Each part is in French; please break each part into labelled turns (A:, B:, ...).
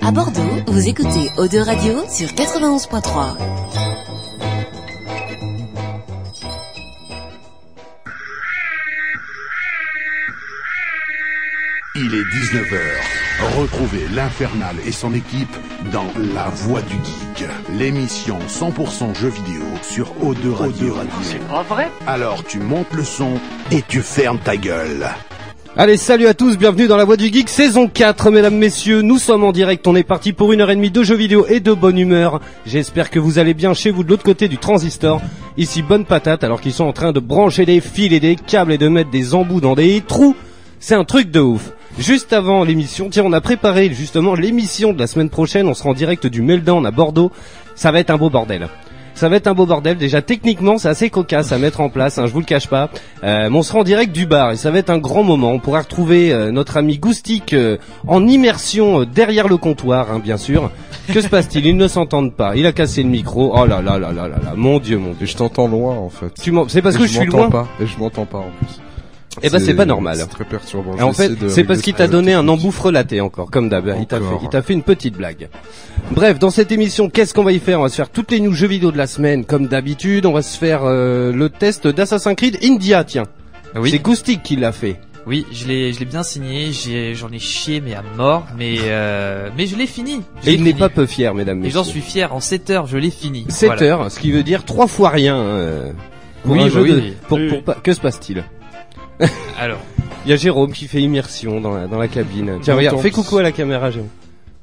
A: À Bordeaux, vous écoutez O2 Radio sur 91.3.
B: Il est 19h. Retrouvez l'Infernal et son équipe dans La Voix du Geek, l'émission 100% jeux vidéo sur O2 Radio.
C: C'est pas vrai
B: Alors tu montes le son et tu fermes ta gueule.
D: Allez, salut à tous, bienvenue dans la Voix du Geek saison 4, mesdames, messieurs, nous sommes en direct, on est parti pour une heure et demie de jeux vidéo et de bonne humeur. J'espère que vous allez bien chez vous de l'autre côté du transistor. Ici, bonne patate, alors qu'ils sont en train de brancher des fils et des câbles et de mettre des embouts dans des trous. C'est un truc de ouf. Juste avant l'émission, tiens, on a préparé justement l'émission de la semaine prochaine, on sera en direct du Meldown à Bordeaux. Ça va être un beau bordel. Ça va être un beau bordel. Déjà, techniquement, c'est assez cocasse à mettre en place. Hein, je vous le cache pas. Euh, mais on sera en direct du bar et ça va être un grand moment. On pourra retrouver euh, notre ami Goustic euh, en immersion euh, derrière le comptoir, hein, bien sûr. Que se passe-t-il Ils ne s'entendent pas. Il a cassé le micro. Oh là là là là là là. Mon dieu, mon dieu.
E: Et je t'entends loin en fait.
D: Tu m'en- C'est parce
E: Et
D: que je suis
E: m'entends
D: loin.
E: Pas, et je m'entends pas en plus.
D: Eh ben, c'est pas normal.
E: C'est très perturbant.
D: Et en
E: J'essaie
D: fait,
E: de
D: c'est parce
E: régler
D: qu'il t'a
E: ce
D: donné un
E: problème.
D: embouffe relaté encore, comme d'hab. Il t'a fait,
E: Encore.
D: il t'a fait une petite blague. Bref, dans cette émission, qu'est-ce qu'on va y faire On va se faire toutes les news jeux vidéo de la semaine, comme d'habitude. On va se faire euh, le test d'Assassin's Creed India, tiens. C'est
F: Ah Oui,
D: Goustic qui l'a fait.
F: oui, je l'ai, je l'ai bien signé. j'ai- J'en ai, chié mais à mort, mais euh, mais je l'ai fini. Je
D: Et
F: l'ai
D: il n'est
F: fini.
D: pas peu fier, mesdames,
F: Et j'en
D: messieurs.
F: suis fier. En 7 heures, je l'ai fini.
D: 7
F: Voilà.
D: heures, ce qui veut dire trois fois rien. euh, pour
F: Oui,
D: un
F: bah
D: jeu de-
F: oui.
D: pour-
F: Oui,
D: pour
F: oui.
D: pas- Que se passe-t-il
F: Alors,
D: Il y a Jérôme qui fait immersion dans la, dans la cabine. Tiens,
E: Bon
D: regarde,
E: temps.
D: fais coucou à la caméra, Jérôme.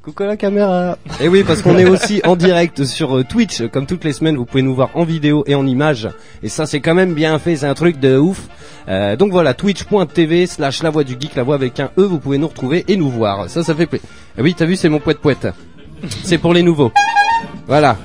D: Coucou à la caméra. Et oui, parce qu'on est aussi en direct sur euh, Twitch. Comme toutes les semaines, vous pouvez nous voir en vidéo et en image. Et ça, c'est quand même bien fait. C'est un truc de ouf. Euh, donc voilà, twitch.tv slash la voix du geek, la voix avec un E. Vous pouvez nous retrouver et nous voir. Ça, ça fait plaisir. Ah oui, t'as vu, c'est mon poète poète. C'est pour les nouveaux. Voilà.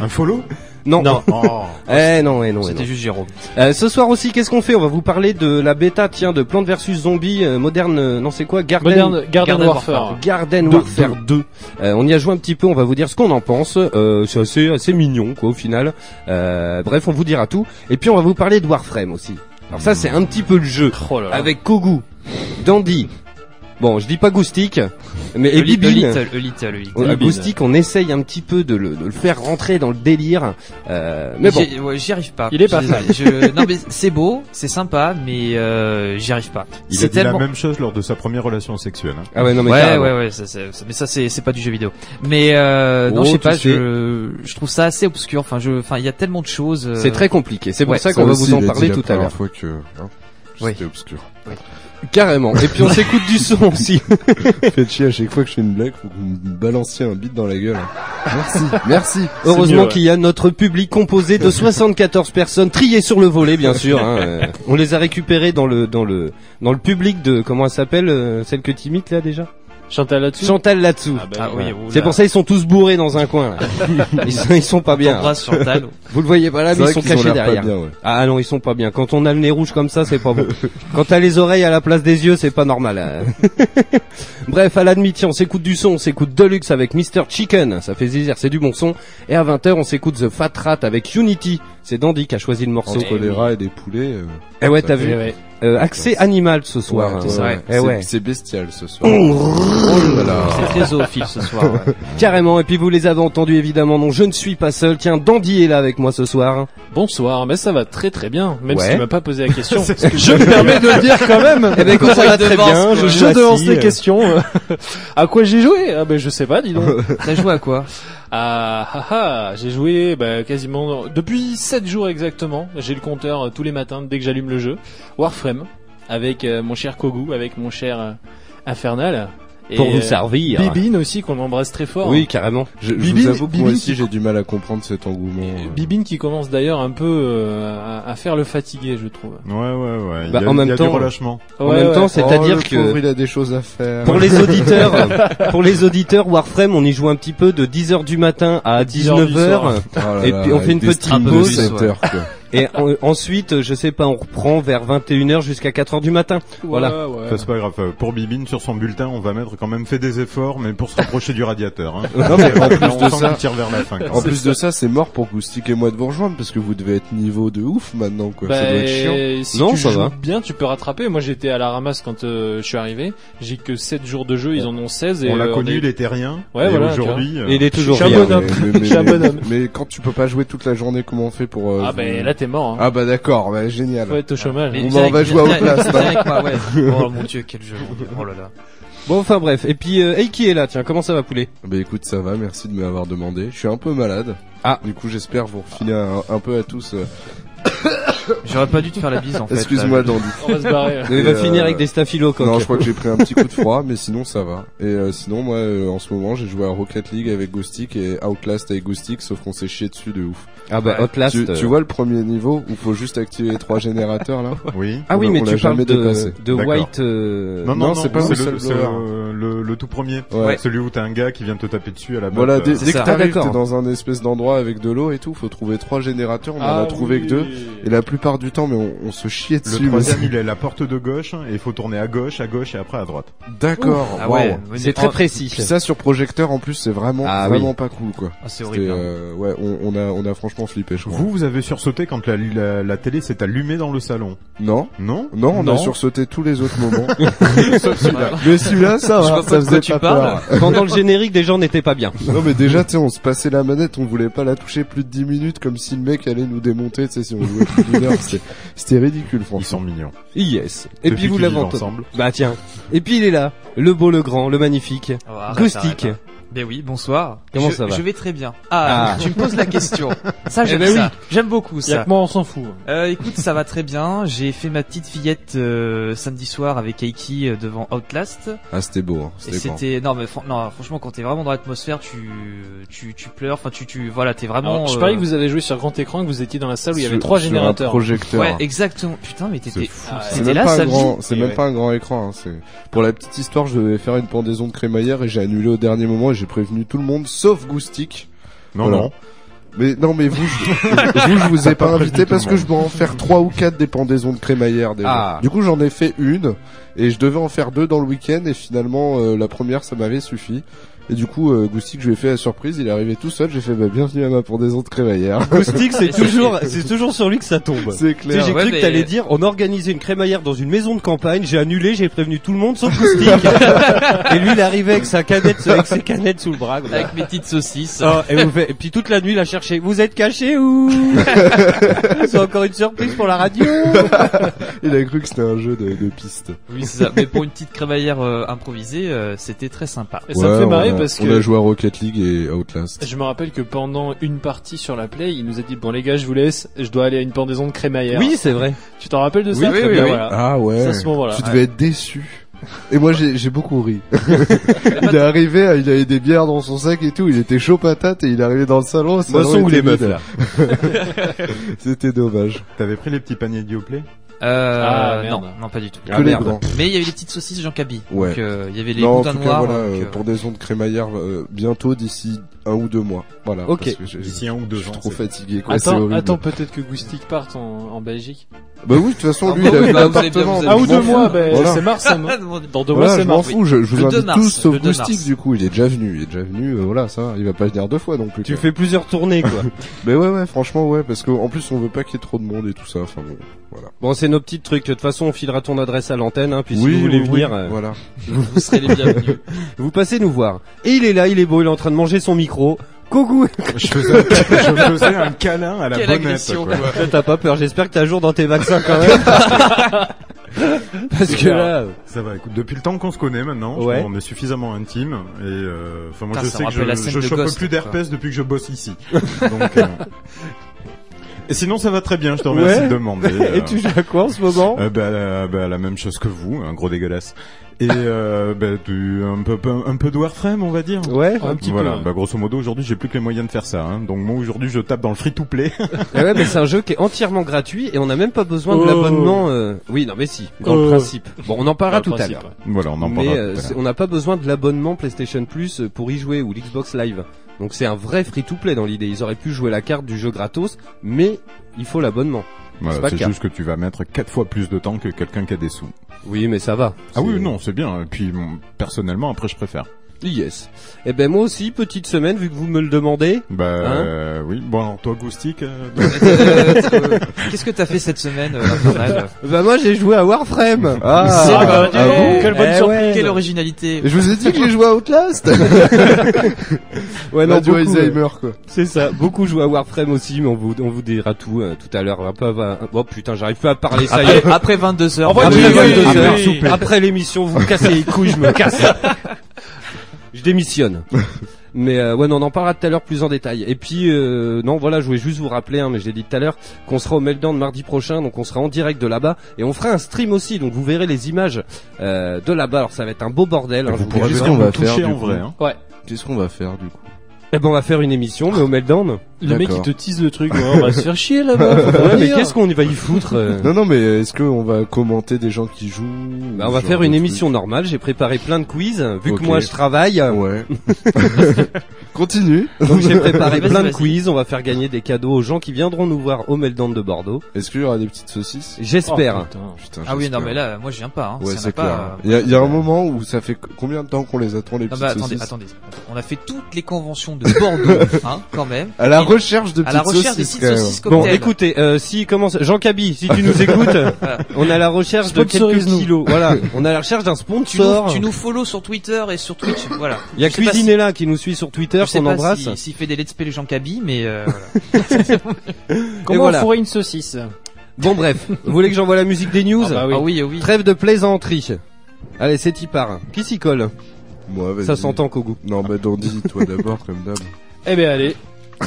G: Un follow
D: Non.
G: Oh.
D: Eh non, eh non, eh non.
F: c'était juste Jérôme.
D: Euh, ce soir aussi, qu'est-ce qu'on fait On va vous parler de la bêta, tiens, de Plants vs Zombies, euh, moderne, euh, non c'est quoi Garden,
H: Modern Garden,
F: Garden
H: Warfare.
F: Warfare.
D: Garden Warfare 2. Euh, on y a joué un petit peu, on va vous dire ce qu'on en pense. Euh, c'est assez, assez mignon, quoi, au final. Euh, bref, on vous dira tout. Et puis on va vous parler de Warframe aussi. Alors ça, c'est un petit peu le jeu.
H: Oh là là.
D: Avec Kogu, Dandy. Bon, je dis pas Goustic, mais et
F: le, li- le
D: Bibine.
F: little, le little, le little.
D: Au- à
H: Bibine.
D: Goustic, on essaye un petit peu de le, de le faire rentrer dans le délire. Euh, mais bon,
F: J'ai- ouais, j'y arrive pas.
H: Il est pas
F: Je-
H: fan.
F: je- non mais c'est beau, c'est sympa, mais euh, j'y arrive pas.
G: Il a
F: c'est
G: dit
F: tellement.
G: la même chose lors de sa première relation sexuelle. hein.
D: ah ouais, non mais
F: ouais,
D: carrément.
F: ouais, ouais, ça, c'est- ça- mais ça, c'est, c'est pas du jeu vidéo. Mais euh, non,
D: Oh,
F: je sais
D: tu
F: pas,
D: sais.
F: je, je trouve ça assez obscur. Enfin, je, enfin, il y a tellement de choses. euh,
D: C'est très compliqué. C'est pour
F: Ouais,
D: ça qu'on va
E: aussi,
D: vous en
E: il a dit
D: parler
E: la
D: tout à
E: première
D: l'heure.
E: fois que hein,
F: Oui.
E: c'était obscur.
D: Carrément. Et puis on s'écoute du son aussi.
E: Faites chier à chaque fois que je fais une blague, faut que vous me balanciez un beat dans la gueule. hein. Merci, merci.
D: Heureusement
H: mieux, ouais.
D: qu'il y a notre public composé de 74 personnes triées sur le volet, bien sûr. hein, euh. On les a récupérées dans le dans le dans le public de comment elle s'appelle euh, celle que t'imites là déjà.
H: Chantal là-dessus.
D: Chantal Latsou.
H: Ah bah
F: Ah oui,
H: voilà.
F: oula.
D: C'est pour ça ils sont tous bourrés dans un coin. là. ils, sont, ils sont pas bien.
F: T'embrasses sur Tal.
D: Vous le voyez pas là, mais ils sont
E: qu'ils ont
D: cachés
E: l'air pas
D: derrière.
E: bien, ouais.
D: Ah non, ils sont pas bien. Quand on a le nez rouge comme ça, c'est pas bon. Quand t'as les oreilles à la place des yeux, c'est pas normal. hein. Bref, à l'admitié, on s'écoute du son, on s'écoute Deluxe avec Mr. Chicken, ça fait zizir, c'est du bon son. Et à 20h, on s'écoute The Fat Rat avec Unity. C'est Dandy qui a choisi le morceau.
E: Entre les rats et des poulets. euh,
D: Eh ouais, t'as
E: ça
D: vu.
H: Ouais, ouais.
D: Euh, accès animal ce soir.
E: ouais,
D: hein.
E: ouais,
F: c'est vrai.
E: ouais.
D: Eh ouais.
E: C'est- C'est bestial ce soir. Oh là là.
F: C'est très zoophile ce soir. ouais.
D: Carrément, et puis vous les avez entendus évidemment, non, je ne suis pas seul. Tiens, Dandy est là avec moi ce soir. hein.
H: Bonsoir, mais ça va très très bien, même
D: Ouais.
H: si tu m'as pas posé la question.
E: Je me permets de le dire quand même.
D: Eh ben écoute, ça va
F: Il
D: très
F: devance,
D: bien.
F: quoi.
D: Je, joue
H: Je te lance
D: assis,
H: des
D: euh,
H: questions. à quoi j'ai joué Ah ben je sais pas, dis donc.
F: T'as joué à quoi
H: ah, ah, ah, j'ai joué bah, quasiment depuis 7 jours exactement. J'ai le compteur euh, tous les matins dès que j'allume le jeu. Warframe avec euh, mon cher Kogu, avec mon cher euh, Infernal. Et,
D: Pour vous
H: euh,
D: servir.
H: Bibine aussi qu'on embrasse très fort.
D: Oui, carrément.
E: Je, je
H: Bibine-
E: vous avoue que moi
H: Bibine
E: aussi
H: qui-
E: j'ai du mal à comprendre cet engouement.
H: Et
E: euh.
H: Bibine qui commence d'ailleurs un peu euh, à, à faire le fatigué, je trouve.
G: Ouais, ouais, ouais.
D: Bah,
G: il y a,
D: en même
G: il y a
D: temps-
G: du relâchement.
D: En même temps, c'est-à-dire
E: oh, le
D: que-
E: pauvre, il a des choses à faire.
D: Pour les auditeurs, pour les auditeurs, Warframe, on y joue un petit peu de 10h du matin à
H: 10 heures
D: 19h.
H: du soir.
E: Oh là
D: Et
E: là,
D: puis on
E: avec
D: fait une
E: des
D: petite
E: streams de
D: pause.
E: sept heures, quoi.
D: Et en- ensuite, je sais pas, on reprend vers 21h jusqu'à 4h du matin. Voilà.
H: Ouais, ouais.
G: Enfin, c'est pas grave. Euh, Pour Bibine, sur son bulletin, on va mettre quand même fait des efforts, mais pour se rapprocher du radiateur. Hein.
E: Non, mais en plus
G: on
E: de
G: sent
E: ça-
G: qu'il tire vers la fin. quand
E: En
G: même.
E: plus de ça, c'est mort pour Goustic et moi de vous rejoindre parce que vous devez être niveau de ouf maintenant quoi. ça
H: Bah,
E: doit être chiant.
H: Si
D: Non,
H: tu
D: ça
H: joues
D: va.
H: bien, tu peux rattraper. Moi, j'étais à la ramasse quand euh, je suis arrivé. J'ai que 7 jours de jeu, ils en ont 16. Et,
G: on l'a
H: euh,
G: connu,
H: est-
G: il était rien. et
H: Ouais, voilà,
G: aujourd'hui, euh,
D: Et il est toujours
H: Je suis un
D: bien.
H: bonhomme.
E: Mais, mais-
H: Je suis un
E: mais-
H: bonhomme.
E: mais quand tu peux pas jouer toute la journée, comment on fait pour euh,
H: Ah,
E: vous-
H: bah là, t'es mort. Hein.
E: Ah bah d'accord, bah, génial.
H: Faut être au chômage.
F: Mais
E: Bon,
H: hein.
E: bah, on va
F: direct,
E: jouer à
F: direct,
E: Outlast, hein.
F: direct, quoi, ouais. Oh mon dieu, quel jeu. Oh là là.
D: Bon, enfin bref. Et puis, euh, Eiki est là. Tiens, comment ça va, poulet
E: Bah écoute, ça va, merci de m'avoir demandé. Je suis un peu malade.
D: Ah.
E: Du coup, j'espère vous refiler un, un peu à tous. euh,
F: J'aurais pas dû te faire la bise en fait.
H: euh,
E: Excuse-moi d'en dire.
H: On va se barrer.
D: Il
E: Et,
D: va
E: euh,
D: finir avec des staphylocoques.
E: Non, je crois que j'ai pris un petit coup de froid, mais sinon ça va. Et euh, sinon, moi, euh, en ce moment, j'ai joué à Rocket League avec Ghostic et Outlast avec Ghostic, sauf qu'on s'est chié dessus de ouf.
D: Ah bah,
F: Ouais.
D: Outlast.
E: Tu,
D: euh,
E: tu vois le premier niveau où faut juste activer les trois générateurs là
G: oui.
D: Ah oui,
E: on
D: mais
E: l'a- on
D: tu
E: l'a
D: parles
E: jamais
D: de,
E: dépassé.
D: de
G: D'accord.
D: White. euh,
G: Non, non,
E: non,
G: non,
E: c'est pas
G: c'est
E: le
G: le, c'est
E: whistleblower.
G: le, le, le tout premier.
E: Ouais.
G: Celui où t'as un gars qui vient te taper dessus à la botte.
E: Voilà,
G: euh,
E: dès,
F: c'est
E: dès que
F: ça.
E: t'arrives,
D: Ah,
E: t'es
D: d'accord.
E: dans un espèce d'endroit avec de l'eau et tout, faut trouver trois générateurs, on en a trouvé
H: Ah oui.
E: que deux. Et la plupart du temps, mais on, on se chiait dessus.
G: Le
E: mais
G: troisième,
E: c'est-
G: il est à la porte de gauche, hein, et il faut tourner à gauche, à gauche et après à droite.
E: D'accord,
F: Ah
E: waouh.
F: ouais. mais-
D: C'est très
F: oh,
D: précis.
E: Puis ça sur projecteur en plus, c'est vraiment
D: Ah oui.
E: vraiment pas cool quoi.
F: ah, c'est
E: C'était,
F: horrible. hein.
E: euh, ouais, on, on a on a franchement flippé, je crois.
G: Vous, vous avez sursauté quand la, la, la télé s'est allumée dans le salon.
E: Non.
G: Non
E: Non, on a sursauté tous les autres moments.
F: Ouais.
E: mais celui-là, ça
F: Je
E: va,
F: vois pas
E: ça
F: de quoi
E: faisait
F: tu
E: pas
F: parles.
E: peur.
D: Pendant le générique, des gens n'étaient pas bien.
E: Non mais déjà, tu sais, on se passait la manette, on voulait pas la toucher plus de 10 minutes comme si le mec allait nous démonter, tu sais, si on jouait plus d'une heure, c'était- c'était ridicule
G: Ils
E: franchement.
G: sont mignons.
D: Yes. Et
G: Depuis
D: puis vous
G: qu'ils
D: l'avez
G: vivent
D: entendu.
G: ensemble.
D: Bah tiens. Et puis il est là, le beau, le grand, le magnifique.
F: Oh, arrête,
D: Goustic.
F: arrête, hein. Ben oui, bonsoir.
D: Comment
F: Je-
D: ça va
F: Je vais très bien. Ah,
D: Ah.
F: tu me poses la question. Ça, j'aime
D: Eh ben oui.
F: ça. J'aime beaucoup
H: Y'a
F: ça.
H: que moi, on s'en fout.
F: Euh, écoute, ça va très bien. J'ai fait ma petite fillette euh, samedi soir avec Aiki euh, devant Outlast.
E: Ah, c'était beau, hein,
F: Et
E: c'était grand.
F: c'était non mais fran- non, franchement quand t'es vraiment dans l'atmosphère, tu tu tu pleures. Enfin tu tu voilà t'es vraiment.
H: Alors, Ah, je
F: euh,
H: parie que vous avez joué sur grand écran, et que vous étiez dans la salle où il y avait
E: Sur-
H: trois
E: sur un
H: générateurs.
E: projecteur.
F: Ouais exactement. Putain mais
G: C'est
F: t'étais
G: fou.
H: Ah,
E: C'est
F: T'étais
E: même,
F: là
E: pas un
F: samedi
E: grand, c'est
G: Et
E: même
G: ouais.
E: pas un grand écran. hein, c'est- Pour la petite histoire, je devais faire une pendaison de crémaillère et j'ai annulé au dernier moment et j'ai prévenu tout le monde sauf Goustic.
G: Non,
E: Voilà.
G: non.
E: Mais non, mais vous, je, vous, je vous ai pas
G: prévenu
E: invité
G: tout le
E: parce que
G: monde.
E: je dois en faire trois ou quatre des pendaisons de crémaillère déjà.
D: Ah.
E: Du coup, j'en ai fait une et je devais en faire deux dans le week-end et finalement euh, la première ça m'avait suffi. Et du coup, euh, Goustic, je lui ai fait la surprise. Il est arrivé tout seul. J'ai fait bah, bienvenue à ma pendaison de crémaillère.
D: Acoustique, c'est
F: Et c'est-
D: toujours, c'est toujours sur lui que ça tombe.
E: c'est
D: Tu sais,
E: clair.
D: j'ai
F: Ouais,
D: cru
F: mais-
D: que t'allais dire, on organisait une crémaillère dans une maison de campagne, j'ai annulé, j'ai prévenu tout le monde sauf Acoustique. et lui, il arrivait avec sa canette, avec ses canettes sous le bras. comme ça.
F: avec mes petites saucisses.
E: Ah.
D: Oh, et, vous fait- et puis toute la nuit, il a cherché. Vous êtes caché ou C'est encore une surprise pour la radio.
E: Il a cru que c'était un jeu de, de piste.
F: Oui c'est ça. Mais pour une petite crémaillère euh, improvisée, euh, c'était très sympa.
H: Et ça me
E: Ouais,
H: fait
E: on
H: marrer
E: a-
H: parce
E: on a
H: que
E: joué à Rocket League et Outlast.
H: je me rappelle que pendant une partie sur la play, il nous a dit bon les gars, je vous laisse, je dois aller à une pendaison de crémaillère.
D: Oui, c'est vrai.
H: Tu t'en rappelles de
F: Oui,
H: ça
F: oui,
H: Très
F: oui,
H: bien,
F: oui.
H: voilà.
E: Ah ouais.
H: C'est à ce moment-là.
E: Tu devais être déçu. Et moi, j'ai j'ai beaucoup ri. il est arrivé, il avait des bières dans son sac et tout. Il était chaud patate et il est arrivé dans le salon. le salon était vide. C'était dommage.
G: T'avais pris les petits paniers Dioplay
F: Euh,
H: Ah, merde.
F: non non pas du tout.
E: que les grands.
F: Mais il y avait les petites saucisses Jean Cabi.
E: Ouais.
F: Donc euh, il y avait les
E: Non, en
F: boudins
E: tout cas,
F: noirs.
E: voilà,
F: donc,
E: euh,
F: euh,
E: pour des ondes crémaillères, euh, bientôt d'ici un ou deux mois. Voilà.
D: Ok.
E: parce que j'ai-
G: D'ici un ou deux
E: Je suis
G: ans.
E: trop
G: c'est-
E: fatigué, quoi. c'est
H: Attends,
E: horrible.
H: attends peut-être que Goustic parte en, en Belgique.
E: Bah oui, de toute façon,
F: Ah
E: lui,
F: bah
E: il a
F: oui,
E: vu
F: bah vous avez bien-
E: l'appartement.
F: vous avez
H: Ah ou
F: Je
H: deux
F: m'en
H: mois,
F: fous.
H: ben
E: Voilà.
H: c'est mars. ça, non
F: Ah, non,
H: Dans deux mois
E: Voilà,
H: c'est
E: je m'en
H: mars.
E: fous, je, je vous
F: Le 2
E: invite
F: mars,
E: tous,
F: le
E: sauf
F: 2
E: Goustic,
F: mars.
E: du coup, il est déjà venu, il est déjà venu, euh, voilà, ça, il va pas venir deux fois non plus.
D: Tu
E: quoi.
D: fais plusieurs tournées, quoi.
E: Mais ouais, ouais, franchement, ouais, parce qu'en plus, on veut pas qu'il y ait trop de monde et tout ça, enfin bon.
D: Bon, c'est nos petits trucs. De toute façon, on filera ton adresse à l'antenne. Hein, puis si vous voulez
E: oui,
D: venir,
E: oui,
D: euh,
E: Voilà.
F: vous serez les bienvenus.
D: vous passez nous voir. Et il est là, il est beau, il est en train de manger son micro. Kogou,
G: Je faisais, je faisais un câlin à la
F: Quelle
G: bonnette.
F: agression,
G: quoi.
F: quoi.
D: t'as pas peur. J'espère que t'es à jour dans tes vaccins quand même. Parce que là,
G: Ça va, écoute, depuis le temps qu'on se connaît maintenant, je
D: Ouais.
G: pense qu'on est suffisamment intime. Et euh, enfin, moi,
F: Putain,
G: je
F: ça
G: sais
F: me
G: que
F: rappelle la
G: je,
F: scène
G: je
F: de
G: chope
F: Ghost,
G: plus
F: quoi.
G: d'herpès depuis que je bosse ici. Donc, euh, Et sinon, ça va très bien. Je te remercie
D: Ouais.
G: de demander. euh,
D: et tu joues à quoi en ce moment
G: euh, bah, la- bah, la même chose que vous, un gros dégueulasse. Et euh, bah, du, un peu, un peu de Warframe, on va dire.
D: Ouais.
H: Un petit
G: voilà,
H: peu.
G: bah grosso modo aujourd'hui j'ai plus que les moyens de faire ça. Hein. Donc moi aujourd'hui je tape dans le free to play.
D: Eh ouais, mais c'est un jeu qui est entièrement gratuit et on n'a même pas besoin de
H: Oh.
D: l'abonnement. euh, Oui, non, mais si, dans le
H: Oh.
D: principe. Bon, on en parlera
H: Dans le
D: tout à
H: principe,
D: l'heure.
G: voilà, on en
D: Mais
G: parlera.
D: euh,
G: tout à
D: c'est-
G: l'heure.
D: on n'a pas besoin de l'abonnement PlayStation Plus euh, pour y jouer ou l'Xbox Live. Donc c'est un vrai free-to-play dans l'idée. Ils auraient pu jouer la carte du jeu gratos, mais il faut l'abonnement.
G: Voilà,
D: pas le
G: c'est
D: cas.
G: juste que tu vas mettre quatre fois plus de temps que quelqu'un qui a des sous.
D: Oui, mais ça va.
G: Ah oui,
D: C'est-
G: non, c'est bien. Et puis, bon, personnellement, après, je préfère.
D: Yes. Eh ben moi aussi, petite semaine, vu que vous me le demandez.
G: Bah
D: Hein
G: euh, oui. Bon, alors, toi, Goustic, euh,
F: Euh, euh, Qu'est-ce que t'as fait cette semaine, euh, Raphaël
D: Bah moi j'ai joué à Warframe. Ah,
F: C'est pas
H: bah,
F: vrai.
H: dis donc, quelle bonne
F: Eh
H: surprise.
F: ouais. Quelle originalité
E: Je vous ai dit que j'ai joué à Outlast
D: ouais, non,
E: Radio
D: beaucoup, ouais.
E: Alzheimer quoi.
D: C'est ça. Beaucoup jouent à Warframe aussi, mais on vous, on vous dira tout euh, tout à l'heure. On va pas- va- Oh putain, j'arrive pas à parler, ça y est.
F: Après- Après 22 heures.
H: Envoie
F: Après
H: une
D: Après,
H: oui, oui,
D: 22
H: oui,
D: heures,
H: oui.
D: s'il vous plaît. Après l'émission, vous me cassez les couilles, je me casse. je démissionne. Mais euh, ouais, non, on en parlera tout à l'heure plus en détail. Et puis, euh, non, voilà, je voulais juste vous rappeler, hein, mais je l'ai dit tout à l'heure, qu'on sera au Meltdown mardi prochain, donc on sera en direct de là-bas. Et on fera un stream aussi, donc vous verrez les images euh, de là-bas. Alors ça va être un beau bordel. hein, je
G: vous
D: vous
G: pourrez
D: dis.
E: qu'est-ce
G: venir
E: qu'on
G: nous
E: va faire,
G: toucher
E: du
G: en
E: coup
G: vrai. Hein.
E: Qu'est-ce qu'on va faire du coup
D: Eh ben, on va faire une émission, mais au Meltdown.
H: Le mec il
E: D'accord.
H: te tease le truc, ouais, on va se faire chier là-bas. faut
D: Ouais, mais
H: venir.
D: qu'est-ce qu'on y va y foutre euh
E: Non non mais est-ce qu'on va commenter des gens qui jouent ou
D: Bah, on
E: ce
D: va
E: genre
D: faire
E: de
D: une
E: trucs
D: émission normale, j'ai préparé plein de quiz, vu
E: Ok.
D: que moi je travaille.
E: Ouais. Continue.
D: Donc j'ai préparé
F: Vas-y,
D: plein de
F: vas-y.
D: quiz, on va faire gagner des cadeaux aux gens qui viendront nous voir au Meldon de Bordeaux.
E: Est-ce qu'il y aura des petites saucisses
H: Oh,
D: J'espère.
H: putain.
E: Putain,
F: Ah oui, non,
E: j'espère.
F: mais là, moi, je viens pas. Hein.
E: Ouais,
F: Ça
E: c'est
F: n'a pas, euh,
E: clair. Il y, a- il y a un moment où ça fait co- combien de temps qu'on les attend les
F: Non,
E: petites
F: bah, attendez,
E: saucisses
F: attendez. Attends, On a fait toutes les conventions de Bordeaux, hein, quand même.
E: À la
F: Et-
E: recherche de petites
F: à la recherche des
E: saucisses.
F: petites
E: quand même.
F: saucisses
D: Bon,
F: Oh, cocktail.
D: écoutez, euh, si commence Jean Cabi, si tu nous écoutes,
F: Voilà.
D: on a la recherche de quelques
H: Sponsorise-nous.
D: kilos. Voilà, on a la recherche d'un
F: tu nous,
D: sponsor.
F: tu nous follow sur Twitter et sur Twitch, voilà.
D: Il y a
F: Je sais pas si-
D: Cuisinella qui nous suit sur Twitter,
F: Je sais
D: qu'on
F: pas
D: embrasse.
F: si- s'il fait des let's play les gens cabis, mais euh, voilà.
H: Comment
D: voilà.
H: on fourrait une saucisse
D: Bon bref, vous voulez que j'envoie la musique des news
H: Ah bah oui.
F: Ah oui, ah oui.
D: Trêve de plaisanterie. Allez, c'est y part. Qui s'y colle
E: Moi, vas-y.
D: Ça s'entend qu'au goût.
E: Non, bah Dandy, toi d'abord, comme d'hab.
H: Eh ben allez,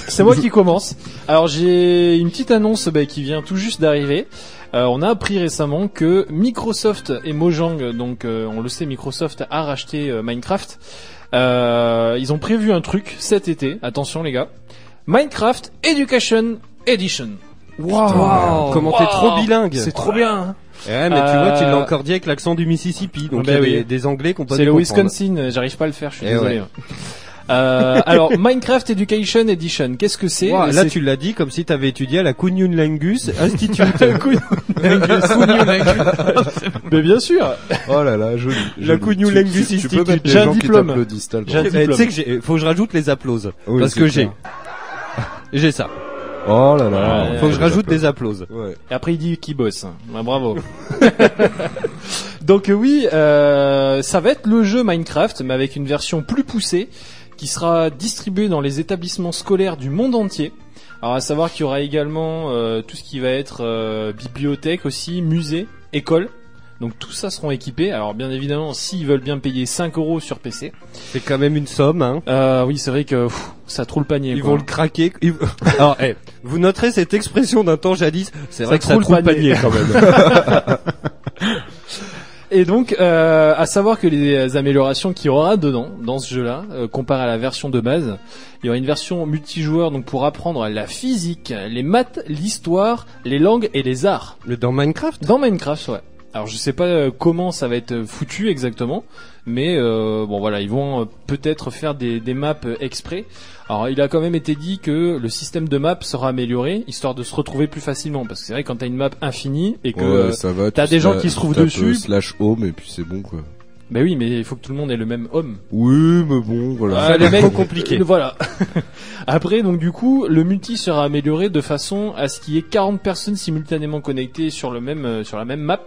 H: c'est moi qui commence. Alors j'ai une petite annonce bah, qui vient tout juste d'arriver. Euh, on a appris récemment que Microsoft et Mojang, donc euh, on le sait, Microsoft a racheté euh, Minecraft. Euh, ils ont prévu un truc cet été. Attention les gars, Minecraft Education Edition.
F: Waouh.
D: Comment t'es
H: Wow.
D: trop bilingue
H: C'est trop bien. hein.
D: Ouais, mais tu vois, tu l'as
H: Euh,
D: encore dit avec l'accent du Mississippi, donc il
H: bah
D: y a
H: oui.
D: des, des Anglais qu'on peut
H: C'est le Wisconsin, euh, j'arrive pas à le faire, je suis
D: Eh
H: désolé. Euh, alors Minecraft Education Edition, qu'est-ce que c'est
D: Ouah, là,
H: C'est-
D: tu l'as dit comme si tu avais étudié à la Kunyun Langus Institute.
H: Mais bien sûr.
E: Oh là là, joli.
D: La
E: joli.
D: Cugnou
E: Tu-
D: Lengus
E: Tu, tu peux
D: Institute.
E: mettre des
H: J'ai un
E: gens qui
H: diplôme.
E: t'applaudissent, t'as le droit.
H: J'ai un
D: Eh, Tu
H: diplôme.
D: sais que j'ai- faut que je rajoute les applauses
E: Oui,
D: parce
E: c'est
D: que j'ai.
E: clair.
D: J'ai ça.
E: Oh là là.
H: Ouais,
D: Faut que
H: ouais,
D: je rajoute des applauses.
E: Ouais.
H: Et après, il dit qui bosse. Ah, bravo. Donc euh, oui, euh, ça va être le jeu Minecraft, mais avec une version plus poussée, qui sera distribuée dans les établissements scolaires du monde entier. Alors à savoir qu'il y aura également euh, tout ce qui va être euh, bibliothèque aussi, musée, école. Donc tout ça seront équipés. Alors bien évidemment, s'ils veulent bien payer 5 euros sur PC.
D: C'est quand même une somme. Hein.
H: Euh, oui, c'est vrai que pff, ça trouve le panier.
D: Ils
H: quoi.
D: vont le craquer. Ils- Alors, eh, vous noterez cette expression d'un temps jadis. C'est
H: Ça
D: vrai que ça
H: croule
D: trouve panier
H: panier.
D: quand même.
H: Et donc, euh, à savoir que les améliorations qu'il y aura dedans, dans ce jeu-là, euh, comparé à la version de base, il y aura une version multijoueur donc pour apprendre la physique, les maths, l'histoire, les langues et les arts.
D: Mais dans Minecraft,
H: Dans Minecraft, ouais. Alors je sais pas euh, comment ça va être foutu exactement, mais euh, bon voilà, ils vont euh, peut-être faire des, des maps euh, exprès. Alors il a quand même été dit que le système de maps sera amélioré, histoire de se retrouver plus facilement, parce que c'est vrai quand t'as une map infinie et que...
E: Ouais,
H: euh,
E: ça va.
H: t'as
E: tu
H: des gens
E: sla-
H: qui se trouvent
E: tapes,
H: dessus.
E: euh, Slash home et puis c'est bon quoi.
H: bah oui, mais il faut que tout le monde ait le même homme.
E: Oui, mais bon, voilà.
H: Ah, les mecs,
D: trop compliqué.
H: Euh, Voilà. Après, donc du coup, le multi sera amélioré de façon à ce qu'il y ait 40 personnes simultanément connectées sur le même euh, sur la même map.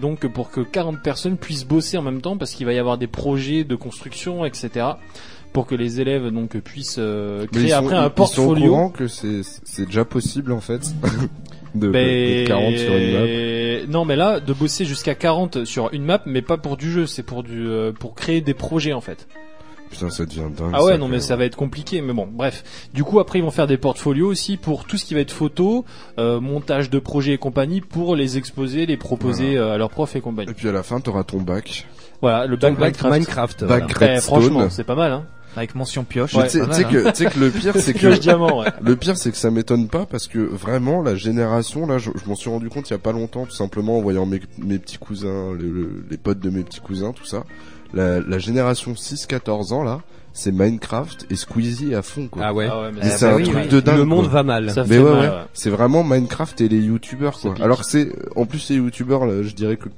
H: Donc euh, pour que 40 personnes puissent bosser en même temps parce qu'il va y avoir des projets de construction, etc. Pour que les élèves donc puissent euh,
E: Mais
H: créer
E: ils sont-
H: après
E: ils- Ils
H: un
E: sont au
H: portfolio.
E: courant que c'est c'est déjà possible en fait de,
H: Ben,
E: de 40 sur une map.
H: Non, mais là, de bosser jusqu'à 40 sur une map, mais pas pour du jeu, c'est pour du euh, pour créer des projets en fait.
E: Putain, ça devient dingue.
H: Ah ouais,
E: ça,
H: non,
E: quand
H: mais
E: même.
H: ça va être compliqué. Mais bon, bref. Du coup, après, ils vont faire des portfolios aussi pour tout ce qui va être photo, euh, montage de projets et compagnie, pour les exposer, les proposer euh, à leurs profs et compagnie.
E: Et puis à la fin, t'auras ton bac.
H: Voilà, le back
D: Minecraft.
H: Minecraft.
D: Minecraft
E: Bac
D: voilà.
H: Eh,
E: Redstone.
H: franchement, c'est pas mal. Hein.
F: Avec mention pioche.
E: Mais
F: c'est
E: tu sais
F: pas
E: tu
F: mal,
H: Ah,
E: sais
F: hein.
E: que, tu sais que le pire, c'est que
H: Pioche diamant. Ouais.
E: Le pire, c'est que ça m'étonne pas parce que vraiment la génération là, je, je m'en suis rendu compte il y a pas longtemps, tout simplement en voyant mes, mes petits cousins, le- le- les potes de mes petits cousins, tout ça. La, la génération 6-14 ans là, c'est Minecraft et Squeezie à fond quoi.
D: Ah ouais.
H: Ah ouais, mais
E: Mais
H: ça-
E: c'est
D: bah
E: un
D: oui,
E: truc
D: oui.
E: de dingue.
D: Le monde
E: quoi.
D: va mal.
H: ça
E: Mais
H: fait
E: ouais,
H: mal,
E: ouais. c'est vraiment Minecraft et les youtubeurs quoi.
H: pique.
E: Alors c'est en plus les youtubeurs là, je dirais que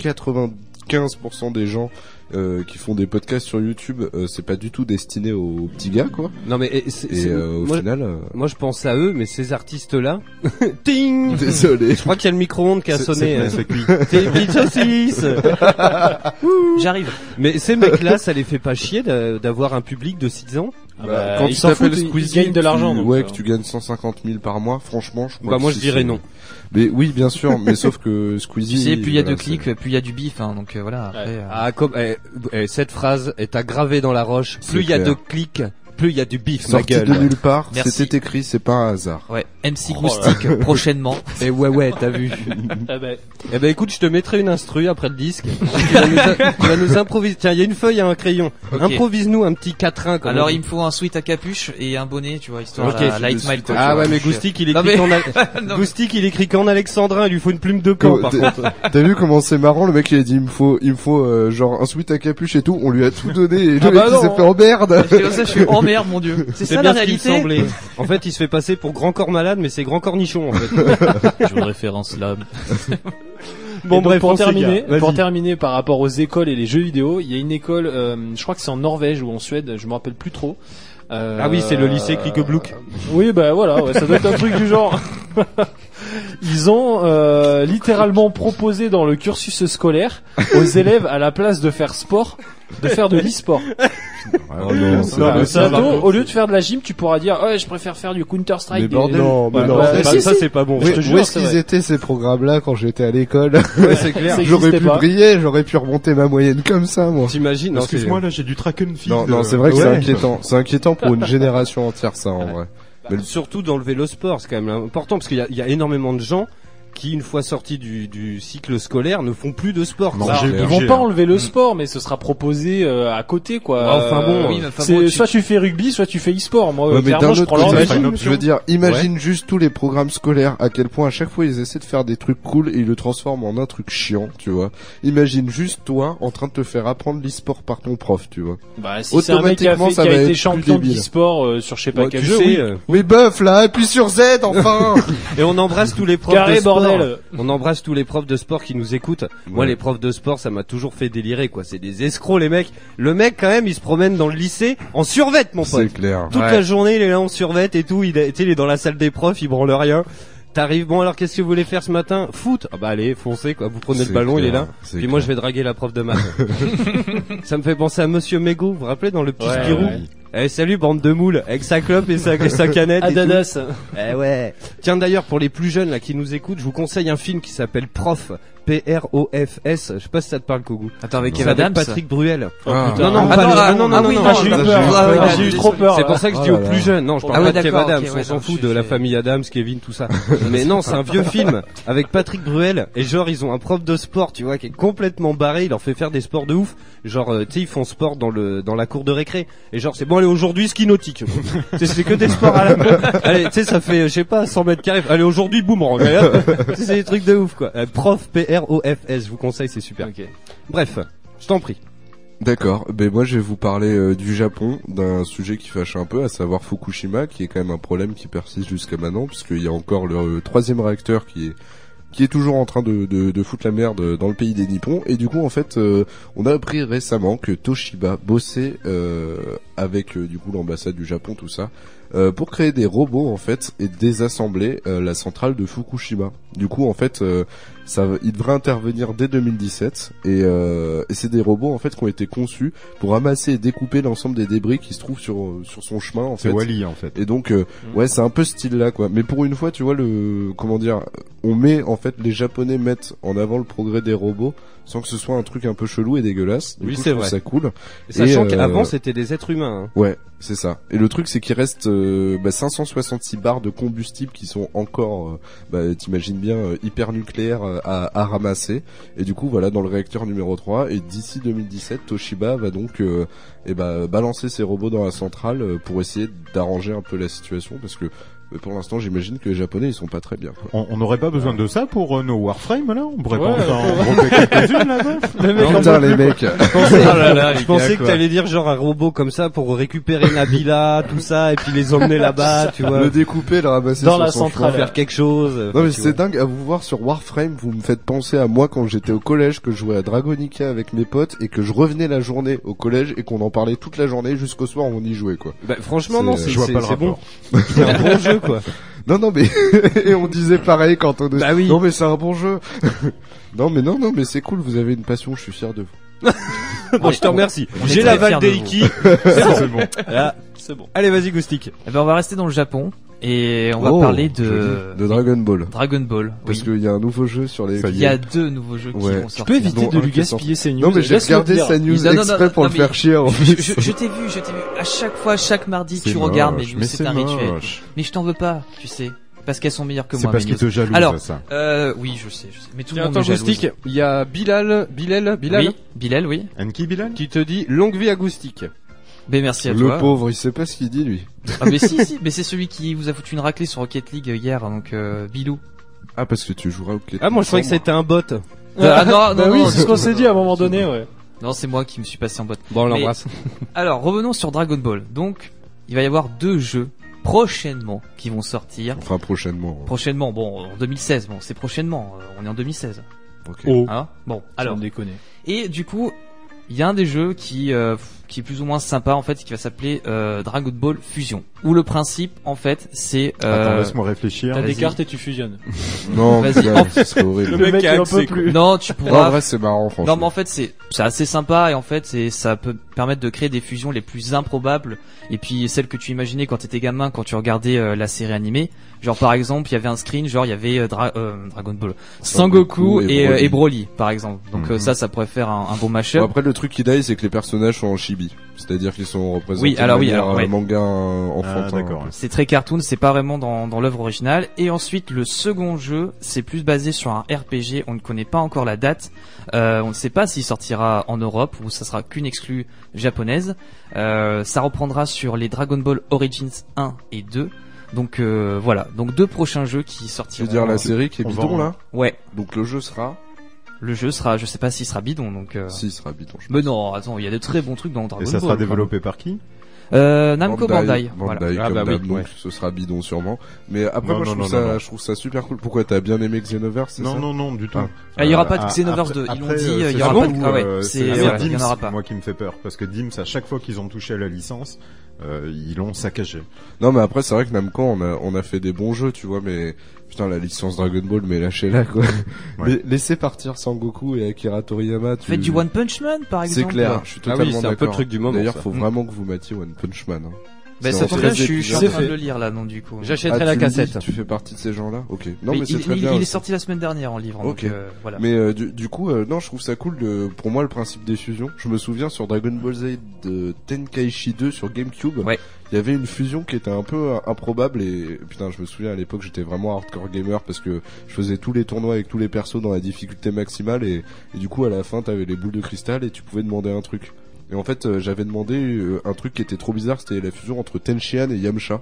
E: 95% des gens euh, qui font des podcasts sur YouTube, euh, c'est pas du tout destiné aux, petits gars quoi.
D: Non mais et c'est-
E: Et
D: c'est-
E: euh, au
D: moi,
E: final, euh,
D: moi, je pense à eux, mais ces artistes-là. Ting Je
E: désolé.
D: crois qu'il y a le micro-ondes qui a
G: C'est-
D: sonné.
G: c'est-
D: euh,
G: c'est qui
D: C'est Pete Saucisse.
F: J'arrive.
D: Mais ces mecs-là, ça les fait pas chier d'a- d'avoir un public de 6 ans
H: Ah
E: Bah,
H: bah,
E: quand
H: ils
E: tu
H: s'en
E: t'appelles
H: foutent, ils- ils
E: Squeezie,
H: gagnent de
E: tu-
H: l'argent. donc,
E: ouais,
H: euh,
E: que tu gagnes 150 000 par mois, franchement, je crois
D: Bah
E: que
D: moi, je
E: si,
D: dirais
E: c'est-
D: non.
E: Mais oui, bien sûr, mais sauf que Squeezie.
F: Tu sais, plus il y a de
E: voilà,
F: clics,
E: c'est-
F: plus il y a du bif, hein, donc euh, voilà. Après, euh,
D: Ah, comme, eh, eh, cette phrase est à graver dans la roche.
E: C'est
D: Plus il y a
E: clair.
D: de clics, plus il y a du bif, ma
E: Sorti
D: gueule.
E: de nulle part,
F: Merci.
E: c'était écrit, c'est pas un hasard.
F: Ouais, MC
H: Oh
F: Moustique prochainement.
D: Et Eh ouais, ouais, t'as vu.
H: ah bah,
D: eh ben, écoute, je te mettrai une instru après le disque. tu vas nous, tu vas nous improviser. Tiens, il y a une feuille et un crayon.
F: Ok.
D: Improvise-nous un petit quatrain, comme
F: Alors
D: on
F: il
D: dit.
F: me faut un sweat à capuche et un bonnet, tu vois, histoire
D: Ok,
F: la,
D: je
F: light
E: suis
F: smile.
E: de-
F: quoi, tu
D: Ah
F: vois. euh,
D: ouais, mais Goustic, il
F: Non,
D: écrit
F: mais-
D: qu'en, a-
F: Non,
D: Goustic, il écrit qu'en alexandrin, il lui faut une plume de camp, par
E: T'as-
D: contre.
E: T'as vu comment c'est marrant le mec il a dit il me faut il me faut euh, genre un sweat à capuche et tout on lui a tout donné et le
H: Ah bah
E: mec il
H: non,
E: s'est
H: hein.
E: fait en merde
F: Je fais comme ça, je suis oh merde mon dieu. C'est
D: C'est
F: ça
D: bien
F: la
D: ce qu'il
F: réalité.
D: semblait. En fait, il se fait passer pour grand corps malade, mais c'est grand cornichon, en fait.
H: je vous référence là.
D: Bon,
H: Et donc,
D: bref, on
H: pour terminer,
D: s'égare. Vas-y.
H: pour terminer par rapport aux écoles et les jeux vidéo, il y a une école, euh, je crois que c'est en Norvège ou en Suède, je me rappelle plus trop. Euh,
D: Ah oui, c'est le lycée Klikebloek.
H: Oui, bah voilà, ouais, ça doit être un truc du genre. Ils ont euh, littéralement proposé dans le cursus scolaire aux élèves, à la place de faire sport, de faire de l'e-sport.
G: Ah,
E: Oh
G: euh,
E: non, c'est
H: Voilà.
G: bah,
E: pas
H: Bientôt, au lieu de faire de la gym, tu pourras dire, ouais, je préfère faire du Counter Strike.
E: Mais bon, non, mais
H: Ouais,
E: non.
H: bah,
E: Mais
H: bah,
E: si,
H: ça,
E: si.
H: c'est pas bon.
E: Où,
H: je te
E: où
H: jure,
E: est-ce
H: c'est
E: qu'ils
H: vrai.
E: étaient ces programmes là quand j'étais à l'école
D: c'est clair.
H: Ça
E: J'aurais
H: existait
E: pu
H: pas.
E: briller, j'aurais pu remonter ma moyenne comme ça moi.
D: T'imagines? non, c'est-
G: Excuse-moi, là j'ai du Traken Field.
E: Non non c'est vrai que c'est
G: euh. Ouais.
E: inquiétant, c'est inquiétant pour une génération entière ça en vrai. Mais-
D: Surtout dans le vélosport, c'est quand même important parce qu'il y a- il y, a énormément de gens qui, une fois sortis du, du cycle scolaire, ne font plus de sport.
G: Non,
D: Ça,
G: j'ai
H: Ils
G: bougé,
H: vont pas
G: hein.
H: enlever
E: Mm.
H: le sport, mais ce sera proposé euh, à côté, quoi.
E: Bah,
D: Ouais, enfin bon,
H: Euh,
F: oui, mais enfin
H: c'est-
F: bon, tu-
H: soit tu fais rugby, soit tu fais e-sport. Moi,
E: Ouais,
H: euh,
E: mais d'un
H: clairement, je
E: autre
H: prends
E: côté,
G: l'envie.
H: l'envers.
G: C'est une option.
E: je veux dire, imagine juste tous les programmes scolaires à quel point à chaque fois ils essaient de faire des trucs cool et ils le transforment en un truc chiant, tu vois. Imagine juste toi en train de te faire apprendre l'e-sport par ton prof, tu vois.
H: Bah, si c'est un mec qui a,
E: Automatiquement,
H: fait,
E: ça
H: qui a
E: va
H: été
E: être
H: champion
E: plus débile.
H: d'e-sport euh, sur je sais pas
D: Bah,
H: quel
D: tu
H: jeu,
D: sais,
H: oui.
D: euh,
E: Mais bœuf là, appuie sur Z enfin
D: et on embrasse tous les profs de
H: Carré,
D: sport.
H: bordel
D: On embrasse tous les profs de sport qui nous écoutent. Moi, les profs de sport, ça m'a toujours fait délirer, quoi. C'est des escrocs, les mecs. Le mec, quand même, il se promène dans le lycée en survêt, mon
E: C'est
D: pote.
E: clair.
D: Toute la journée, il est là en survêt et tout. Il, est- tu sais, il est dans la salle des profs, il branle rien. T'arrives, bon alors qu'est-ce que vous voulez faire ce matin Foot Ah bah allez, foncez quoi, vous prenez le
E: C'est
D: ballon, il est
E: clair,
D: là.
E: c'est
D: Puis moi
E: clair.
D: je vais draguer la prof de maths. ça me fait penser à Monsieur Mégot, vous vous rappelez dans le petit
H: Ouais,
D: Spirou
H: ouais.
D: Eh salut bande de moules, avec sa clope et sa, et sa canette et tout.
H: Adadas
D: Eh ouais. Tiens d'ailleurs pour les plus jeunes là qui nous écoutent, je vous conseille un film qui s'appelle Prof, P R O F S. Je sais pas si ça te parle Kogu.
F: Attends, avec
D: C'est
F: Eva
D: avec
F: Adams.
D: Patrick Bruel.
E: Ah.
H: putain.
D: non,
F: Ah
D: pas
F: non,
D: le-
F: ah,
D: ah, non,
F: ah
D: non,
F: oui,
D: non,
F: non,
D: non,
H: j'ai eu
D: non,
H: peur.
D: non,
F: Ah,
D: non,
F: oui,
D: non,
H: j'ai eu
D: non,
H: trop peur.
D: c'est pour ça que je
E: Oh
D: dis
E: là
D: aux
E: là.
D: plus jeunes. Non, je
F: Ah
D: parle
F: oui,
D: pas de Kev
F: d'accord,
D: Adams,
F: ok,
D: on
F: ouais,
D: s'en
F: non,
D: fout
F: je
D: de la
F: sais.
D: famille Adams, Kevin, tout ça. Mais non, c'est un vieux film avec Patrick Bruel et genre ils ont un prof de sport, tu vois, qui est complètement barré. Il leur fait faire des sports de ouf. Genre, euh, tu sais, ils font sport dans le dans la cour de récré. Et genre, c'est bon, allez aujourd'hui ski nautique. Tu sais, c'est que des sports à la. Allez, tu sais, ça fait euh, je sais pas 100 mètres carrés. Allez aujourd'hui boomerang. Allez, hop. Tu sais, C'est des trucs de ouf quoi. Euh, prof P R O F S, je vous conseille, c'est super. Bref, je t'en prie.
E: D'accord, ben moi je vais vous parler euh, du Japon, d'un sujet qui fâche un peu, à savoir Fukushima, qui est quand même un problème qui persiste jusqu'à maintenant, puisqu'il y a encore le euh, troisième réacteur qui est qui est toujours en train de, de, de foutre la merde dans le pays des Nippons. Et du coup, en fait, euh, on a appris récemment que Toshiba bossait euh, avec euh, du coup l'ambassade du Japon, tout ça, euh, pour créer des robots en fait et désassembler euh, la centrale de Fukushima. Du coup, en fait, euh, ça, va- il devrait intervenir dès 2017 et, euh, et c'est des robots en fait qui ont été conçus pour ramasser et découper l'ensemble des débris qui se trouvent sur euh, sur son chemin en
G: C'est
E: fait.
G: Wally en fait.
E: Et donc euh,
D: Mm.
E: ouais, c'est un peu ce style là quoi. Mais pour une fois, tu vois le comment dire, on met en fait les japonais mettent en avant le progrès des robots sans que ce soit un truc un peu chelou et dégueulasse. Du
D: Oui,
E: coup, je
D: c'est
E: trouve
D: vrai.
E: Ça cool.
D: Sachant
E: euh,
D: qu'avant c'était des êtres humains. hein.
E: Ouais, c'est ça. Et le truc, c'est qu'il reste euh, bah, 566 barres de combustible qui sont encore, euh, bah, t'imagines bien, euh, hyper nucléaires euh, à, à ramasser. Et du coup, voilà, dans le réacteur numéro 3. Et d'ici 2017, Toshiba va donc euh, eh ben, balancer ses robots dans la centrale euh, pour essayer d'arranger un peu la situation. Parce que Mais pour l'instant, j'imagine que les Japonais, ils sont pas très bien. Quoi.
G: On on n'aurait pas besoin de ça pour euh, nos Warframe, là On pourrait
H: Ouais,
G: pas en
H: ouais.
G: regrouper quelques-unes, là, meuf
H: Le mec en
E: Putain, les mecs.
D: je pensais que t'allais dire genre un robot comme ça pour récupérer Nabila, tout ça, et puis les emmener là-bas, tu vois,
E: Le découper, le ramasser
H: Dans
E: sur
H: la
E: son
H: centrale.
E: chemin.
D: faire quelque chose. euh,
E: Non mais
D: tu
E: c'est dingue à vous voir sur Warframe, vous me faites penser à moi quand j'étais au collège, que je jouais à Dragonica avec mes potes et que je revenais la journée au collège et qu'on en parlait toute la journée jusqu'au soir on y jouait quoi.
D: Bah, franchement,
E: C'est-
D: non, c'est
E: je vois
D: c'est-
E: pas le
D: c'est bon.
E: rapport.
D: C'est un bon jeu, quoi.
E: Non non mais et on disait pareil quand on
D: Bah oui.
E: Non mais c'est un bon jeu. non mais non non mais c'est cool, vous avez une passion, je suis fier de vous.
D: Bon, je te remercie.
F: On est
D: J'ai
F: très
D: la
F: fiers
D: vague
F: de
D: des
F: vous.
D: Iki.
G: C'est bon.
D: Là.
H: C'est bon.
D: Allez, vas-y, Goustic.
F: Eh ben, on va rester dans le Japon et on va
E: Oh,
F: parler
E: joli.
F: de
E: de Dragon Ball
F: Dragon Ball.
E: parce
F: oui.
E: qu'il y a un nouveau jeu sur les
G: Ça
F: Il y a deux nouveaux jeux qui
E: Ouais.
F: vont
H: Tu peux
F: sortir.
H: éviter
E: Dont
H: de
E: un
H: lui
E: qui est
H: gaspiller ses news.
E: Non mais j'ai
H: Laisse-le
E: regardé
H: dire.
E: sa news
F: Non, non, non,
E: exprès pour
F: non,
E: le
F: mais-
E: faire chier. en
F: Je,
E: fait.
F: je, je t'ai vu, je t'ai vu. À chaque fois, chaque mardi,
G: C'est
F: tu regardes mes
G: moche,
F: news,
G: mais
F: c'est un rituel.
G: moche.
F: Mais je t'en veux pas, tu sais, parce qu'elles sont meilleures que
G: C'est
F: moi.
G: parce
F: mes
G: qu'ils
F: news.
G: te jalousent,
F: Alors,
G: ça.
F: Euh, oui, je sais, je sais. Mais tout le
H: Tiens,
F: monde
H: attends,
F: me jalouse.
H: Joystick,
D: Il y a Bilal, Bilal, Bilal,
F: Oui, Bilal, oui.
G: Anki Bilal
D: qui te dit longue vie à Goustic.
F: Mais merci à
E: Le
F: toi.
E: pauvre, il sait pas ce qu'il dit lui.
F: Ah mais si, si, mais c'est celui qui vous a foutu une raclée sur Rocket League hier, donc euh, Bilou.
E: Ah parce que tu joueras au clé.
D: Ah, moi, je croyais que c'était un bot.
F: Ah, non,
H: Bah
F: non,
H: oui,
F: non,
H: c'est ce
F: non,
H: qu'on
F: non,
H: s'est
F: non,
H: dit à un
F: non,
H: moment
F: c'est
H: donné, ouais.
F: Non, c'est moi qui me suis passé en boîte.
D: Bon, on
F: Mais-
D: l'embrasse.
F: Alors, revenons sur Dragon Ball. Donc, il va y avoir deux jeux prochainement qui vont sortir.
E: Enfin prochainement.
F: Prochainement, bon, en 2016, bon, c'est prochainement, euh, on est en 2016.
E: Ok.
H: Oh.
D: Ah,
F: Hein bon,
H: Alors,
F: alors.
H: déconner.
F: Et du coup, il y a un des jeux qui euh, qui est plus ou moins sympa en fait, qui va s'appeler euh, Dragon Ball Fusion. Où le principe en fait, c'est
G: Attends,
F: euh,
G: laisse-moi réfléchir.
H: T'as des
F: vas-y.
H: cartes et tu fusionnes.
E: Non,
F: Vas-y.
E: putain, ce serait horrible.
H: Le mec
D: mec
H: est
D: a
H: un peu
D: accès,
H: plus.
F: non, tu
E: Non, en
F: pourras
E: vrai, c'est marrant, franchement.
F: Non, mais en fait, c'est c'est assez sympa et en fait, c'est ça peut permettre de créer des fusions les plus improbables et puis celles que tu imaginais quand t'étais gamin, quand tu regardais euh, la série animée. Genre par exemple, il y avait un screen, genre il y avait euh, Dra- euh, Dragon Ball, Sangoku
E: Goku et
F: et, euh,
E: Broly.
F: et Broly par exemple. Donc euh,
G: Mhm.
F: ça, ça pourrait faire un, un bon
E: Bon,
F: mashup.
E: après, le truc qui daille, c'est que les personnages sont en chibi. C'est-à-dire qu'ils sont représentés
F: Oui, alors
E: de
F: oui,
E: manière,
F: alors,
E: euh,
F: ouais.
E: manga euh,
G: Ah,
E: enfantin.
G: d'accord.
F: C'est très cartoon, c'est pas vraiment dans, dans l'œuvre originale. Et ensuite, le second jeu, c'est plus basé sur un RPG. On ne connaît pas encore la date. Euh, on ne sait pas s'il sortira en Europe ou ça sera qu'une exclue japonaise. Euh, ça reprendra sur les Dragon Ball Origins 1 et 2. Donc euh, voilà, donc deux prochains jeux qui
E: Je
F: sortiront.
E: veux dire, la série qui est
G: on
E: bidon,
G: va en-
E: là.
F: Ouais,
E: Donc, le jeu sera,
F: le jeu sera, je sais pas s'il sera bidon. Donc.
G: Ah.
F: euh,
E: si, il sera bidon. je
F: Mais non, attends, il y a de très bons trucs dans Dragon
G: Et
F: Ball.
G: ça sera
F: quand même.
G: développé par qui
F: Euh,
E: pense.
F: Namco Bandai. voilà.
E: Bandai,
D: Ah,
E: comme
D: bah oui,
E: d'hab, donc
D: ouais.
E: ce sera bidon sûrement. Mais après,
G: Non,
E: moi, je,
G: non,
E: trouve
G: non,
E: ça,
G: non, non.
E: je trouve ça super cool. Pourquoi t'as bien aimé Xenoverse, c'est ça
G: Non, non, non, du tout.
E: Ah.
F: Ah, il y aura pas de
G: Euh,
F: Xenoverse
G: après-
F: 2, ils l'ont
G: après,
F: dit,
G: euh,
F: il y
G: c'est
F: aura
G: surtout,
F: pas de- ah ouais,
G: euh,
F: c'est-
G: c'est
F: ah merde,
G: la
F: il y en
G: Dims,
F: aura pas.
G: Moi qui me fait peur, parce que Dims, à chaque fois qu'ils ont touché à la licence, euh, ils l'ont saccagé.
E: Non, mais après, c'est vrai que Namco, on a, on a fait des bons jeux, tu vois, mais putain, la licence Dragon Ball, mais lâchez-la, quoi.
G: Ouais.
E: Mais Laissez partir Sangoku et Akira Toriyama. Tu...
F: Faites du One Punch Man par
E: C'est
F: exemple.
E: clair, je suis
D: Ah oui,
E: totalement
D: c'est un peu
E: d'accord. hein.
D: le truc du moment,
E: D'ailleurs,
D: ça.
E: faut vraiment que vous matiez One Punch Man. hein.
F: Bah,
E: C'est
F: ça
E: en
F: tombe
E: treize
F: bien, je, suis- je suis en
E: épisodes.
F: train de le lire là, non du coup.
D: J'achèterai
E: Ah,
D: la
E: tu me dis
D: cassette.
E: que tu fais partie de ces gens-là Ok. Non, mais,
F: Mais
E: c'est
F: il,
E: très
F: il-
E: bien.
F: il est sorti la semaine dernière en livre,
E: Ok.
F: donc euh, voilà.
E: Mais euh, du, du coup, euh, non, je trouve ça cool. De, pour moi, le principe des fusions. Je me souviens sur Dragon Ball Z de Tenkaichi 2 sur GameCube.
F: Ouais.
E: Il y avait une fusion qui était un peu euh, improbable et putain, je me souviens à l'époque, j'étais vraiment hardcore gamer parce que je faisais tous les tournois avec tous les persos dans la difficulté maximale et, et du coup, à la fin, t'avais les boules de cristal et tu pouvais demander un truc. Et en fait, euh, j'avais demandé euh, un truc qui était trop bizarre, c'était la fusion entre Tenchian et Yamcha.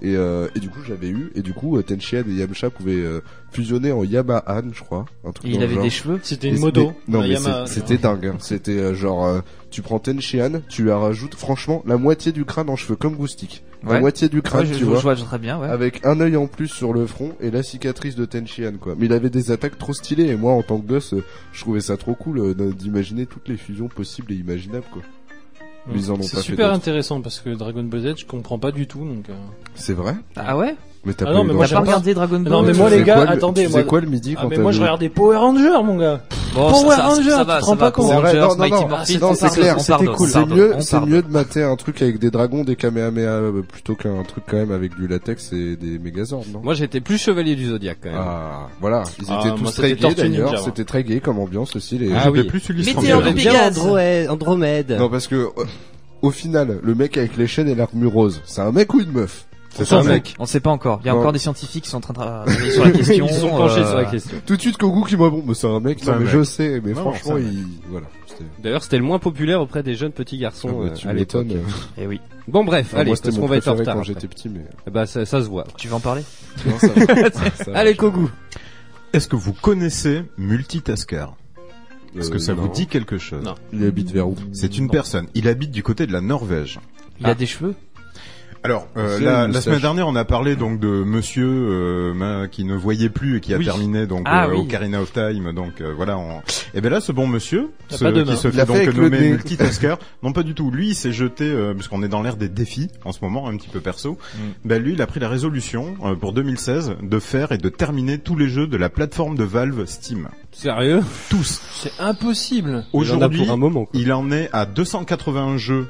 E: Et, euh, et du coup, j'avais eu. Et du coup, euh, Tenchian et Yamcha pouvaient euh, fusionner en Yamahan, je crois. Un truc
F: Et
E: dans
F: il
E: le
F: avait
E: genre.
F: des cheveux.
H: C'était une
E: Et
H: moto.
E: c'était- Non,
H: un
E: mais
H: Yamaha.
E: c'est- c'était dingue. hein. C'était euh, genre, euh, tu prends Tenchian, tu la rajoutes, franchement, la moitié du crâne en cheveux, comme Goustic. La
F: Ouais.
E: moitié du crâne,
F: Ouais, je,
E: tu
F: je-
E: vois.
F: je vois je- très bien, ouais.
E: Avec un œil en plus sur le front et la cicatrice de Tenchian, quoi. Mais il avait des attaques trop stylées et moi, en tant que gosse, euh, je trouvais ça trop cool euh, de- d'imaginer toutes les fusions possibles et imaginables, quoi. Mais ils en ont pas
H: C'est
E: fait
H: super
E: d'autres.
H: intéressant parce que Dragon Ball Z, je comprends pas du tout, donc. euh,
E: C'est vrai
F: Ah ouais
E: Mais t'as
H: Ah
E: pas
H: non,
E: eu
H: mais
E: le
H: moi,
E: droit.
F: T'as pas
H: j'aime pas.
F: regardé Dragon Ball
H: Non, mais
E: Tu
H: moi, les
E: faisais
H: gars,
E: quoi le-
H: attendez,
E: Tu faisais
H: moi-
E: quoi le midi
H: Ah,
E: quand
H: mais
E: t'as
H: moi,
E: vu
H: je regardais Power Rangers, mon gars.
F: Bon,
H: Power
F: ça- ça-
H: Rangers,
F: ça
H: tu
F: va,
H: te
F: ça
H: rends
F: va,
H: pas compte.
F: Power
E: C'est vrai,
F: Rangers,
E: non, non,
F: Mighty
E: non,
F: Morphin,
E: non,
F: on
E: c'est
F: pardonne,
E: clair,
F: on
E: c'était
F: pardonne,
E: cool.
F: on
E: C'est
F: pardonne,
E: mieux,
F: on
E: c'est
F: pardonne.
E: mieux de mater un truc avec des dragons, des kamehameha euh, plutôt qu'un truc quand même avec du latex et des mégazords, non
D: Moi, j'étais plus chevalier du Zodiac quand même.
E: Ah, voilà, ils étaient
H: Ah, moi,
E: tous très
H: c'était
E: gays
H: Tortue Ninja,
E: d'ailleurs,
H: moi.
E: c'était très gay comme ambiance aussi les.
D: Ah
G: J'avais
D: oui.
G: plus Ulysse
F: Mettez en
G: Ranger.
F: Pégase.
D: Bien Androé- Andromède.
E: Non parce que euh, au final, le mec avec les chaînes et l'armure rose, c'est un mec ou une meuf C'est
D: Sans
E: un mec.
D: mec.
F: On sait pas encore. Il y a
E: Non.
F: encore des scientifiques qui sont en train de travailler sur la question.
D: Ils sont penchés
F: euh,
D: sur la question.
E: Tout de suite Kogu qui me répond, mais c'est un mec,
G: C'est
E: non,
G: un
E: mais
G: mec.
E: je sais, mais
G: Non,
E: franchement,
G: c'est un
E: il, voilà. c'était-
D: D'ailleurs, c'était le moins populaire auprès des jeunes petits garçons
E: Ah bah,
D: euh,
E: tu
D: à l'époque.
E: m'étonnes.
F: Eh oui.
D: Bon bref,
E: Enfin,
D: allez,
E: Ah, moi,
D: parce
E: c'était
D: qu'on
E: mon
D: va être en
E: préféré
D: retard.
E: quand
D: après.
E: j'étais petit, mais.
D: Eh ben, ça, ça se voit.
F: Tu veux en parler
E: Non, ça va. Ça va,
D: Euh, Allez,
E: je-
D: Kogu.
G: Est-ce que vous connaissez Multitasker Est-ce que
E: Euh,
G: ça vous
E: non.
G: dit quelque chose
H: Non.
E: Il habite vers où
G: C'est une
F: Non.
G: personne. Il habite du côté de la Norvège.
F: Il a des cheveux
G: Alors, euh,
E: C'est
G: la,
E: une
G: la semaine
E: moustache.
G: dernière, on a parlé donc de monsieur euh, ma- qui ne voyait plus et qui a
F: Oui.
G: terminé donc
F: Ah,
G: euh,
F: oui.
G: Ocarina of Time. Donc euh, voilà. On... Et ben là, ce bon monsieur,
H: T'as
G: ce-
H: pas de main.
G: qui se
E: Il l'a
G: fait
E: fait
G: donc
E: avec le
G: nommer
E: nez.
G: multitasker, non pas du tout. Lui, il s'est jeté euh, puisqu'on est dans l'ère des défis en ce moment, un petit peu perso. Ben lui, il a pris la résolution euh, pour 2016 de faire et de terminer tous les jeux de la plateforme de Valve Steam.
D: Sérieux
G: Tous.
H: C'est impossible.
D: Il en
E: Oh,
D: a
G: Aujourd'hui,
D: pour un moment. quoi.
G: il en est à 281 jeux,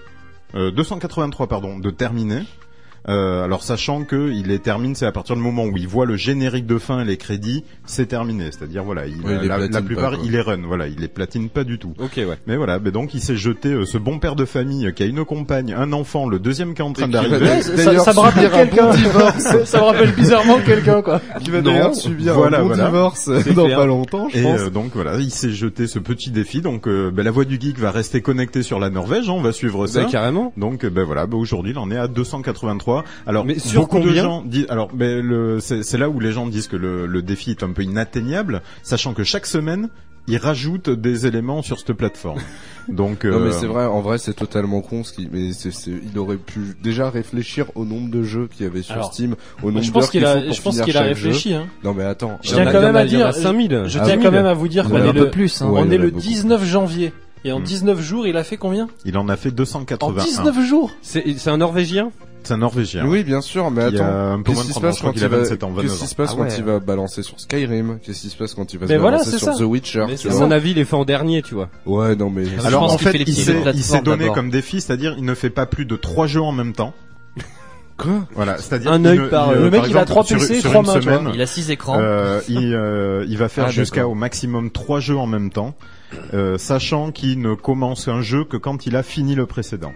G: euh, 283 pardon, de terminés. Euh, alors sachant que il les termine, c'est à partir du moment où il voit le générique de fin et les crédits, c'est terminé. C'est-à-dire voilà, il,
E: Ouais, il les
G: la, la
E: platine pas,
G: plupart
E: quoi.
G: il les run, voilà, il les platine pas du tout.
D: Ok, ouais.
G: Mais voilà, mais donc il s'est jeté euh, ce bon père de famille euh, qui a une compagne, un enfant, le deuxième qui est en train
E: Et qui va
G: d'arriver.
E: d'ailleurs- d'ailleurs
H: ça me rappelle
E: subir un bon
H: quelqu'un.
E: divorce.
H: ça me rappelle bizarrement quelqu'un, quoi.
E: Qui va
G: Non.
E: d'ailleurs subir
G: Voilà,
E: un bon
G: voilà.
E: divorce
H: C'est
E: dans
H: clair.
E: pas longtemps, je
G: Et
E: pense.
G: euh, donc voilà, il s'est jeté ce petit défi. Donc euh, ben, la voix du geek va rester connectée sur la Norvège, hein, on va suivre ça.
D: Bah, carrément.
G: Donc euh, ben voilà, ben, aujourd'hui il en est à 283. Alors
D: Mais sur
G: beaucoup de
D: combien
G: gens disent alors ben le c'est c'est là où les gens disent que le, le défi est un peu inatteignable, sachant que chaque semaine ils rajoutent des éléments sur cette plateforme. Donc
E: Non
G: euh,
E: mais c'est vrai, en vrai c'est totalement con ce qui mais c'est c'est- il aurait pu déjà réfléchir au nombre de jeux qu'il y avait sur
H: Alors,
E: Steam, au nombre
H: Je
E: d'heures
H: pense qu'il
E: qu'il faut
H: a,
E: pour
H: je pense
E: finir
H: qu'il a
E: chaque jeu.
H: réfléchi, hein.
E: Non mais attends,
H: Je
E: euh,
H: tiens
E: bah,
H: quand même à
D: Il y en a
H: dire-
D: 5000.
H: Je
E: Ah,
H: tiens
E: oui,
H: quand
E: mais-
H: même à vous dire
E: Ouais,
H: qu'on
E: un
H: est
E: peu
H: le,
F: plus.
E: hein. Ouais,
H: on
E: il y
H: est
E: en a
H: le
E: beaucoup.
H: 19 janvier. Et en
G: Hmm.
H: 19 jours, il a fait combien
G: il en a fait
H: En
G: 281.
H: 19 jours
D: C'est c'est un Norvégien
G: C'est un Norvégien.
E: oui bien sûr, mais
G: Il y a
E: attends.
G: un peu
E: Qu'est-ce
G: moins de
E: qui se
G: 30 ans,
E: passe
G: je crois
E: quand
G: qu'il a
E: il va
G: 27 ans, 29
E: Qu'est-ce qui se passe
F: Ah
E: quand
F: ouais.
E: il va balancer sur Skyrim Qu'est-ce qui se passe quand il va
H: Mais
E: se
H: voilà,
E: balancer
H: c'est
E: sur
H: ça.
E: The Witcher
H: Mais
E: tu
H: c'est
D: À
E: vois
H: ça.
D: mon avis, il est fait en dernier, tu vois.
E: Ouais, non mais
F: Je
G: Alors
F: pense
G: en
F: qu'il fait
G: fait,
F: les
G: il
F: petits jeux
G: s'est
F: de
G: il s'est
F: plateforme
G: donné
F: d'abord.
G: comme défi, c'est-à-dire il ne fait pas plus de trois jeux en même temps.
E: quoi
G: Voilà, c'est-à-dire
D: Un
G: il
D: œil
G: ne-
D: par-
G: il,
D: le
G: euh,
H: mec,
G: par
H: il a
G: exemple,
H: trois
G: sur-
H: PC,
G: sur
H: trois
G: une
H: mains, tu vois.
G: semaine,
F: Il a six écrans.
G: Euh, il, euh, il va faire
F: Ah,
G: jusqu'à
F: d'accord.
G: au maximum trois jeux en même temps, euh, sachant qu'il ne commence un jeu que quand il a fini le précédent.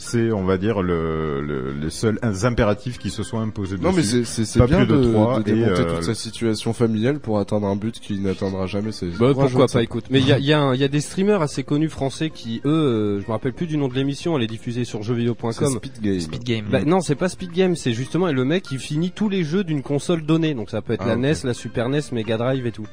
G: C'est, on va dire, le, le- les seuls impératifs qui se soient imposés
E: Non mais
G: dessus.
E: c'est c'est c'est
G: Pas
E: bien
G: plus
E: de,
G: de trois,
E: de démonter
G: et, euh,
E: toute sa situation familiale pour atteindre un but qu'il n'atteindra jamais. C'est
D: Bah,
E: trois
D: pourquoi
E: jeux de
D: pas, écoute. Mais il y a, il y a un- il y a des streamers assez connus français qui, eux, euh, je me rappelle plus du nom de l'émission, elle est diffusée sur
E: ça. C'est
D: jeuxvideo.com.
E: Speed Game.
F: Speed Game.
D: Bah, non, c'est pas Speed Game, c'est justement et le mec il finit tous les jeux d'une console donnée. Donc ça peut être la
E: Ah, ok.
D: NES, la Super NES, Mega Drive et tout.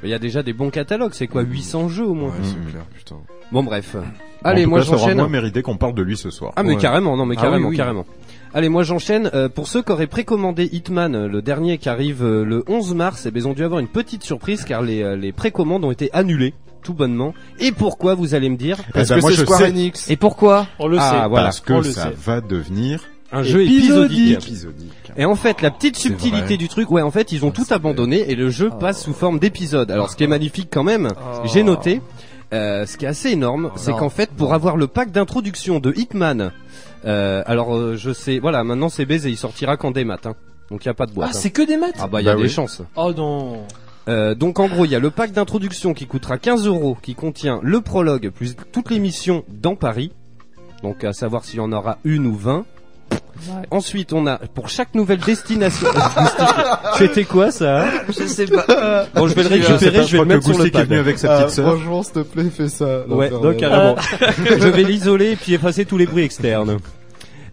D: Mais Il y a déjà des bons catalogues, c'est quoi 800 jeux au
E: Ouais,
D: moins.
E: c'est
G: Mm.
E: clair, putain.
D: Bon bref.
G: En
D: Allez,
G: tout
D: moi
G: cas, ça aura
D: j'enchaîne.
G: moins mérité qu'on parle de lui ce soir.
D: Ah mais
E: Ouais.
D: carrément, non mais
F: Ah
D: carrément,
F: oui, oui.
D: carrément. Allez, moi j'enchaîne. Euh, pour ceux qui auraient précommandé Hitman, euh, le dernier qui arrive euh, le 11 mars, eh ben, ils ont dû avoir une petite surprise car les, euh, les précommandes ont été annulées, tout bonnement. Et pourquoi, vous allez me dire
E: Parce
G: ben,
E: que
G: moi,
E: c'est
G: je
E: Square
G: sais.
E: Enix.
F: Et pourquoi
H: On le
D: Ah,
H: sait.
D: voilà.
G: Parce que
H: on le
G: ça
H: sait.
G: va devenir
D: Un jeu
H: Épisodique.
D: épisodique.
G: épisodique.
D: Et en fait, la petite subtilité
E: vrai.
D: du truc, ouais, en fait, ils ont tout abandonné et le jeu passe sous forme d'épisode. Alors, ce qui est magnifique quand même,
F: Oh.
D: j'ai noté, euh, ce qui est assez énorme,
F: Oh,
D: c'est
F: non.
D: qu'en fait, pour avoir le pack d'introduction de Hitman, euh, alors euh, je sais, voilà, maintenant c'est baisé, il sortira qu'en démat, hein. donc il y a pas de boîte.
H: Ah,
D: hein.
H: c'est que des maths
D: Ah bah il y a
G: Bah
D: des
G: oui.
D: chances.
H: Oh non.
D: Euh, donc en gros, il y a le pack d'introduction qui coûtera 15 euros, qui contient le prologue plus toutes les missions dans Paris. Donc à savoir s'il y en aura une ou 20. Ensuite, on a pour chaque nouvelle destination. C'était quoi ça hein
F: Je sais pas.
D: Bon, je vais le
F: Je sais pas,
D: récupérer, je vais
G: crois
D: le
G: que
D: mettre sur le
G: Goustic est venu
D: pad.
G: avec sa
E: Ah,
G: petite sœur.
E: franchement, s'il te plaît, fais ça.
D: Ouais,
E: l'enfer
D: donc
E: de-
D: carrément. je vais l'isoler et puis effacer tous les bruits externes.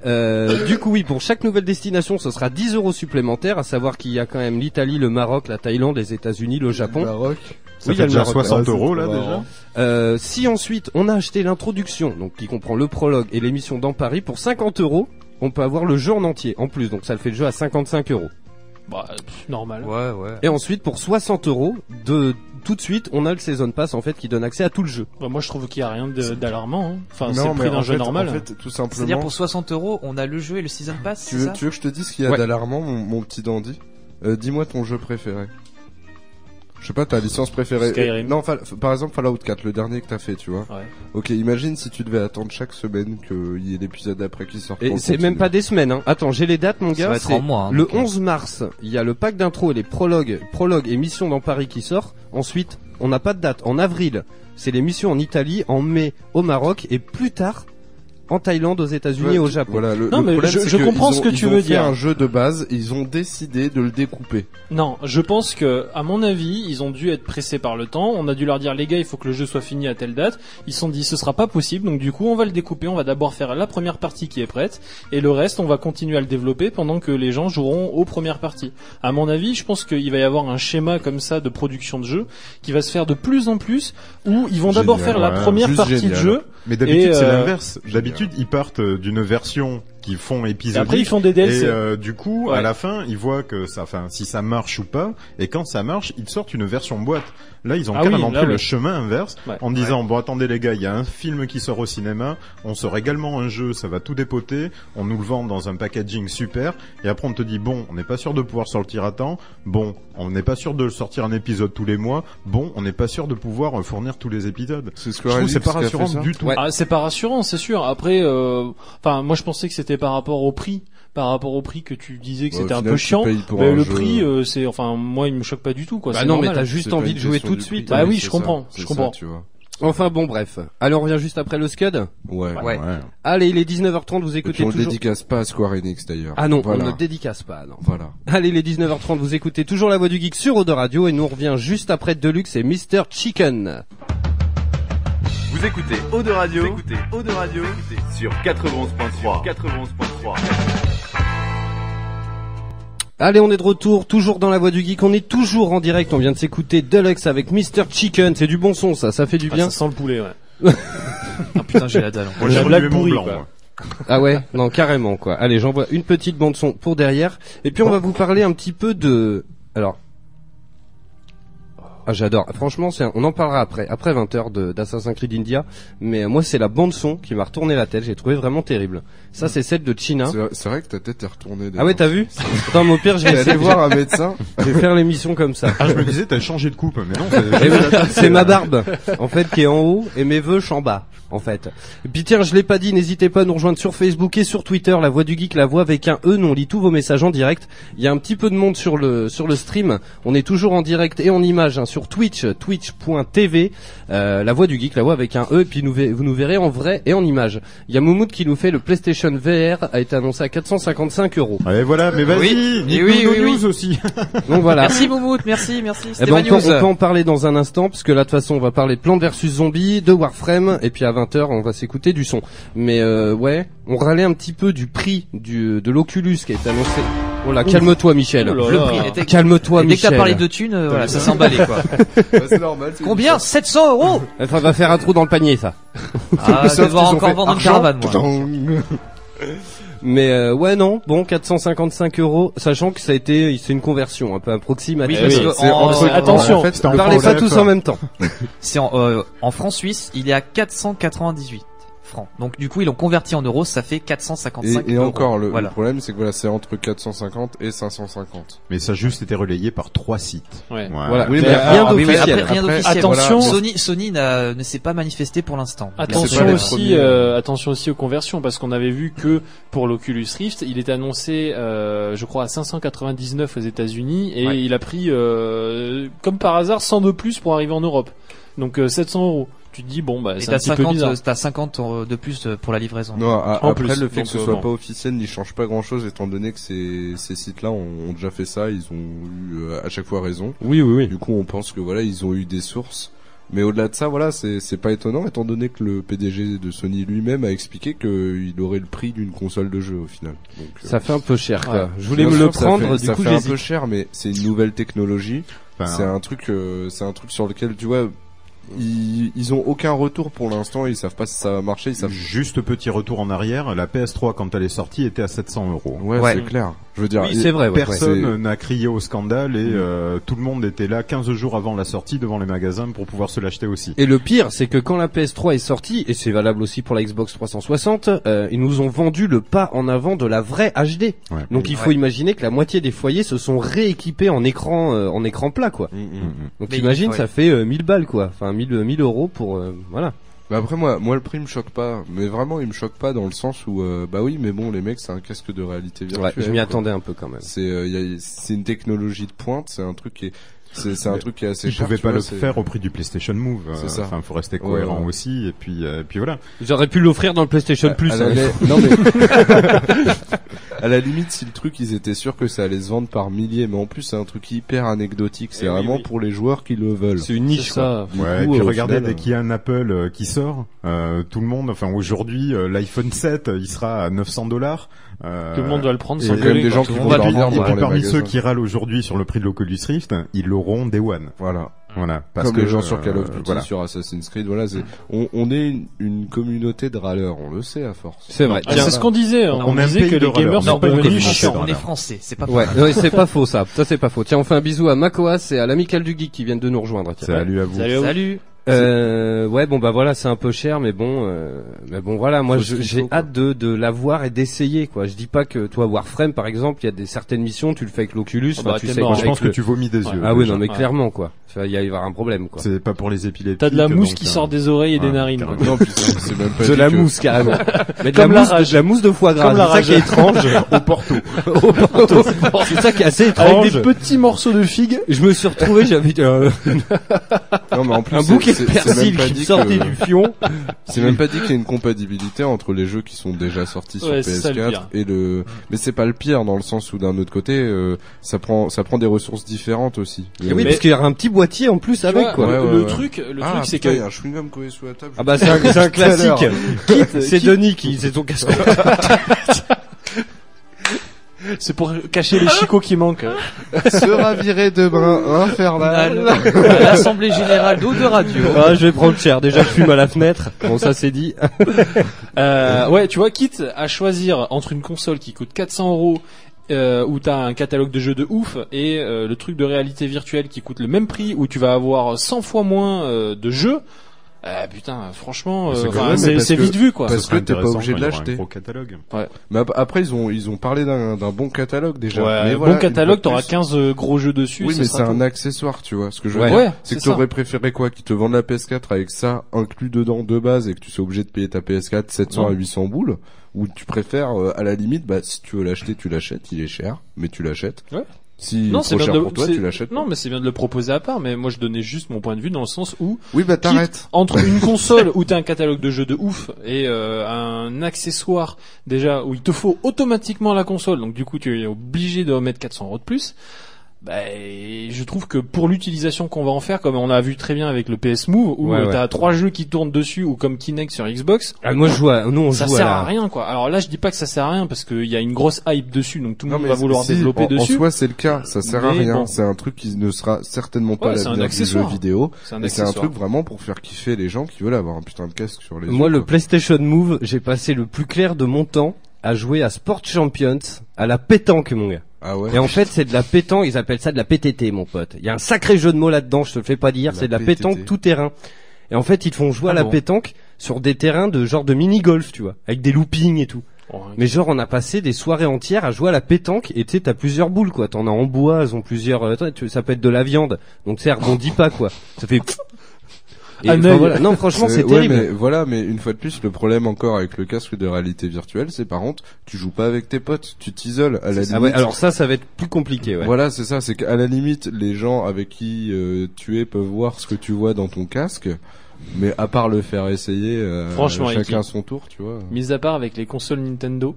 D: Euh, du coup oui, pour chaque nouvelle destination, ce sera 10 euros supplémentaires, à savoir qu'il y a quand même l'Italie, le Maroc, la Thaïlande, les États-Unis, le Japon.
E: Maroc.
G: Ça
D: Oui, il y a
G: fait
D: le
G: déjà
D: Maroc,
G: 60
E: ouais,
G: euros
E: c'est
G: là
E: trop
G: déjà.
E: marrant.
D: Euh, si ensuite on a acheté l'introduction, donc qui comprend le prologue et l'émission dans Paris pour 50 euros, on peut avoir le jeu en entier en plus, donc ça le fait le jeu à 55 euros.
H: Bah, pff, normal.
F: Ouais, ouais.
D: Et ensuite pour 60 euros, de tout de suite on a le season pass en fait qui donne accès à tout le jeu.
H: Bah, moi, je trouve qu'il n'y a rien de- d'alarmant. hein. Enfin,
E: Non,
H: c'est le
E: mais
H: prix d'un
E: en
H: jeu
E: fait-
H: normal.
E: En fait, tout
F: C'est-à-dire
E: simplement.
F: pour 60 euros, on a le jeu et le season pass,
E: Tu
F: c'est
E: veux,
F: ça
E: tu veux que je te dise ce qu'il y a
D: Ouais.
E: d'alarmant, mon, mon petit dandy Euh, Dis-moi ton jeu préféré. Je sais pas, ta licence préférée.
H: Skyrim.
E: Non, Fall- par exemple Fallout 4, le dernier que t'as fait, tu vois.
H: Ouais.
E: Ok, imagine si tu devais attendre chaque semaine qu'il y ait l'épisode d'après qui sorte.
D: Et c'est même pas des semaines. Hein. Attends, j'ai les dates mon
F: Ça va
D: gars.
F: être
D: c'est
F: en mois, hein,
D: le
F: donc, hein.
D: 11 mars, il y a le pack d'intro et les prologues, prologues et missions dans Paris qui sort. Ensuite, on n'a pas de date. En avril, c'est les missions en Italie, en mai au Maroc et plus tard. en Thaïlande, aux États-Unis et au Japon.
E: Voilà, le,
H: Non,
E: le
H: mais
E: problème,
H: je-
E: c'est
H: je
E: que
H: comprends
E: ils
H: ce
E: ont-
H: que tu
E: ils ont
H: veux
E: fait
H: dire.
E: un jeu de base, ils ont décidé de le découper.
H: Non, je pense que, à mon avis, ils ont dû être pressés par le temps. On a dû leur dire, les gars, il faut que le jeu soit fini à telle date. Ils se sont dit, ce sera pas possible. Donc, du coup, on va le découper. On va d'abord faire la première partie qui est prête. Et le reste, on va continuer à le développer pendant que les gens joueront aux premières parties. À mon avis, je pense qu'il va y avoir un schéma comme ça de production de jeu qui va se faire de plus en plus où ils vont d'abord
G: Génial,
H: faire la
G: ouais,
H: première
E: juste
H: partie de
E: génial.
H: jeu.
G: Mais d'habitude,
H: Et,
G: c'est
H: euh,
G: l'inverse. D'habitude, ils partent euh, d'une version qu'ils font
H: Et après, ils
G: épisodique.
H: font des
G: Et
H: DLC.
G: euh, du coup, à
H: Ouais.
G: la fin, ils voient que ça, enfin, si ça marche ou pas. Et quand ça marche, ils sortent une version boîte. Là, ils ont
H: Ah oui,
G: carrément
H: là,
G: pris le
H: ouais.
G: chemin inverse
H: Ouais.
G: en disant bon, attendez les gars, il y a un film qui sort au cinéma, on sort également un jeu, ça va tout dépoter, on nous le vend dans un packaging super. Et après, on te dit bon, on n'est pas sûr de pouvoir sortir à temps. Bon, on n'est pas sûr de sortir un épisode tous les mois. Bon, on n'est pas sûr de pouvoir euh, fournir tous les épisodes.
E: C'est ce
G: Je trouve que c'est pas rassurant du tout.
D: Ouais.
H: Ah, c'est pas rassurant, c'est sûr. Après, euh, enfin, moi je pensais que c'était par rapport au prix, par rapport Bah, au prix que tu
E: Bah,
H: disais que c'était un peu chiant. Mais le prix, euh, c'est, enfin, moi il me choque pas du tout, quoi.
D: Bah
H: c'est
D: non, mais
H: normal.
D: t'as juste envie de jouer tout de suite.
H: Bah oui, je comprends, je comprends.
D: Enfin bon, bref. Allez, on revient juste après le Scud.
E: Ouais.
D: Ouais. Allez, il est 19h30, vous
E: Et
D: écoutez
E: puis on le
D: toujours...
E: dédicace pas à Square Enix d'ailleurs.
D: Ah non,
E: voilà.
D: on ne dédicace pas, non.
E: Voilà.
D: Allez, les 19h30, vous écoutez toujours La Voix du Geek sur Eau de Radio et nous on revient juste après Deluxe et Mr. Chicken.
C: Vous écoutez Eau de Radio, vous écoutez Eau de Radio sur 91.3. 91.3.
D: Allez, on est de retour, toujours dans La Voix du Geek, on est toujours en direct, on vient de s'écouter Deluxe avec Mr. Chicken, c'est du bon son ça, ça fait du
H: Ah,
D: bien.
H: ça sent le poulet, ouais.
F: Ah, putain, j'ai la dalle. en fait.
G: Moi, j'ai
H: La
G: relevé
H: blague
G: mon
H: pourrie,
G: blanc.
H: quoi.
G: moi.
D: Ah ouais, non carrément quoi. Allez, j'envoie une petite bande son pour derrière et puis on va vous parler un petit peu de alors ah, j'adore. Franchement, c'est un- on en parlera après, après 20 heures de- d'Assassin's Creed India, mais euh, moi c'est la bande son qui m'a retourné la tête, j'ai trouvé vraiment terrible. Ça c'est celle de China.
E: C'est- C'est vrai que ta tête est retournée.
D: Hein Ah ouais, t'as vu Attends, mais au pire, je vais
E: J'ai allé
D: essayer
E: voir un médecin.
D: de faire l'émission comme ça.
G: Ah, je me disais, t'as changé de coupe, mais non. c'est-
D: Eh oui, c'est ma barbe, en fait, qui est en haut, et mes vœux en bas, en fait. Et puis tiens, je l'ai pas dit, n'hésitez pas à nous rejoindre sur Facebook et sur Twitter, la voix du geek, la voix avec un E, nous on lit tous vos messages en direct. Il y a un petit peu de monde sur le, sur le stream, on est toujours en direct et en image hein, sur Twitch, twitch.tv, euh, la voix du geek, la voix avec un E, et puis nous, ve- vous nous verrez en vrai et en image. Il y a Moumoud qui nous fait le PlayStation VR, a été annoncé à 455 euros.
G: Ouais, voilà, Ah, mais vas-y,
F: Oui.
G: dites-nous
F: Oui,
G: nos
F: oui, oui.
G: news aussi.
D: Donc voilà.
F: Merci Moumout, merci, merci.
D: Eh
F: C'était
D: ben,
F: ma
D: on, peut,
F: news.
D: on peut en parler dans un instant, puisque là, de toute façon, on va parler de Plante versus Zombie, de Warframe, et puis à 20h, on va s'écouter du son. Mais euh, ouais, on râlait un petit peu du prix du, de l'Oculus qui a été annoncé. Oh là, calme-toi, Michel.
H: Oh là
F: Le
H: là.
F: prix était...
D: Calme-toi,
F: Et dès que
D: Michel.
F: t'as parlé de thunes, euh, voilà, ça s'emballait quoi.
E: Bah, c'est normal. c'est-
F: Combien 700 euros
D: Enfin, va faire un trou dans le panier, ça.
F: Ah, je vais
E: Sauf
F: devoir
E: qu'ils ont
F: encore
E: fait
F: vendre une
E: argent.
F: caravane moi.
E: Tadam.
D: Mais euh, ouais, non, bon, 455 euros, sachant que ça a été, c'est une conversion un peu approximative.
H: Eh oui,
F: parce que
E: c'est
F: en-
E: entre-
H: attention.
E: En fait,
G: Oh, C'était en
E: le
D: Parlez pas
E: problème-
D: tous en même temps.
F: C'est en, euh, en francs suisses, il est à 498 francs. Donc du coup, ils l'ont converti en euros, ça fait 455
E: Et, et
F: euros.
E: encore, le,
F: voilà.
E: le problème, c'est que voilà, c'est entre 450 et 550.
G: Mais ça a juste été relayé par trois sites.
H: Ouais.
D: Voilà.
E: Oui,
D: Mais
E: mais
D: rien
F: Ah oui, oui, après,
D: d'officiel.
F: rien
E: Après,
F: d'officiel.
H: attention.
F: Voilà. Sony, Sony n'a- ne s'est pas manifesté pour l'instant. Mais c'est
E: pas
H: Attention
E: les
H: aussi,
E: premiers.
H: euh, attention aussi aux conversions parce qu'on avait vu que pour l'Oculus Rift, il est annoncé, euh, je crois, à 599 aux États-Unis et
F: Ouais.
H: il a pris, euh, comme par hasard, 100 de plus pour arriver en Europe. Donc euh, 700 euros. Tu te dis bon, bah
F: Et
H: c'est un
F: t'as
H: petit peu
F: 50,
H: bizarre.
F: euh, t'as 50 euh, de plus euh, pour la
D: Ah.
F: livraison.
E: Non, a-
H: En
E: après
H: plus,
E: le fait que
H: donc,
E: ce
H: euh,
E: soit
H: non.
E: pas officiel n'y change pas grand chose étant donné que ces, ces sites-là ont, ont déjà fait ça, ils ont eu euh, à chaque fois raison.
D: Oui, oui, oui.
E: Du coup, on pense que voilà, ils ont eu des sources. Mais au-delà de ça, voilà, c'est c'est pas étonnant étant donné que le PDG de Sony lui-même a expliqué qu'il aurait le prix d'une console de jeu au final. Donc, euh,
D: Ça fait un peu cher, quoi.
H: Ouais.
D: Je voulais
E: bien
D: me
E: sûr,
D: le
E: ça
D: prendre,
E: fait-
D: du
E: ça
D: coup,
E: fait un
D: j'hésite.
E: peu cher, mais c'est une nouvelle technologie. C'est
D: hein.
E: un truc, euh, c'est un truc sur lequel tu vois, ils, ils ont aucun retour pour l'instant. Ils savent pas si ça va marcher. Ils savent.
G: Juste petit retour en arrière, la PS3 quand elle est sortie était à 700 euros.
E: Ouais,
F: Ouais.
E: c'est clair. Je veux dire,
D: Oui,
E: ils-
D: c'est vrai, ouais, ouais.
G: Personne
E: Ouais.
G: n'a crié au scandale et euh, tout le monde était là 15 jours avant la sortie devant les magasins pour pouvoir se l'acheter aussi.
D: Et le pire, c'est que quand la PS3 est sortie, et c'est valable aussi pour la Xbox 360, euh, ils nous ont vendu le pas en avant de la vraie HD.
G: Ouais.
D: Donc il faut imaginer que la moitié des foyers se sont rééquipés en écran euh, en écran plat quoi.
E: Mm, mm.
G: Mhm.
D: Donc
F: Mais
D: imagine
F: il-
D: ça fait euh, 1000 balles quoi, enfin 1000 euh, 1000 euros pour euh, voilà.
E: Bah après moi, moi le prix me choque pas, mais vraiment il me choque pas dans le sens où euh, bah oui, mais bon les mecs c'est un casque de réalité virtuelle.
D: Ouais, je m'y
E: quoi.
D: attendais un peu quand même.
E: C'est euh, y a- c'est une technologie de pointe, c'est un truc qui est C'est c'est un
G: Mais
E: truc qui est assez
G: Ils
E: cher.
G: pouvaient
E: tu
G: pas
E: vois,
G: le
E: c'est-
G: faire au prix du PlayStation Move. euh,
E: C'est ça.
G: Enfin, faut rester
E: Ouais,
G: cohérent
E: ouais.
G: aussi. Et puis, euh, et puis voilà.
D: J'aurais pu l'offrir dans le PlayStation Plus.
E: Euh, À la
D: hein.
E: li- non mais à la limite si le truc ils étaient sûrs que ça allait se vendre par milliers mais en plus c'est un truc hyper anecdotique c'est
H: Eh oui,
E: vraiment
H: oui.
E: pour les joueurs qui le veulent
D: C'est une niche. quoi.
H: ça.
E: Du
G: Ouais,
E: coup,
G: et puis
E: euh, au
G: regardez,
E: final,
G: dès qu'il y a un Apple euh, qui sort, euh, tout le monde, enfin aujourd'hui, euh, l'iPhone 7, euh, il sera à 900 dollars. Euh,
H: Tout le monde doit le prendre
E: il y
H: sans
E: a quand même
H: gueuler.
E: des gens qui
H: Tout le
E: vont
H: monde va-
E: dormir
G: et
E: dans
G: puis
E: les
G: parmi
E: magasins.
G: ceux qui râlent aujourd'hui sur le prix de l'Oculus Rift, ils l'auront Day One.
E: voilà
G: Voilà. Parce
E: comme
G: que,
E: les gens sur
G: euh,
E: Call of Duty
G: voilà.
E: sur Assassin's Creed voilà c'est on, on est une, une communauté de râleurs on le sait à force
D: C'est vrai.
H: Ah,
D: Tiens.
H: c'est ce qu'on disait. hein.
G: On
H: On,
G: est un
H: disait
G: pays
H: que
G: de
H: les gamers
G: râleurs,
H: sont
G: non, pas
H: devenus
G: comme-
H: chiants.
F: on est français, c'est pas
D: Ouais, ouais, c'est pas faux ça. Ça c'est pas faux. Tiens, on fait un bisou à Makoas et à l'amicale du geek qui viennent de nous rejoindre. Tiens.
G: Salut à vous.
H: Salut à vous.
F: Salut.
D: Euh, ouais, bon bah voilà, c'est un peu cher, mais bon, euh, mais bon voilà, moi
E: Faut ce
D: je-
E: qu'il
D: j'ai
E: faut, quoi.
D: hâte de, de l'avoir et d'essayer quoi. Je dis pas que toi Warframe par exemple, il y a des certaines missions, tu le fais avec l'Oculus,
H: Ah bah,
D: enfin, tu sais
H: tellement,
D: quoi,
G: Je
D: avec
G: pense que
D: le-
G: tu vomis des
H: Ouais.
G: yeux.
D: Ah oui,
G: déjà.
D: non mais
H: ouais.
D: clairement quoi. Enfin, Il va y avoir un problème quoi.
G: C'est pas pour les épileptiques.
H: T'as de la mousse
G: donc,
H: qui
G: euh,
H: sort des oreilles et des
G: ouais,
H: narines.
G: carrément.
E: non puis c'est c'est même pas
D: De
E: dit
D: la
E: que-
D: mousse carrément. Mais de
H: Comme
D: la
H: la
D: mousse, de,
H: rage.
D: de la mousse de foie gras.
H: Comme la
D: C'est ça qui est
H: rage.
D: étrange.
G: au Porto.
D: Au- au- c'est ça qui est assez
H: Avec
D: étrange.
H: des petits morceaux de figue.
D: Je me suis retrouvé, j'avais euh,
E: non mais en plus
D: un
E: c'est-
D: bouquet
E: c'est-
D: de
E: c'est même
D: persil
E: pas
D: qui
E: dit
D: sortait
E: que-
D: du fion.
E: C'est même pas dit qu'il y a une compatibilité entre les jeux qui sont déjà sortis sur
H: Ouais, c'est ça, le
E: PS4
H: pire.
E: et le mais c'est pas le pire dans le sens où d'un autre côté euh, ça prend ça prend des ressources différentes aussi.
D: Et oui,
H: Mais-
D: parce qu'il y aura un petit boîtier en plus
H: Tu
D: avec
H: vois,
D: quoi.
E: Ouais, ouais,
H: le
E: ouais.
H: truc, le
E: ah,
H: truc, c'est
E: putain,
H: que
E: il y a un chewing-gum collé sous la table.
D: Ah bah c'est un, c'est un
E: Tout à l'heure.
D: classique. Kit, c'est Denis qui c'est ton casque.
H: c'est pour cacher les chicots qui manquent.
E: Ah. bah, Sera viré demain infernal.
F: À l'Assemblée Générale d'Eau de Radio.
D: Ah, je vais prendre cher. Déjà, je fume à la fenêtre. Bon, ça c'est dit.
H: Euh, ouais, tu vois, quitte à choisir entre une console qui coûte 400 euros euh, où t'as un catalogue de jeux de ouf et euh, le truc de réalité virtuelle qui coûte le même prix où tu vas avoir 100 fois moins euh, de jeux. euh, putain, franchement,
G: Mais c'est
H: euh,
G: quand
H: enfin,
G: même,
H: c'est
G: parce
H: c'est
G: que-
H: vite vu quoi.
E: Parce
G: Ce serait
E: que t'es pas
G: intéressant
E: obligé de
G: quand il y aura
E: l'acheter.
G: Un gros catalogue.
E: Mais ap- après ils ont ils ont parlé d'un d'un bon catalogue déjà.
H: Ouais,
E: mais
H: bon
E: voilà, une
H: catalogue,
E: fois
H: t'auras
E: de plus-
H: 15 gros jeux dessus.
E: Oui,
H: ça
E: mais
H: sera
E: c'est
H: tout.
E: un accessoire, tu vois. Ce que je veux
D: Ouais.
E: dire,
H: Ouais,
E: c'est que
H: c'est ça.
E: t'aurais préféré quoi Qu'ils te vendent la PS4 avec ça inclus dedans de base et que tu sois obligé de payer ta PS4 700 à
H: Ouais.
E: 800 boules Ou tu préfères, euh, à la limite, bah si tu veux l'acheter, tu l'achètes. Il est cher, mais tu l'achètes.
H: Ouais.
E: Si
H: Non,
E: trop
H: c'est bien
E: cher
H: de le-
E: pour toi,
H: c'est-
E: tu l'achètes.
H: Non, mais c'est bien de le proposer à part. Mais moi, je donnais juste mon point de vue dans le sens où
E: Oui, bah
H: Quitte
E: t'arrêtes.
H: entre une console où t'as un catalogue de jeux de ouf et euh, un accessoire déjà où il te faut automatiquement la console, donc du coup tu es obligé de mettre 400 euros de plus. Bah, et je trouve que pour l'utilisation qu'on va en faire, comme on a vu très bien avec le PS Move, où
D: Ouais,
H: euh,
D: ouais.
H: t'as trois jeux qui tournent dessus, ou comme Kinect sur Xbox,
D: Ah,
E: Ah,
D: moi, je joue. À... Nous, on
H: ça
D: joue
H: sert
D: à.
H: à rien quoi. Alors là, je dis pas que ça sert à rien parce qu'il y a une grosse hype dessus, donc tout le
E: Non,
H: monde
E: mais
H: va vouloir
E: si,
H: développer
E: en,
H: dessus.
E: En soi, c'est le cas. Ça sert à
H: Mais
E: rien.
H: bon.
E: C'est un truc qui ne sera certainement pas
H: Ouais, c'est un
E: l'avenir du jeu
H: accessoire.
E: vidéo.
H: c'est un
E: Et c'est un
H: accessoire.
E: truc vraiment pour faire kiffer les gens qui veulent avoir un putain de casque sur les
D: Moi,
E: yeux,
D: le
E: quoi.
D: PlayStation Move, j'ai passé le plus clair de mon temps à jouer à Sport Champions, à la pétanque, mon gars.
E: Ah ouais.
D: Et en fait, c'est de la pétanque. Ils appellent ça de la PTT, mon pote. Il y a un sacré jeu de mots là-dedans. Je te le fais pas dire.
E: La
D: C'est de la
E: PTT.
D: pétanque tout terrain. Et en fait, ils te font jouer à
F: Ah
D: la
F: bon
D: pétanque sur des terrains de genre de mini golf, tu vois, avec des loopings et tout.
H: Ouais.
D: Mais genre on a passé des soirées entières à jouer à la pétanque et tu sais t'as plusieurs boules quoi, t'en as en bois, elles ont plusieurs, euh, tu- ça peut être de la viande, donc ça rebondit pas quoi, ça fait. Et,
H: Un
D: enfin,
H: œil.
D: voilà. Non franchement c'est
E: ouais,
D: terrible.
E: mais voilà, mais une fois de plus, le problème encore avec le casque de réalité virtuelle, c'est par contre, tu joues pas avec tes potes, tu t'isoles à la limite.
D: Ah ouais, alors ça ça va être plus compliqué ouais.
E: Voilà, c'est ça, c'est qu'à la limite, les gens avec qui euh, tu es peuvent voir ce que tu vois dans ton casque, mais à part le faire essayer, euh,
H: Franchement,
E: chacun
H: Ricky.
E: son tour, tu vois.
H: Mis à part avec les consoles Nintendo,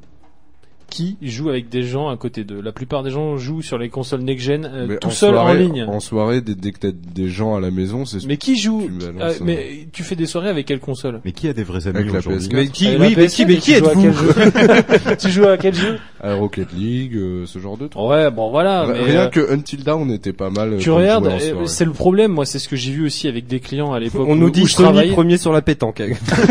H: qui jouent avec des gens à côté d'eux. La plupart des gens jouent sur les consoles next-gen euh,
E: Mais
H: tout seul
E: soirée-
H: en ligne.
E: En soirée, dès, dès que t'as des gens à la maison, c'est
H: Mais qui joue
E: Tu me
H: euh,
E: balances,
H: Mais tu fais des soirées avec quelle console
G: Mais qui a des vrais
E: Avec
G: amis
E: la
G: aujourd'hui
E: PS4.
D: Mais qui,
H: Avec la
D: oui, mais
H: PS4,
D: qui, mais qui
H: tu joues à
D: êtes-vous
H: quel jeu Tu joues à quel jeu
E: à Rocket League, euh, ce genre de truc.
H: Ouais, bon voilà. mais,
E: Rien
H: euh,
E: que Until Dawn, on était pas mal. euh,
H: Tu
E: quand on jouait
H: regardes,
E: en
H: euh,
E: soirée.
H: c'est le problème. Moi, c'est ce que j'ai vu aussi avec des clients à l'époque.
D: On
H: où-
D: nous dit
H: où je
D: Sony
H: travaillais.
D: premier sur la pétanque.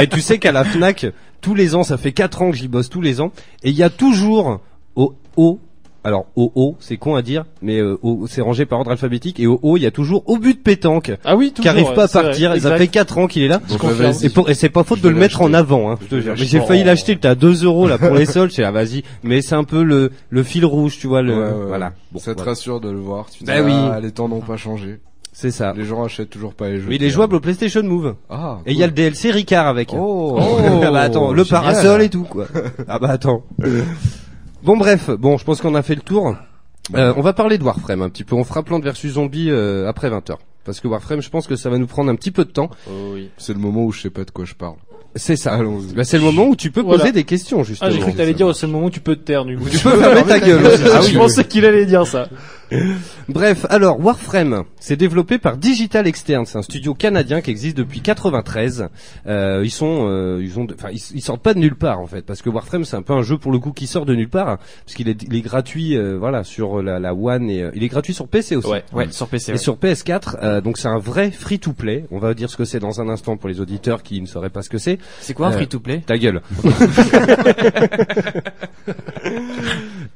D: et tu sais qu'à la Fnac, tous les ans, ça fait 4 ans que j'y bosse tous les ans, et il y a toujours au haut, alors au haut, c'est con à dire, mais euh, au- c'est rangé par ordre alphabétique, et au haut, il y a toujours au but de pétanque.
H: Ah oui, toujours.
D: qui arrive pas à
H: c'est vrai,
D: partir.
H: exact.
D: Ça fait 4 ans qu'il est là.
E: Bon,
H: confirme.
E: bah, vas-y.
D: Et, pour, et c'est pas faute
E: Je
D: de le
E: vais
D: mettre
E: l'acheter.
D: en avant. Hein,
E: Je
D: je te
E: vais
D: jure. Mais
E: l'acheter.
D: j'ai failli
H: Oh.
D: l'acheter. T'as 2 euros là pour les soldes. C'est ah, vas-y. Mais c'est un peu le le fil rouge, tu vois le.
E: Ouais, ouais,
D: Voilà.
E: ouais. ça te
D: voilà.
E: rassure de le voir. Tu te
D: Bah
E: dis,
D: oui.
E: ah, les temps n'ont pas changé.
D: C'est ça.
E: Les gens achètent toujours pas les jeux.
D: Mais il est jouable au PlayStation Move.
E: Ah.
D: Et il y a le DLC Ricard avec.
E: Oh.
D: ah bah attends, le
E: Génial.
D: parasol et tout quoi. Ah bah attends. Bon bref, bon je pense qu'on a fait le tour. Euh, on va parler de Warframe un petit peu. On fera Plante versus Zombie euh, après 20h. Parce que Warframe, je pense que ça va nous prendre un petit peu de temps.
H: Oh oui.
E: C'est le moment où je sais pas de quoi je parle.
D: C'est ça.
E: Allons-y.
D: Bah, c'est le moment où tu peux poser
H: Voilà.
D: des questions, justement.
H: Ah, j'ai cru que t'allais
E: ça
H: dire au seul moment où tu peux te taire, du coup.
D: Tu peux fermer ta gueule. aussi. Ah oui.
H: Je pensais qu'il allait dire ça.
D: Bref, alors Warframe, c'est développé par Digital Externe, c'est un studio canadien qui existe depuis 93. Euh, ils sont, euh, ils ont, enfin, ils, ils sortent pas de nulle part en fait, parce que Warframe c'est un peu un jeu pour le coup qui sort de nulle part, hein, parce qu'il est, il est gratuit, euh, voilà, sur la, la One et euh, il est gratuit sur PC aussi.
H: Ouais.
F: Ouais, sur PC.
D: Et
F: ouais.
D: sur PS4, euh, donc c'est un vrai free-to-play. On va dire ce que c'est dans un instant pour les auditeurs qui ne sauraient pas ce que c'est.
F: C'est quoi un
D: Euh,
F: free-to-play
D: Ta gueule.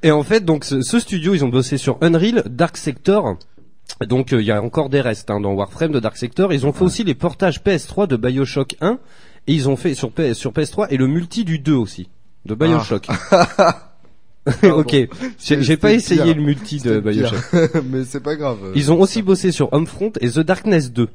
D: Et en fait, donc ce, ce studio, ils ont bossé sur Unreal, Dark Sector. Donc euh, il y a encore des restes hein, dans Warframe de Dark Sector. Ils ont fait aussi les portages PS3 de Bioshock 1 et ils ont fait sur, PS, sur PS3 et le multi du 2 aussi de
H: Ah.
D: Bioshock. ok, j'ai j'ai pas
E: C'était
D: essayé
E: pire.
D: le multi de
E: C'était pire.
D: Bioshock.
E: Mais c'est pas
H: Euh,
E: grave. euh.
D: Ils ont aussi bossé sur Homefront et The Darkness 2.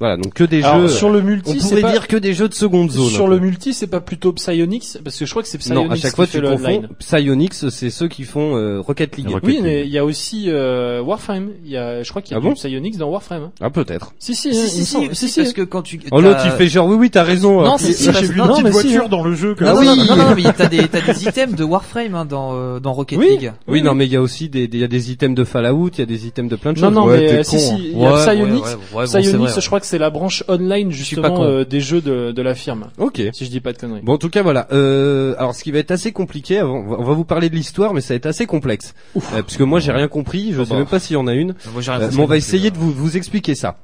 D: Voilà, donc que des
H: Alors,
D: jeux.
H: sur le
D: on
H: multi, c'est
D: pourrait
H: pas...
D: dire que des jeux de seconde zone.
H: Sur
D: un
H: le
D: peu.
H: multi, c'est pas plutôt Psyonix Parce que je crois que c'est Psyonix
D: non, à chaque fois
H: qui fait
D: tu
H: le
D: confonds. Ah,
H: online.
D: Psyonix, c'est ceux qui font euh, Rocket League.
G: Rocket
H: Oui, mais il y a aussi euh, Warframe. Il y a, je crois qu'il y a
D: Ah
H: du
D: bon
H: Psyonix dans Warframe. hein.
D: Ah peut-être.
H: Si, si, hein,
F: Si,
H: il me
F: si,
H: semble.
F: si, si, parce que quand tu.
D: Oh l'autre
F: t'as-
D: il fait genre oui oui t'as raison.
F: Non,
D: hein.
F: si, si,
G: J'ai
F: parce-
G: vu
F: non,
G: une petite
H: mais Euh, si,
G: voiture
H: hein.
G: dans le jeu. que-
F: Non,
D: Ah
F: non,
D: oui.
F: non, non, non, mais t'as des, t'as des items de Warframe hein, dans, euh, dans Rocket
H: Oui.
F: League.
D: Oui non mais il y a aussi des des- il y a des items de Fallout, il y a des items de plein de
H: Non,
D: choses.
H: non,
E: Ouais,
H: mais
E: t'es
H: euh, si,
E: con,
H: si,
E: hein.
H: il y a Psyonix.
F: ouais, ouais, bon, c'est
H: Psyonix,
F: vrai, ouais.
H: je crois que c'est la branche online
F: suis pas
H: justement
F: con.
H: euh, des jeux de, de la firme,
D: Ok.
H: si je dis pas de conneries.
D: Bon en tout cas voilà. Euh, alors ce qui va être assez compliqué, avant- on va- on va vous parler de l'histoire mais ça va être assez complexe. Euh, parce que moi j'ai rien compris, je sais même pas s'il y en a une.
F: Moi, j'ai rien
D: Euh,
F: compris
D: mais on va
F: non plus,
D: essayer
F: là.
D: de vous, vous expliquer ça.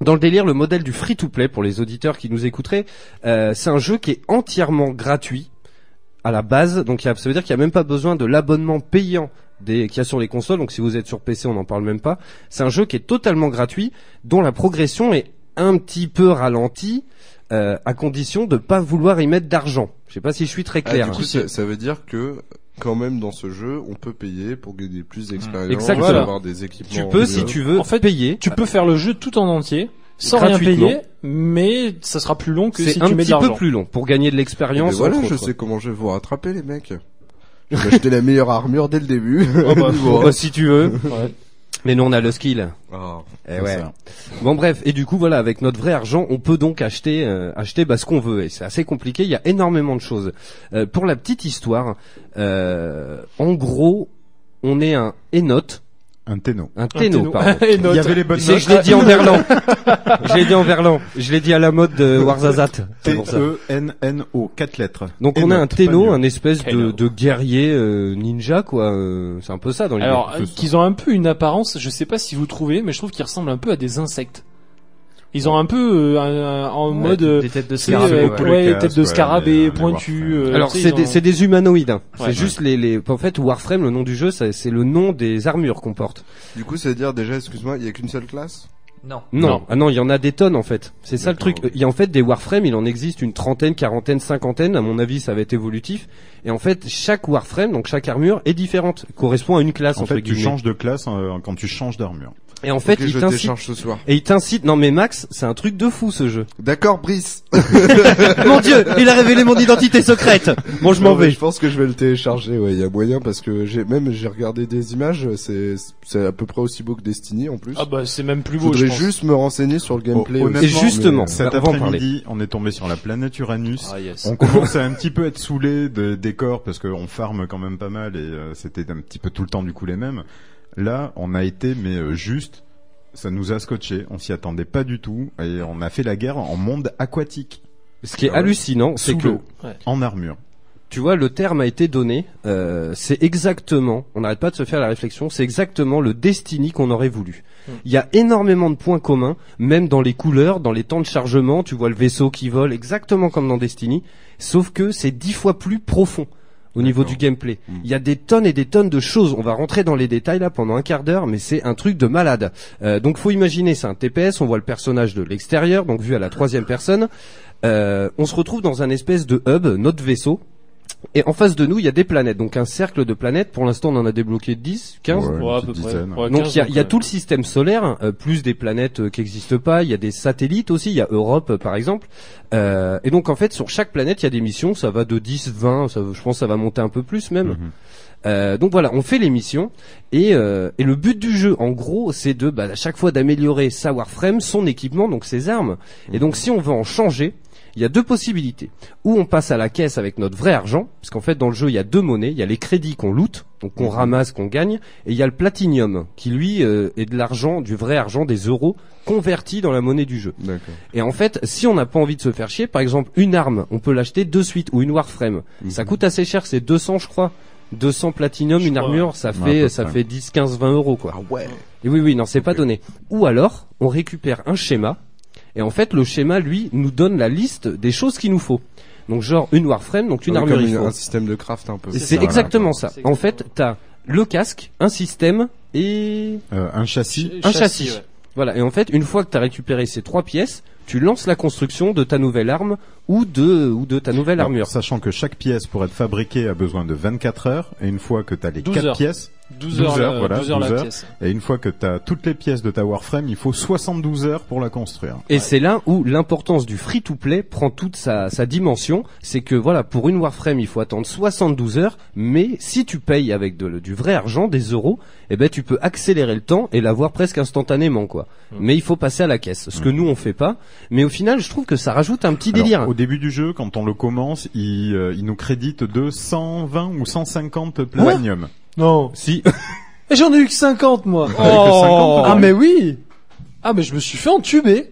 D: Dans le délire, le modèle du free-to-play pour les auditeurs qui nous écouteraient, euh, c'est un jeu qui est entièrement gratuit à la base. Donc il y a- ça veut dire qu'il n'y a même pas besoin de l'abonnement payant des, qu'il y a sur les consoles. Donc si vous êtes sur PC, on n'en parle même pas. C'est un jeu qui est totalement gratuit, dont la progression est un petit peu ralentie, euh, à condition de pas vouloir y mettre d'argent. Je sais pas si je suis très
E: Ah,
D: clair. hein.
E: du coup, ça, ça veut dire que quand même dans ce jeu, on peut payer pour gagner plus d'expérience,
D: Mmh. Exactement.
E: avoir des équipements.
D: tu
E: en
D: peux,
E: jeu.
D: si tu veux,
H: euh, En fait,
D: payer.
H: Tu peux faire le jeu tout en entier, sans rien
D: Gratuitement.
H: payer, mais ça sera plus long que
D: C'est
H: si
D: un
H: tu mets de
D: petit peu
H: l'argent.
D: plus long pour gagner de
E: Mais
D: l'expérience.
E: voilà,
D: entre
E: je
D: autres.
E: sais comment je vais vous rattraper, les mecs. Je vais acheter la meilleure armure dès le début.
H: Oh, bah,
E: Bon.
D: Bah, si tu veux.
H: Ouais.
D: Mais nous on a le skill.
E: Ah.
D: Eh
G: C'est
D: ouais.
G: ça.
D: Bon bref, et du coup voilà, avec notre vrai argent, on peut donc acheter euh, acheter bah, ce qu'on veut. Et c'est assez compliqué, il y a énormément de choses. Euh, pour la petite histoire, euh, en gros, on est un énote,
G: Un téno.
D: un
H: Un
D: téno,
H: téno.
D: pardon.
H: Et
G: Il
H: note.
G: y avait les bonnes
D: C'est-
G: notes.
D: je l'ai dit en verlan. je l'ai dit en verlan. Je l'ai dit à la mode de Warzazat. C'est pour ça.
H: E
G: T-E-N-N-O. Quatre lettres.
D: Donc
G: Et
D: on a
G: notes,
D: un
G: pas
D: téno,
G: mieux.
D: un espèce de,
H: Téno.
D: de guerrier euh, ninja quoi. euh, c'est un peu ça dans l'idée.
H: Alors,
G: peu
H: euh,
G: ça.
H: qu'ils ont un peu une apparence, je sais pas si vous trouvez, mais je trouve qu'ils ressemblent un peu à des insectes. Ils ont un peu euh, un- un- en
F: Ouais,
H: mode... euh,
F: Des têtes de
H: tu sais,
F: scarabée,
H: euh,
F: ouais.
G: beaucoup
H: ouais,
G: les
H: tête
G: casques,
H: de
G: ouais, les-
H: scarabée,
G: les
H: pointu.
G: Warframe.
H: euh,
D: Alors
H: tu sais,
D: c'est
H: ils
D: des,
H: ont-
D: c'est des humanoïdes. hein.
H: Ouais.
D: c'est juste les, les en fait Warframe le nom du jeu ça- c'est le nom des armures qu'on porte.
E: Du coup, ça veut dire déjà, excuse-moi, il y a qu'une seule classe
F: Non.
D: Non.
H: Non.
D: Ah non, il y en a des tonnes en fait. C'est ça le
E: D'accord,
D: truc. Euh,
E: ok.
D: Il y a en fait des Warframe, il en existe une trentaine, quarantaine, cinquantaine. À mon avis, ça va être évolutif. Et en fait, chaque Warframe, donc chaque armure, est différente, correspond à une classe
G: En
D: entre
G: fait, tu
D: guillemets.
G: changes de classe euh, quand tu changes d'armure.
D: Et en fait,
E: Ok,
D: il
E: je
D: t'incite.
E: télécharge ce soir.
D: Et il t'incite. Non mais Max, c'est un truc de fou ce jeu.
E: D'accord, Brice.
D: mon Dieu, il a révélé mon identité secrète. Bon, je m'en
E: Non, mais
D: vais.
E: Je pense que je vais le télécharger. Ouais, il y a moyen parce que j'ai même j'ai regardé des images. C'est c'est à peu près aussi beau que Destiny en plus.
H: Ah bah c'est même plus
E: je
H: beau, je
E: voudrais
H: pense.
E: juste me renseigner sur le gameplay.
G: Oh,
E: aussi.
G: honnêtement, Et
D: justement,
E: mais-
G: Cet
D: on va en parler.
G: après-midi, on est tombé sur la planète Uranus.
H: Ah, yes.
G: On commence à un petit peu être saoulé de, des corps parce qu'on farme quand même pas mal et euh, c'était un petit peu tout le temps du coup les mêmes. Là, on a été mais euh, juste, ça nous a scotché, on s'y attendait pas du tout et on a fait la guerre en monde aquatique,
D: Ce qui est
G: Ah ouais.
D: hallucinant, c'est
G: Sous
D: que
G: l'eau. en armure.
D: Tu vois, le terme a été donné. euh, c'est exactement. On n'arrête pas de se faire la réflexion. C'est exactement le Destiny qu'on aurait voulu. Il y a énormément de points communs, même dans les couleurs, dans les temps de chargement. Tu vois le vaisseau qui vole, exactement comme dans Destiny, sauf que c'est dix fois plus profond au niveau du gameplay. Il y a des tonnes et des tonnes de choses. On va rentrer dans les détails là pendant un quart d'heure, mais c'est un truc de malade. Euh, donc faut imaginer, c'est un TPS. On voit le personnage de l'extérieur, donc vu à la troisième personne. Euh, on se retrouve dans un espèce de hub, notre vaisseau, et en face de nous, il y a des planètes, donc un cercle de planètes. Pour l'instant, on en a débloqué 10, 15.
G: Ouais, une
H: Ouais, à
G: petite
H: peu près.
G: dizaine.
H: Ouais, euh,
D: Donc
H: 15,
D: il y a, il y a
H: ouais.
D: tout le système solaire, euh, plus des planètes euh, qui n'existent pas, il y a des satellites aussi, il y a Europe euh, par exemple. Euh, et donc en fait sur chaque planète il y a des missions, ça va de 10, 20, ça, je pense que ça va monter un peu plus même. Euh, donc voilà, on fait l'émission et, euh, et le but du jeu, en gros, c'est de bah, à chaque fois d'améliorer sa Warframe, son équipement, donc ses armes. Et donc si on veut en changer, il y a deux possibilités. Ou on passe à la caisse avec notre vrai argent, parce qu'en fait dans le jeu il y a deux monnaies, il y a les crédits qu'on loot, donc qu'on ramasse, qu'on gagne, et il y a le platinium, qui lui euh, est de l'argent, du vrai argent, des euros, converti dans la monnaie du jeu.
E: D'accord.
D: Et en fait, si on n'a pas envie de se faire chier, par exemple, une arme, on peut l'acheter de suite, ou une Warframe. Ça coûte assez cher, c'est 200, je crois. 200 platinum,
H: Je
D: une
H: crois,
D: armure, ça
G: Ouais, à
D: fait,
G: peu
D: ça
G: près.
D: fait 10, 15, 20 euros, quoi.
E: ouais.
D: Et oui, oui, non, c'est pas
E: Ok.
D: donné. Ou alors, on récupère un schéma, et en fait, le schéma, lui, nous donne la liste des choses qu'il nous faut. Donc, genre, une Warframe, donc une
E: Ah Comme
D: armure, il
E: une-
D: faut.
E: un système de craft un peu.
D: C'est c'est
G: ça,
D: exactement ça.
H: voilà.
D: En fait, t'as le casque, un système, et
G: Euh, un châssis.
D: un châssis. Voilà, et en fait, une fois que tu as récupéré ces trois pièces, tu lances la construction de ta nouvelle arme ou de ou de ta nouvelle
G: Alors,
D: armure.
G: sachant que chaque pièce pour être fabriquée a besoin de 24 heures, et une fois que t'as les
H: 12
G: 4
H: heures.
G: pièces,
H: 12 heures,
G: 12 heures,
H: la-
G: voilà,
H: 12 heures
G: 12
H: la
G: heures.
H: pièce.
G: et une fois que t'as toutes les pièces de ta Warframe, il faut 72 heures pour la construire.
D: Et c'est là où l'importance du free-to-play prend toute sa, sa dimension. C'est que voilà, pour une Warframe, il faut attendre 72 heures, mais si tu payes avec de- du vrai argent, des euros, eh ben tu peux accélérer le temps et l'avoir presque instantanément, quoi. Mais il faut passer à la caisse, ce que nous on fait pas. Mais au final, je trouve que ça rajoute un petit
G: Alors,
D: délire.
G: au début du jeu, quand on le commence, il, euh, il nous crédite de 120 ou 150 platinium.
I: Non.
D: Si,
I: Et J'en ai eu que 50 moi.
G: que
H: Oh.
G: 50,
I: ah
G: ouais.
I: mais oui. Ah mais je me suis fait entuber.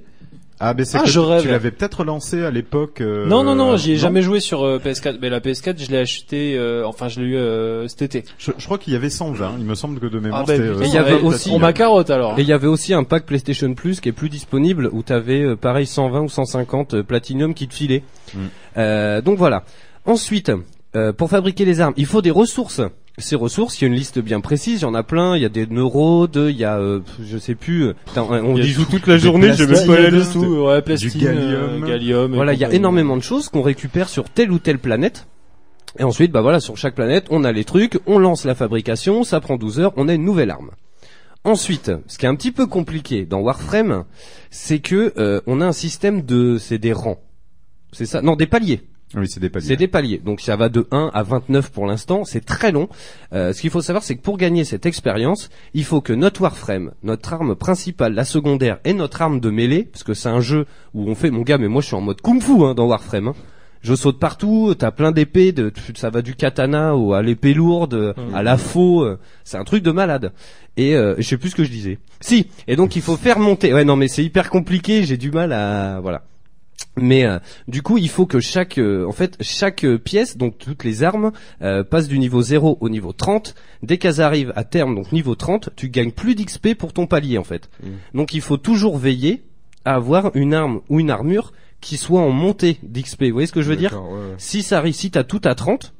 G: Ah, mais c'est
I: Ah,
G: que
I: je
G: tu-
I: rêve.
G: tu l'avais peut-être lancé à l'époque. euh,
H: Non, non, non, j'y ai jamais joué sur euh, PS4. Mais la PS4, je l'ai acheté, euh, enfin, je l'ai eu euh, cet été.
G: Je, je crois qu'il y avait 120. Il me semble que de mémoire,
H: Ah, bah,
G: c'était,
H: putain,
G: euh,
D: il y avait
G: 120
D: aussi-
H: On
G: platinium.
H: m'a carotte alors.
D: Et il y avait aussi un pack PlayStation Plus qui est plus disponible où t'avais euh, pareil 120 ou 150 euh, Platinum qui te filait.
G: Mm.
D: Euh, donc voilà. Ensuite, euh, pour fabriquer les armes, il faut des ressources. Ces ressources, il y a une liste bien précise, il y en a plein, il y a des neurodes, il y a euh, je sais plus, euh, putain, on
H: Il y a
D: y joue
H: tout-
D: toute la
G: des
D: journée, je
G: plastiques.
D: vais pas
H: Ouais, il y
D: la
H: a de
D: liste.
H: tout, ouais, plastine,
G: Du gallium.
H: euh, gallium et
D: Voilà, il y a
H: compagnie.
D: énormément de choses qu'on récupère sur telle ou telle planète. Et ensuite, bah voilà, sur chaque planète, on a les trucs, on lance la fabrication, ça prend 12 heures, on a une nouvelle arme. Ensuite, ce qui est un petit peu compliqué dans Warframe, c'est que euh, on a un système de, c'est des rangs, c'est ça, non des paliers.
G: Ah Oui, c'est des paliers.
D: C'est des paliers. Donc ça va de 1 à 29 pour l'instant. C'est très long. Euh, ce qu'il faut savoir, c'est que pour gagner cette expérience, il faut que notre Warframe, notre arme principale, la secondaire et notre arme de mêlée, parce que c'est un jeu où on fait, mon gars, mais moi je suis en mode kung fu hein, dans Warframe. hein. Je saute partout, t'as plein d'épées, de- ça va du katana au, à l'épée lourde, à la faux, euh, c'est un truc de malade. Et euh, je sais plus ce que je disais. Si, et donc il faut faire monter. Ouais, non, mais c'est hyper compliqué, j'ai du mal à... Voilà. Mais euh, du coup, il faut que chaque, euh, en fait, chaque euh, pièce, donc toutes les armes, euh, passe du niveau 0 au niveau 30. Dès qu'elles arrivent à terme, donc niveau 30, tu gagnes plus d'XP pour ton palier, en fait.
G: Mm.
D: Donc il faut toujours veiller à avoir une arme ou une armure qui soit en montée d'XP. Vous voyez ce que je veux dire
E: D'accord, ouais, ouais.
D: Si ça arrive, si t'as tout à 30,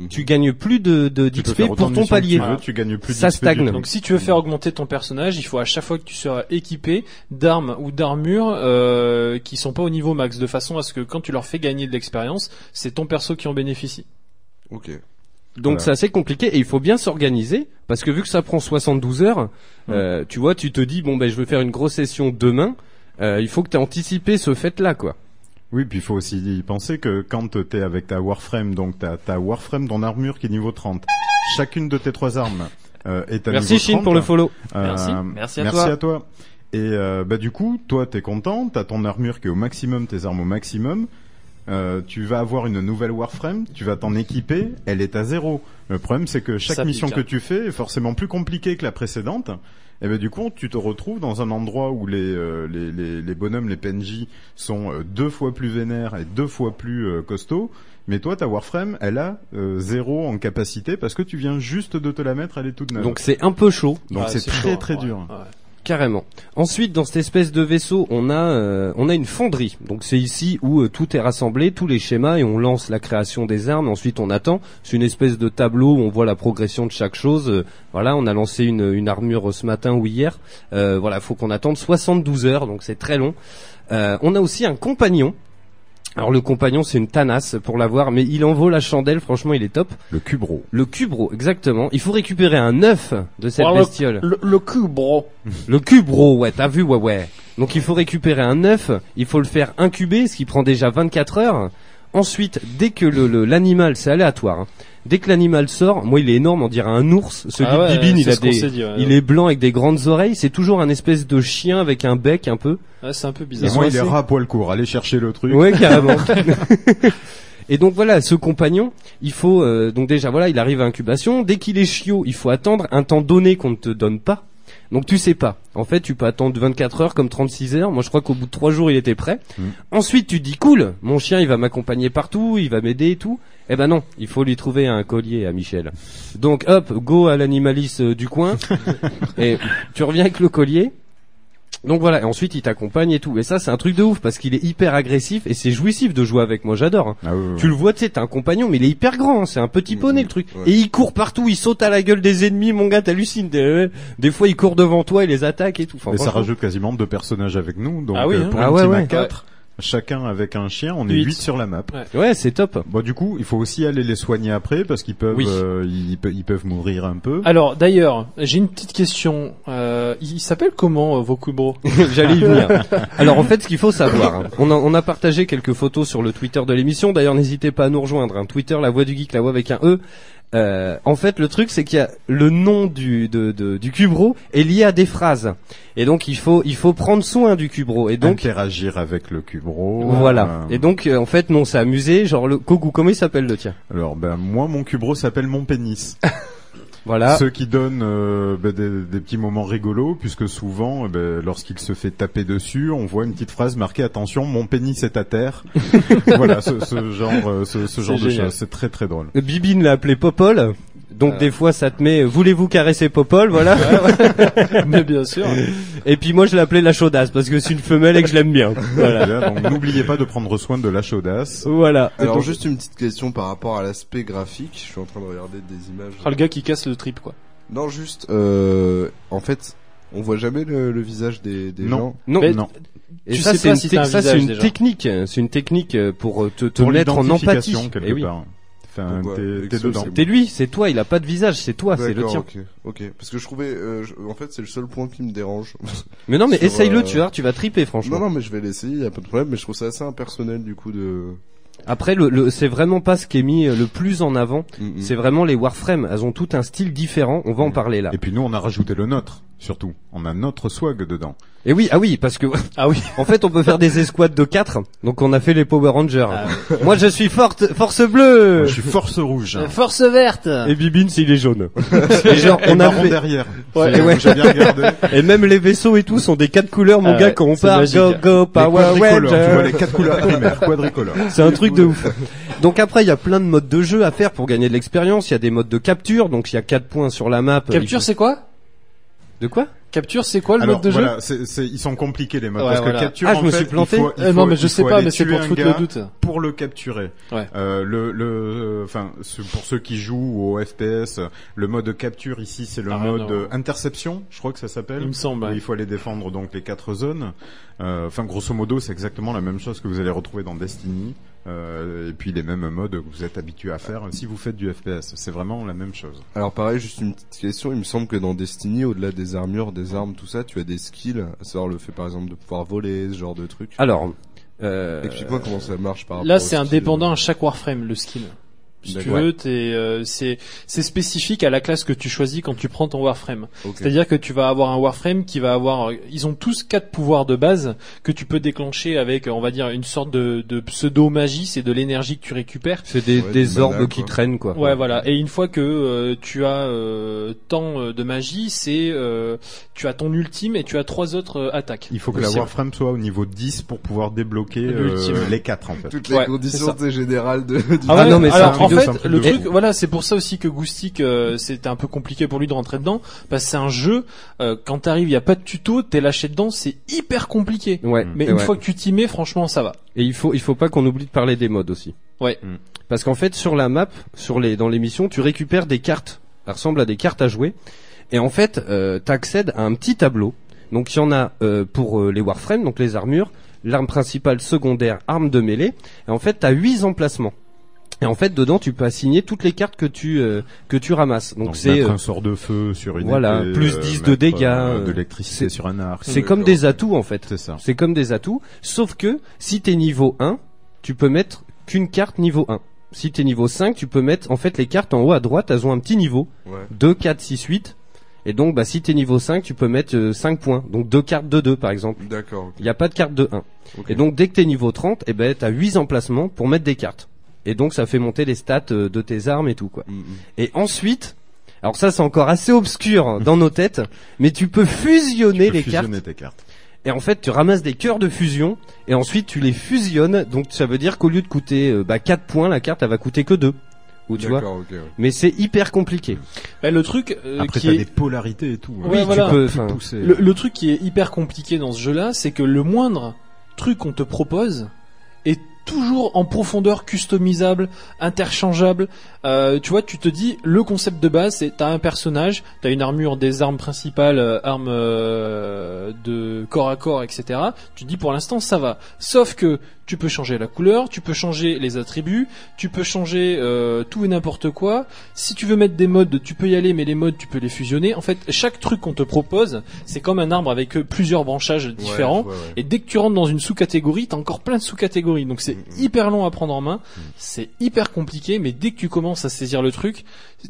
E: Mhm.
D: tu gagnes plus de, de
G: Tu peux
D: d'XP
G: faire autant
D: pour
G: de
D: ton
G: missions que
D: palier.
G: Tu, veux, tu gagnes plus
D: Ça
G: d'XP du
D: stagne.
G: tout.
H: Donc si tu veux faire augmenter ton personnage, il faut à chaque fois que tu seras équipé d'armes ou d'armures euh, qui sont pas au niveau max, de façon à ce que quand tu leur fais gagner de l'expérience, c'est ton perso qui en bénéficie.
E: Ok.
D: Donc
G: Voilà.
D: c'est assez compliqué et il faut bien s'organiser parce que vu que ça prend 72 heures,
G: Mm.
D: euh, tu vois, tu te dis bon ben je vais faire une grosse session demain. euh, il faut que tu anticipé ce fait-là quoi.
G: Oui, puis il faut aussi y penser que quand t'es avec ta Warframe, donc t'as ta Warframe, ton armure qui est niveau 30. Chacune de tes trois armes euh, est à
D: Merci
G: niveau
D: Chine
G: 30.
D: pour le follow.
G: Euh,
F: Merci. Merci à
G: Merci
F: toi.
G: à toi. Et euh, bah du coup, toi t'es content, t'as ton armure qui est au maximum, tes armes au maximum. Euh, tu vas avoir une nouvelle Warframe, tu vas t'en équiper, elle est à zéro. Le problème c'est que chaque
H: Ça pique,
G: mission
H: hein.
G: que tu fais est forcément plus compliquée que la précédente. Et ben du coup, tu te retrouves dans un endroit où les euh, les, les, les bonhommes, les PNJ sont euh, deux fois plus vénères et deux fois plus euh, costauds. Mais toi, ta Warframe, elle a euh, zéro en capacité parce que tu viens juste de te la mettre, elle est toute neuve.
D: Donc c'est un peu chaud
G: Donc
H: Ouais,
G: c'est très
H: Ah, chaud,
G: très
H: ouais,
G: dur.
H: ouais.
D: carrément. Ensuite dans cette espèce de vaisseau, on a euh, on a une fonderie. Donc c'est ici où euh, tout est rassemblé, tous les schémas et on lance la création des armes, ensuite on attend. C'est une espèce de tableau où on voit la progression de chaque chose. Euh, voilà, on a lancé une, une armure euh, ce matin ou hier. Euh, voilà, faut qu'on attende 72 heures, donc c'est très long. Euh, on a aussi un compagnon. Alors le compagnon c'est une tanasse pour l'avoir, mais il en vaut la chandelle. Franchement, il est top.
G: Le cubro.
D: Le cubro, exactement. Il faut récupérer un œuf de cette
H: Oh, le-
D: bestiole.
H: Le, le cul, bro.
D: Le cubro, ouais, t'as vu, ouais, ouais. Donc il faut récupérer un œuf, il faut le faire incuber, ce qui prend déjà 24 heures. Ensuite, dès que le- le- l'animal, c'est aléatoire, hein. Dès que l'animal sort, moi il est énorme, on dirait un ours. Celui
H: Ah ouais,
D: de Bibine,
H: c'est
D: il a
H: ce qu'on
D: des,
H: s'est dit, ouais,
D: il
H: ouais.
D: est blanc avec des grandes oreilles. C'est toujours un espèce de chien avec un bec un peu.
H: Ouais, c'est un peu bizarre.
G: Et
D: sont
G: moi, il est
D: assez-
G: rat à poil court. Allez chercher le truc.
D: Ouais, carrément. Et donc voilà, ce compagnon, il faut euh, donc déjà voilà, il arrive à incubation. Dès qu'il est chiot, il faut attendre un temps donné qu'on ne te donne pas. Donc tu sais pas. En fait, tu peux attendre 24 heures comme 36 heures. Moi, je crois qu'au bout de 3 jours, il était prêt. Ensuite, tu dis cool, mon chien, il va m'accompagner partout, il va m'aider et tout. Eh ben non, il faut lui trouver un collier à Michel. Donc hop, go à l'animaliste euh, du coin et tu reviens avec le collier. Donc voilà, et ensuite il t'accompagne et tout. Et ça, c'est un truc de ouf parce qu'il est hyper agressif et c'est jouissif de jouer avec moi, j'adore. hein.
G: Ah ouais, ouais.
D: Tu le vois, tu sais, t'as un compagnon, mais il est hyper grand, hein, c'est un petit poney le truc.
E: ouais.
D: Et il court partout, il saute à la gueule des ennemis, mon gars, t'hallucines. Des, des fois, il court devant toi, il les attaque et tout. Enfin,
G: Mais ça
D: franchement,
G: rajoute quasiment deux personnages avec nous. Donc,
H: Ah oui,
G: euh,
H: hein.
G: pour
D: Ah
G: une
D: ouais,
G: team à
D: ouais.
G: quatre, chacun avec un chien, on est
H: Huit.
G: huit sur la map.
D: Ouais, c'est top.
G: Bon, du coup, il faut aussi aller les soigner après parce qu'ils peuvent,
H: Oui. Ah,
G: euh, ils, pe- ils peuvent mourir un peu.
H: Alors d'ailleurs, j'ai une petite question. Euh, il s'appelle comment euh, vos Kubro
D: J'allais y venir. Alors en fait, ce qu'il faut savoir, hein, on, a, on a partagé quelques photos sur le Twitter de l'émission. D'ailleurs, n'hésitez pas à nous rejoindre. hein. Twitter, la voix du geek, la voix avec un E. Euh, en fait, le truc, c'est qu'il y a le nom du de, de- du cubro est lié à des phrases, et donc il faut il faut prendre soin du cubro. Et donc
G: interagir avec le
D: Ah,
G: cubro.
D: voilà.
G: Euh,
D: Et donc euh, en fait, non, s'est amusé. Genre le Kogu, comment il s'appelle le tien
G: Alors, ben moi, mon cubro s'appelle mon pénis.
D: Voilà.
G: Ce qui donne euh, ben, des, des petits moments rigolos, puisque souvent, euh, ben, lorsqu'il se fait taper dessus, on voit une petite phrase marquée "Attention, mon pénis est à terre". voilà, ce, ce genre, euh, ce, ce genre de
H: génial.
G: choses, c'est très très drôle.
D: Bibine l'a appelé Popol. Donc
H: Euh.
D: des fois, ça te met. euh, Voulez-vous caresser Popol Voilà.
H: Mais bien sûr.
D: et puis moi, je l'appelais la chaudasse parce que c'est une femelle et que je l'aime bien. Voilà.
G: Et là, donc, N'oubliez pas de prendre soin de la chaudasse.
D: Voilà.
G: Ah,
D: Et
E: Alors
D: donc-
E: juste une petite question par rapport à l'aspect graphique. Je suis en train de regarder des images.
H: Ah, le gars qui casse le trip quoi.
E: Non, juste, euh, en fait, on voit jamais le, le visage des, des
G: Non.
E: gens.
D: Non,
H: Mais-
G: non.
D: Et
H: Tu
D: ça,
H: sais
D: c'est
H: pas
D: une,
H: si
D: te-
H: t'as un
D: ça, c'est
H: visage,
D: une
H: déjà.
D: technique, euh, c'est une technique euh, pour euh, te, te
G: Pour
D: mettre en empathie.
G: l'identification, quelque
D: Eh oui.
G: part. Enfin,
E: Donc, ouais,
G: t'es-
E: avec
G: t'es
E: ça,
G: dedans.
E: c'est bon.
D: C'est lui, c'est toi, il a pas de visage, c'est toi, Ah, c'est le
E: D'accord,
D: tien.
E: Ok, ok. Parce que je trouvais, euh, je- en fait, c'est le seul point qui me dérange.
D: Mais non, mais
E: Sur,
D: essaye-le,
E: euh,
D: tu vois, tu vas triper, franchement.
E: non, non, mais je vais l'essayer, y a pas de problème. Mais je trouve ça assez impersonnel du coup de.
D: Après, le, le- c'est vraiment pas ce qui est mis euh, le plus en avant.
E: Mm, mm.
D: C'est vraiment les Warframes. Elles ont tout un style différent. On va en parler là.
G: Et puis nous, on a rajouté le nôtre, surtout. On a notre swag dedans.
D: Et oui, ah oui, parce que
H: Ah oui.
D: en fait, on peut faire des escouades de 4 Donc, on a fait les Power Rangers. Moi, je suis forte, force bleue.
G: Moi, je suis force rouge. hein.
H: Force verte.
D: Et Bibine, s'il est jaune. Et genre,
G: Et
D: on a
G: marron
D: fait.
G: derrière.
D: Ouais,
G: C'est-
D: et ouais.
G: J'ai bien regardé.
D: Et même les vaisseaux et tout sont des quatre couleurs, mon
H: Ah
D: gars,
H: ouais,
D: quand on
H: c'est
D: part,
H: magique.
D: go, go,
G: Les
D: Power
G: quadricolores, Tu vois les
D: Ranger.
G: quatre couleurs primaires, quadricolores.
D: C'est un truc de ouf. Donc après, il y a plein de modes de jeu à faire pour gagner de l'expérience. Il y a des modes de capture, donc il y a quatre points sur la map.
H: Capture c'est quoi
D: de quoi
H: Capture c'est quoi le
G: Alors
H: mode de jeu Euh,
G: voilà, c'est- c'est- ils sont compliqués les modes
H: Ouais,
G: parce
H: voilà.
G: que capture
D: Ah, je
G: en
D: me
G: fait,
D: suis planté.
G: il faut- il
H: Euh, Non
G: faut-
H: mais je
G: il
H: sais
G: faut
H: pas,
G: aller
H: mais c'est
G: tuer
H: pour
G: un
H: te foutre
G: gars
H: le doute.
G: pour le capturer.
H: Ouais.
G: Euh, le, le, enfin, ce- pour ceux qui jouent au FPS, le mode capture ici, c'est le
H: Ah,
G: mode
H: non.
G: euh, interception, je crois que ça s'appelle.
H: Il me semble.
G: où
H: ouais.
G: Il faut aller défendre donc les quatre zones. Euh, Enfin, grosso modo, c'est exactement la même chose que vous allez retrouver dans Destiny. Euh, et puis les mêmes modes que vous êtes habitué à faire si vous faites du FPS. C'est vraiment la même chose.
E: Alors pareil, juste une petite question. Il me semble que dans Destiny, au-delà des armures, des armes, tout ça, tu as des skills. À savoir le fait, par exemple, de pouvoir voler, ce genre de truc.
D: Alors, euh,
E: Explique-moi comment ça marche par rapport.
H: Ah, Là,
E: aux
H: c'est
E: skills.
H: indépendant à chaque Warframe, le skill. Si tu
E: D'accord.
H: veux, t'es, euh, c'est c'est spécifique à la classe que tu choisis quand tu prends ton Warframe.
E: Ok.
H: C'est-à-dire que tu vas avoir un Warframe qui va avoir, euh, ils ont tous quatre pouvoirs de base que tu peux déclencher avec, euh, on va dire, une sorte de, de pseudo magie, c'est de l'énergie que tu récupères.
D: c'est des,
E: Ouais,
D: des
E: du
D: orbes
E: mana,
D: qui
E: quoi.
D: traînent, quoi.
H: Ouais, voilà. Et une fois que euh, tu as euh, tant euh, de magie, c'est euh, tu as ton ultime et tu as trois autres euh, attaques.
G: Il faut que la
H: Possible.
G: Warframe soit au niveau 10 pour pouvoir débloquer euh,
H: L'ultime.
G: les quatre en fait.
E: Toutes les
H: Ouais,
E: conditions
H: c'est ça.
E: tu sais, générales de. du-
D: Ah non, mais c'est un
H: alors
D: truc
G: de-
H: en
G: c'est
H: fait
G: un truc
H: le
G: de
H: truc
G: fou.
H: voilà c'est pour ça aussi que Goustic euh, c'était un peu compliqué pour lui de rentrer dedans parce que c'est un jeu euh, quand t'arrives il y a pas de tuto t'es lâché dedans c'est hyper compliqué
D: Ouais.
G: Mm.
H: mais
D: et
H: une
D: ouais.
H: fois que tu t'y mets franchement ça va
D: Et il faut, il faut pas qu'on oublie de parler des modes aussi.
H: Ouais.
G: Mm.
D: Parce qu'en fait, sur la map, sur les, dans l'émission, tu récupères des cartes. Elles ressemblent à des cartes à jouer. Et en fait, euh, t'accèdes à un petit tableau. Donc, il y en a euh, pour euh, les Warframes, donc les armures, l'arme principale, secondaire, arme de mêlée. Et en fait, t'as huit emplacements. Et en fait, dedans, tu peux assigner toutes les cartes que tu euh, que tu ramasses. Donc,
G: Donc
D: c'est
G: mettre
D: euh,
G: un sort de feu sur une
D: voilà,
G: épée,
D: plus
G: euh,
D: 10 de
G: mettre,
D: dégâts,
G: euh,
D: euh,
G: de l'électricité
D: c'est-
G: sur un arc.
D: c'est comme des atouts en fait.
G: C'est ça.
D: C'est comme des atouts, sauf que si t'es niveau 1, tu peux mettre qu'une carte niveau 1. si t'es niveau 5, tu peux mettre en fait les cartes en haut à droite, elles ont un petit niveau.
E: Ouais.
D: 2, 4, 6, 8. Et donc bah si t'es niveau 5, tu peux mettre euh, 5 points. Donc deux cartes de 2 par exemple.
E: D'accord.
D: Il n'y a pas de carte de 1.
E: ok.
D: Et donc dès que t'es niveau 30, eh ben t'as 8 emplacements pour mettre des cartes. Et donc ça fait monter les stats euh, de tes armes et tout quoi.
E: Mm, mm.
D: Et ensuite, alors ça c'est encore assez obscur hein, dans nos têtes, mais tu peux fusionner
G: Tu peux
D: les cartes.
G: fusionner tes cartes.
D: Et en fait, tu ramasses des cœurs de fusion et ensuite tu les fusionnes. Donc ça veut dire qu'au lieu de coûter euh, bah, 4 points, la carte elle va coûter que 2. Ou tu vois.
E: D'accord, ok. ouais.
D: Mais c'est hyper compliqué.
H: Bah, le truc euh,
G: Après,
H: qui
G: t'as
H: est
G: des polarités et tout. hein.
H: Oui,
D: tu
H: voilà.
D: peux, enfin,
G: Pousser.
H: Le, le truc qui est hyper compliqué dans ce jeu-là, c'est que le moindre truc qu'on te propose est toujours en profondeur customisable, interchangeable. Euh, tu vois, tu te dis, le concept de base, c'est t'as un personnage, t'as une armure, des armes principales, euh, armes euh, de corps à corps, etc. Tu te dis, pour l'instant, ça va. Sauf que tu peux changer la couleur, tu peux changer les attributs, tu peux changer euh, tout et n'importe quoi. Si tu veux mettre des modes, tu peux y aller, mais les modes, tu peux les fusionner. En fait, chaque truc qu'on te propose, c'est comme un arbre avec euh, plusieurs branchages différents.
E: Ouais, ouais, ouais.
H: Et dès que tu rentres dans une sous-catégorie, t'as encore plein de sous-catégories. Donc c'est hyper long à prendre en main, c'est hyper compliqué, mais dès que tu commences à saisir le truc,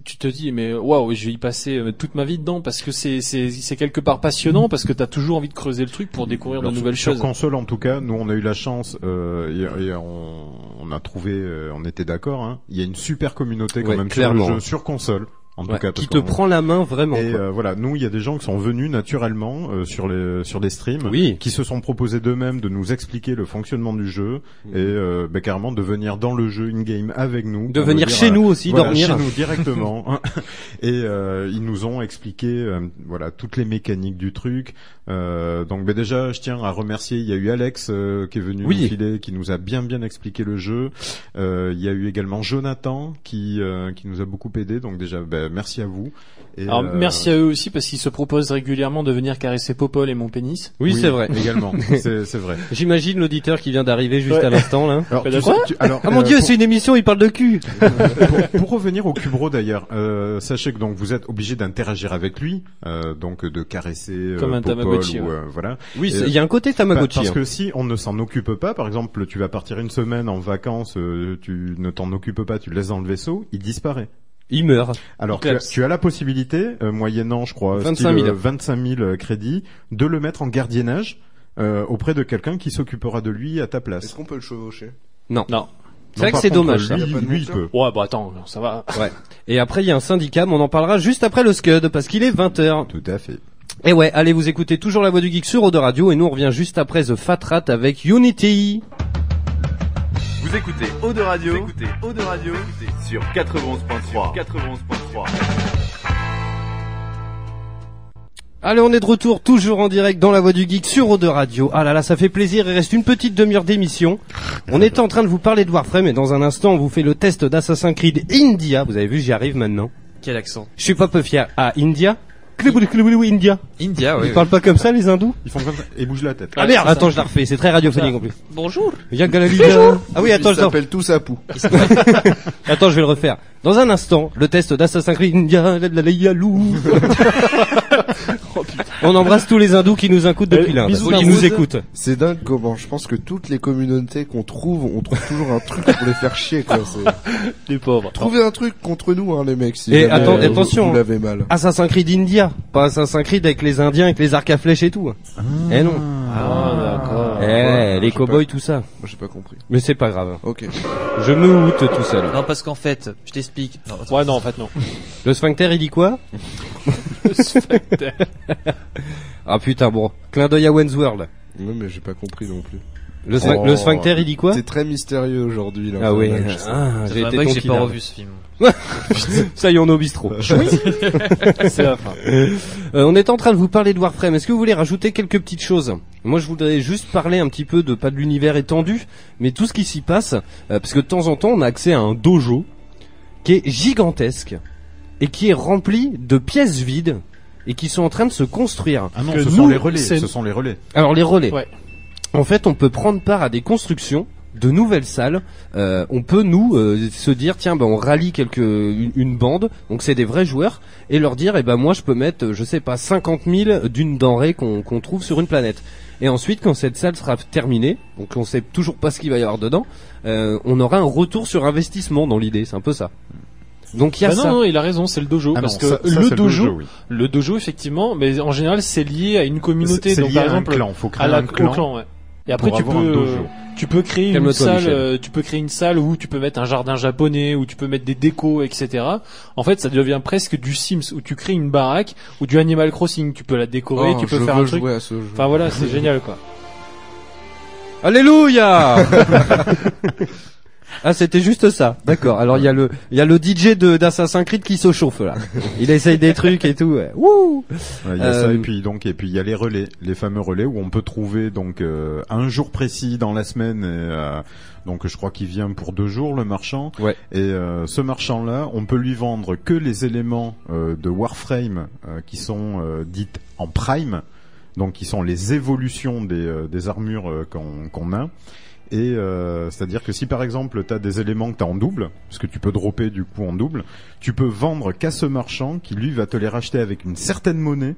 H: tu te dis mais waouh, je vais y passer euh, toute ma vie dedans parce que c'est c'est c'est quelque part passionnant parce que t'as toujours envie de creuser le truc pour découvrir
G: Mm. Alors,
H: de nouvelles
G: sur,
H: choses.
G: Sur console, en tout cas, nous on a eu la chance euh, et, et on, on a trouvé, euh, on était d'accord. hein, il y a une super communauté quand
D: Ouais,
G: même
D: clairement.
G: sur le jeu, sur console, en tout
D: ouais,
G: cas.
D: qui
G: parce
D: te
G: qu'on-
D: prend la main vraiment.
G: Et
D: quoi.
G: euh, voilà, nous il y a des gens qui sont venus naturellement euh, sur les sur les streams,
D: Oui.
G: qui se sont proposés d'eux-mêmes de nous expliquer le fonctionnement du jeu
D: Mm.
G: et euh, bah, carrément de venir dans le jeu in game avec nous,
D: de
G: pour
D: venir
G: dire,
D: chez
G: euh,
D: nous aussi
G: voilà,
D: dormir.
G: chez nous directement et euh, ils nous ont expliqué euh, voilà toutes les mécaniques du truc Euh, donc ben déjà je tiens à remercier il y a eu Alex euh, qui est venu
D: Oui.
G: nous filer qui nous a bien bien expliqué le jeu Euh, il y a eu également Jonathan qui euh, qui nous a beaucoup aidé donc déjà ben, merci à vous et,
H: Alors
G: euh,
H: merci à eux aussi parce qu'ils se proposent régulièrement de venir caresser Popol et mon pénis.
D: Oui, c'est vrai.
G: également c'est c'est vrai
D: J'imagine l'auditeur qui vient d'arriver juste
H: Ouais.
D: à l'instant là.
G: alors,
H: Ben,
G: tu
H: d'accord.
G: sais- tu- alors,
D: Ah mon
G: euh,
D: dieu,
G: pour-
D: c'est une émission, il parle de cul.
G: pour, pour revenir au Cubro d'ailleurs, euh, sachez que donc vous êtes obligé d'interagir avec lui, euh, donc de caresser euh,
H: Comme un
G: Popol
H: Tamagotchi,
G: ou,
H: ouais.
G: euh, voilà.
D: Oui,
G: Euh,
D: c'est- il y a un côté Tamagotchi.
G: Pa- Parce
D: hein.
G: que si on ne s'en occupe pas, par exemple, tu vas partir une semaine en vacances, euh, tu ne t'en occupes pas, tu le laisses dans le vaisseau, il disparaît.
D: Il meurt.
G: Alors
H: Il
G: tu as,
H: collapse.
G: tu as la possibilité, euh, moyennant je crois
D: 25 000.
G: style, euh, 25 000 crédits, de le mettre en gardiennage. euh, auprès de quelqu'un qui s'occupera de lui à ta
E: Est-ce
G: place.
E: qu'on peut le chevaucher
H: Non.
D: C'est vrai
G: Non,
D: que
G: par
D: c'est
G: contre,
D: dommage. ça.
E: Y
G: Lui,
E: a pas de
G: lui, il
E: menteur
G: peut.
H: Ouais bah attends, ça va.
D: Et après, il y a un syndicat, mais on en parlera juste après le Scud parce qu'il est 20h.
G: Tout à fait.
D: Et ouais, allez vous écoutez toujours la voix du geek sur Eau de Radio et nous on revient juste après The Fat Rat avec Unity.
C: Vous écoutez Eau de Radio, vous écoutez Eau de Radio vous écoutez sur 91.3, 91.3.
D: Allez, on est de retour toujours en direct dans la voix du geek sur Eau de Radio. Ah là là, ça fait plaisir, il reste une petite demi-heure d'émission. On est en train de vous parler de Warframe et dans un instant on vous fait le test d'Assassin's Creed India. Vous avez vu, j'y arrive maintenant.
F: Quel accent
D: Je suis pas peu fier. Ah, India Cléboulou, cléboulou, India.
F: India,
D: Ils
F: oui.
D: parlent pas comme ça les hindous
G: Ils font comme ça et bouge la tête.
D: Ah merde, attends, je la refais, c'est très radiophonique en plus.
F: Bonjour.
D: Yagalaliga. Ah oui, attends,
E: Ils
D: je la
E: s'appellent tous à pou.
D: Attends, je vais le refaire. Dans un instant, le test d'Assassin's Creed India, la, la, la, ya, lou.
E: Oh,
D: On embrasse tous les hindous qui nous écoutent depuis
H: Euh,
D: l'Inde.
H: bisous,
D: Qui
H: hindous.
D: nous écoutent.
E: C'est dingue comment je pense que toutes les communautés qu'on trouve, on trouve toujours un truc pour les faire chier quoi. C'est-
H: Les pauvres.
E: Trouvez un truc contre nous hein les mecs. Si
D: Et
E: jamais,
D: attends-
E: euh, vous-
D: attention,
E: Vous
D: hein.
E: l'avez mal.
D: Assassin's Creed India. Pas Assassin's Creed avec les Indiens, avec les arcs à flèches et tout. Eh non.
H: Ah, d'accord.
D: eh, les
E: ouais, je sais pas.
D: cowboys, tout ça.
E: Moi, J'ai pas compris.
D: Mais c'est pas grave.
E: Ok.
D: Je me houte tout seul.
F: Non, parce qu'en fait, je t'explique. Non, attends.
H: Ouais non en fait non.
D: Le sphincter, il dit quoi? Ah putain, bon. Clin d'œil à Wayne's World.
E: Non mais j'ai pas compris non plus.
D: Le, sphin-
E: Oh.
D: le sphincter, il dit quoi?
E: C'est très mystérieux aujourd'hui là.
D: Ah oui.
E: Ouais, je sais.
D: Ah,
F: C'est
D: j'ai
F: vrai
D: été
F: que j'ai pas
D: conquis, là.
F: revu ce film.
D: Ça y est, on est au bistrot.
H: C'est la fin.
D: Euh, on est en train de vous parler de Warframe. Est-ce que vous voulez rajouter quelques petites choses Moi, je voudrais juste parler un petit peu de pas de l'univers étendu, mais tout ce qui s'y passe, euh, parce que de temps en temps, on a accès à un dojo qui est gigantesque et qui est rempli de pièces vides et qui sont en train de se construire.
G: Ah non,
H: que
G: ce
H: nous,
G: sont les relais.
H: c'est-
G: Ce sont les relais.
D: Alors les relais.
H: Ouais.
D: En fait, on peut prendre part à des constructions de nouvelles salles, euh, on peut nous euh, se dire tiens ben on rallie quelques une, une bande, donc c'est des vrais joueurs et leur dire eh ben moi je peux mettre euh, je sais pas 50 000 d'une denrée qu'on qu'on trouve sur une planète. Et ensuite quand cette salle sera terminée, donc on sait toujours pas ce qu'il va y avoir dedans, euh, on aura un retour sur investissement dans l'idée, c'est un peu ça. Donc il y a
H: Bah non,
D: ça.
H: non, il a raison, c'est le dojo.
G: Ah non,
H: parce que
G: ça- ça,
H: le,
G: c'est
H: dojo,
G: oui.
H: le dojo, effectivement, mais en général, c'est lié à une communauté.
G: C'est- c'est
H: donc,
G: lié
H: par
G: à un
H: exemple,
G: clan. Faut créer
H: à la,
G: un clan.
H: au clan, ouais. Et après,
G: pour
H: tu
G: avoir un
H: peux, euh,
G: dojo.
H: tu peux créer une
D: Calme-toi,
H: salle,
D: Michel.
H: euh, tu peux créer une salle où tu peux mettre un jardin japonais, où tu peux mettre des décos, etc. En fait, ça devient presque du Sims, où tu crées une baraque, ou du Animal Crossing, tu peux la décorer,
E: Oh,
H: tu peux
E: je
H: faire
E: veux
H: un truc.
E: jouer à ce jeu.
H: Enfin voilà, c'est génial, quoi.
D: Alléluia Ah, c'était juste ça. D'accord. Alors il y a le il y a le DJ de d'Assassin's Creed qui se chauffe là. Il essaye des trucs et tout. ouais. Wouh
G: Ouais, il y a ça
D: Euh,
G: et puis donc et puis il y a les relais, les fameux relais où on peut trouver donc euh, un jour précis dans la semaine. et, euh, donc je crois qu'il vient pour deux jours le marchand.
D: Ouais.
G: Et euh, ce marchand là, on peut lui vendre que les éléments euh, de Warframe euh, qui sont euh, dites en prime, donc qui sont les évolutions des, euh, des armures euh, qu'on qu'on a. Et euh, c'est-à-dire que si par exemple tu as des éléments que tu as en double, parce que tu peux dropper du coup en double, tu peux vendre qu'à ce marchand qui lui va te les racheter avec une certaine monnaie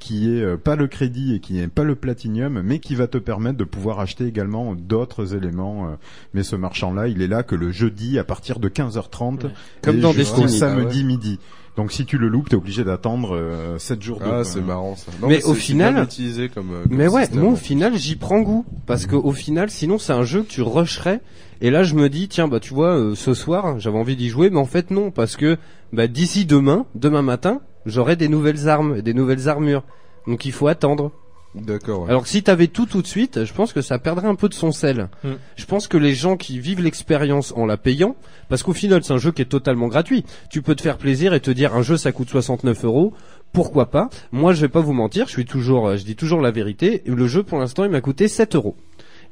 G: qui est euh, pas le crédit et qui n'est pas le platinium, mais qui va te permettre de pouvoir acheter également d'autres éléments. euh, Mais ce marchand-là, il est là que le jeudi à partir de 15h30,
H: Ouais.
D: Comme
G: et
D: dans
E: Ah
G: jusqu'au
D: Destiny.
G: samedi midi. Donc si tu le loupes, t'es obligé d'attendre euh, 7 jours de...
E: Ah, c'est marrant ça. Non,
D: Mais
E: c'est-
D: au
E: c'est
D: final-
E: bien utilisé comme, euh, comme
D: Mais ouais,
E: système.
D: moi au final j'y prends goût parce que au final sinon c'est un jeu que tu rusherais et là je me dis tiens bah tu vois euh, ce soir j'avais envie d'y jouer mais en fait non parce que bah d'ici demain demain matin j'aurai des nouvelles armes et des nouvelles armures donc il faut attendre.
E: D'accord. ouais.
D: Alors que si t'avais tout tout de suite, je pense que ça perdrait un peu de son sel.
H: Mm.
E: Hmm.
D: Je pense que les gens qui vivent l'expérience en la payant, parce qu'au final c'est un jeu qui est totalement gratuit. Tu peux te faire plaisir et te dire un jeu ça coûte 69 euros, pourquoi pas Moi je vais pas vous mentir, je suis toujours, euh, je dis toujours la vérité. Le jeu pour l'instant il m'a coûté 7 euros.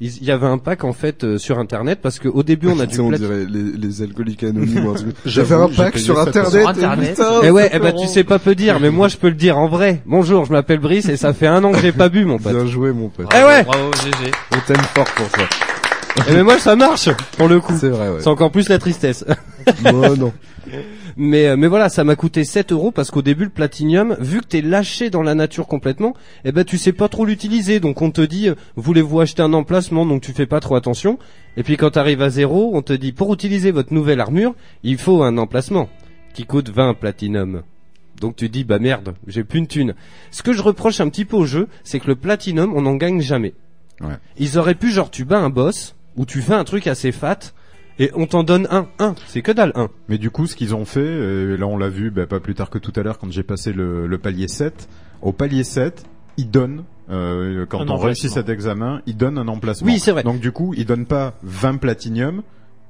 D: Il il y avait un pack en fait euh, sur internet parce qu'au début on a dû
E: Tu sais, on
D: plat-
E: dirait les, les alcooliques anonymes. ou un truc. J'ai
G: J'avoue,
E: fait un
G: j'ai
E: pack
G: payé
E: sur
G: ça,
E: internet.
F: sur Internet.
E: putain,
D: Eh ouais, eh
E: Florent.
D: ben tu sais pas peu dire, mais moi je peux le dire en vrai. Bonjour, je m'appelle Brice et ça fait un an que j'ai pas bu mon pote.
E: Bien joué, mon pote.
D: Eh ouais.
F: Bravo, GG.
E: On t'aime fort pour ça.
D: Eh, mais moi ça marche pour le coup.
E: C'est vrai, ouais.
D: C'est encore plus la tristesse.
E: Moi, non.
D: Mais, euh, mais voilà, ça m'a coûté 7 euros parce qu'au début, le platinium, vu que t'es lâché dans la nature complètement, eh ben, tu sais pas trop l'utiliser. Donc, on te dit, euh, voulez-vous acheter un emplacement? Donc, tu fais pas trop attention. Et puis, quand t'arrives à zéro, on te dit, pour utiliser votre nouvelle armure, il faut un emplacement qui coûte 20 platinum. Donc, tu dis, bah merde, j'ai plus une thune. Ce que je reproche un petit peu au jeu, c'est que le platinum, on n'en gagne jamais.
G: Ouais.
D: Ils auraient pu, genre, tu bats un boss, ou tu fais un truc assez fat, et on t'en donne un, un. C'est que dalle, un.
G: Mais du coup, ce qu'ils ont fait, euh, là on l'a vu bah, pas plus tard que tout à l'heure quand j'ai passé le, le palier 7, au palier 7, ils donnent, euh,
H: Un
G: quand on
H: emplacement.
G: réussit cet examen, ils donnent un emplacement.
D: Oui, c'est vrai.
G: Donc du coup, ils donnent pas 20 platinium,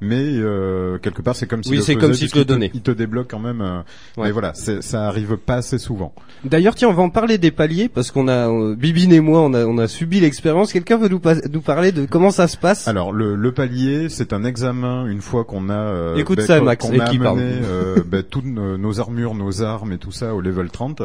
G: mais euh, quelque part c'est comme si
D: Oui,
G: le
D: c'est
G: faisaient,
D: comme s'ils te
G: puisqu'ils
D: le donnaient.
G: Ils te débloquent quand même. euh,
D: Ouais.
G: Mais voilà, c'est- ça arrive pas assez souvent.
D: D'ailleurs, tiens, on va en parler des paliers parce qu'on a euh, Bibine et moi, on a on a subi l'expérience. Quelqu'un veut nous, pas- nous parler de comment ça se passe
G: Alors le, le palier, c'est un examen une fois qu'on a euh,
D: Écoute
G: ben,
D: ça,
G: qu'on-
D: Max,
G: qu'on
D: et
G: a
D: qui parle.
G: amené euh, ben, toutes nos, nos armures, nos armes et tout ça au level 30.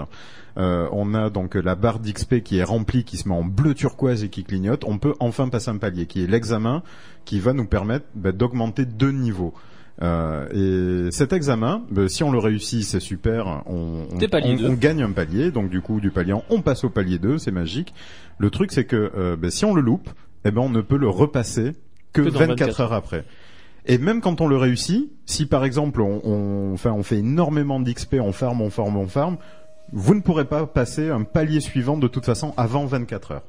G: Euh, on a donc la barre d'XP qui est remplie, qui se met en bleu turquoise et qui clignote. On peut enfin passer un palier, qui est l'examen, qui va nous permettre ben, d'augmenter deux niveaux. Euh, et cet examen, ben, si on le réussit, c'est super. On, on,
H: T'es palier
G: on-
H: deux.
G: on gagne un palier, donc du coup du palier 1, on passe au palier 2, c'est magique. Le truc c'est que euh, ben, si on le loupe, eh ben on ne peut le repasser que,
H: Que dans
G: 24,
H: 24
G: heures après. Et même quand on le réussit, si par exemple on, on, enfin, on fait énormément d'XP, on farm, on farm, on farm, vous ne pourrez pas passer un palier suivant de toute façon avant 24 heures.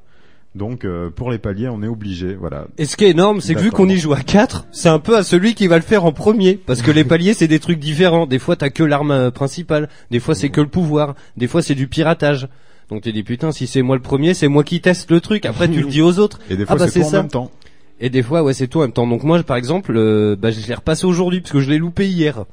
G: Donc euh, pour les paliers, on est obligé, voilà.
D: Et ce qui est énorme, c'est que vu
G: D'accord.
D: qu'on y joue à 4, c'est un peu à celui qui va le faire en premier parce que les paliers c'est des trucs différents. Des fois t'as que l'arme euh, principale, des fois c'est que le pouvoir, des fois c'est du piratage. Donc tu dis putain, si c'est moi le premier, c'est moi qui teste le truc. Après tu le dis aux autres.
G: Et des fois
D: bah, c'est
G: c'est tout en
D: ça.
G: même temps.
D: Et des fois, ouais, c'est tout en même temps. Donc moi, par exemple, euh, bah, je l'ai repassé aujourd'hui parce que je l'ai loupé hier.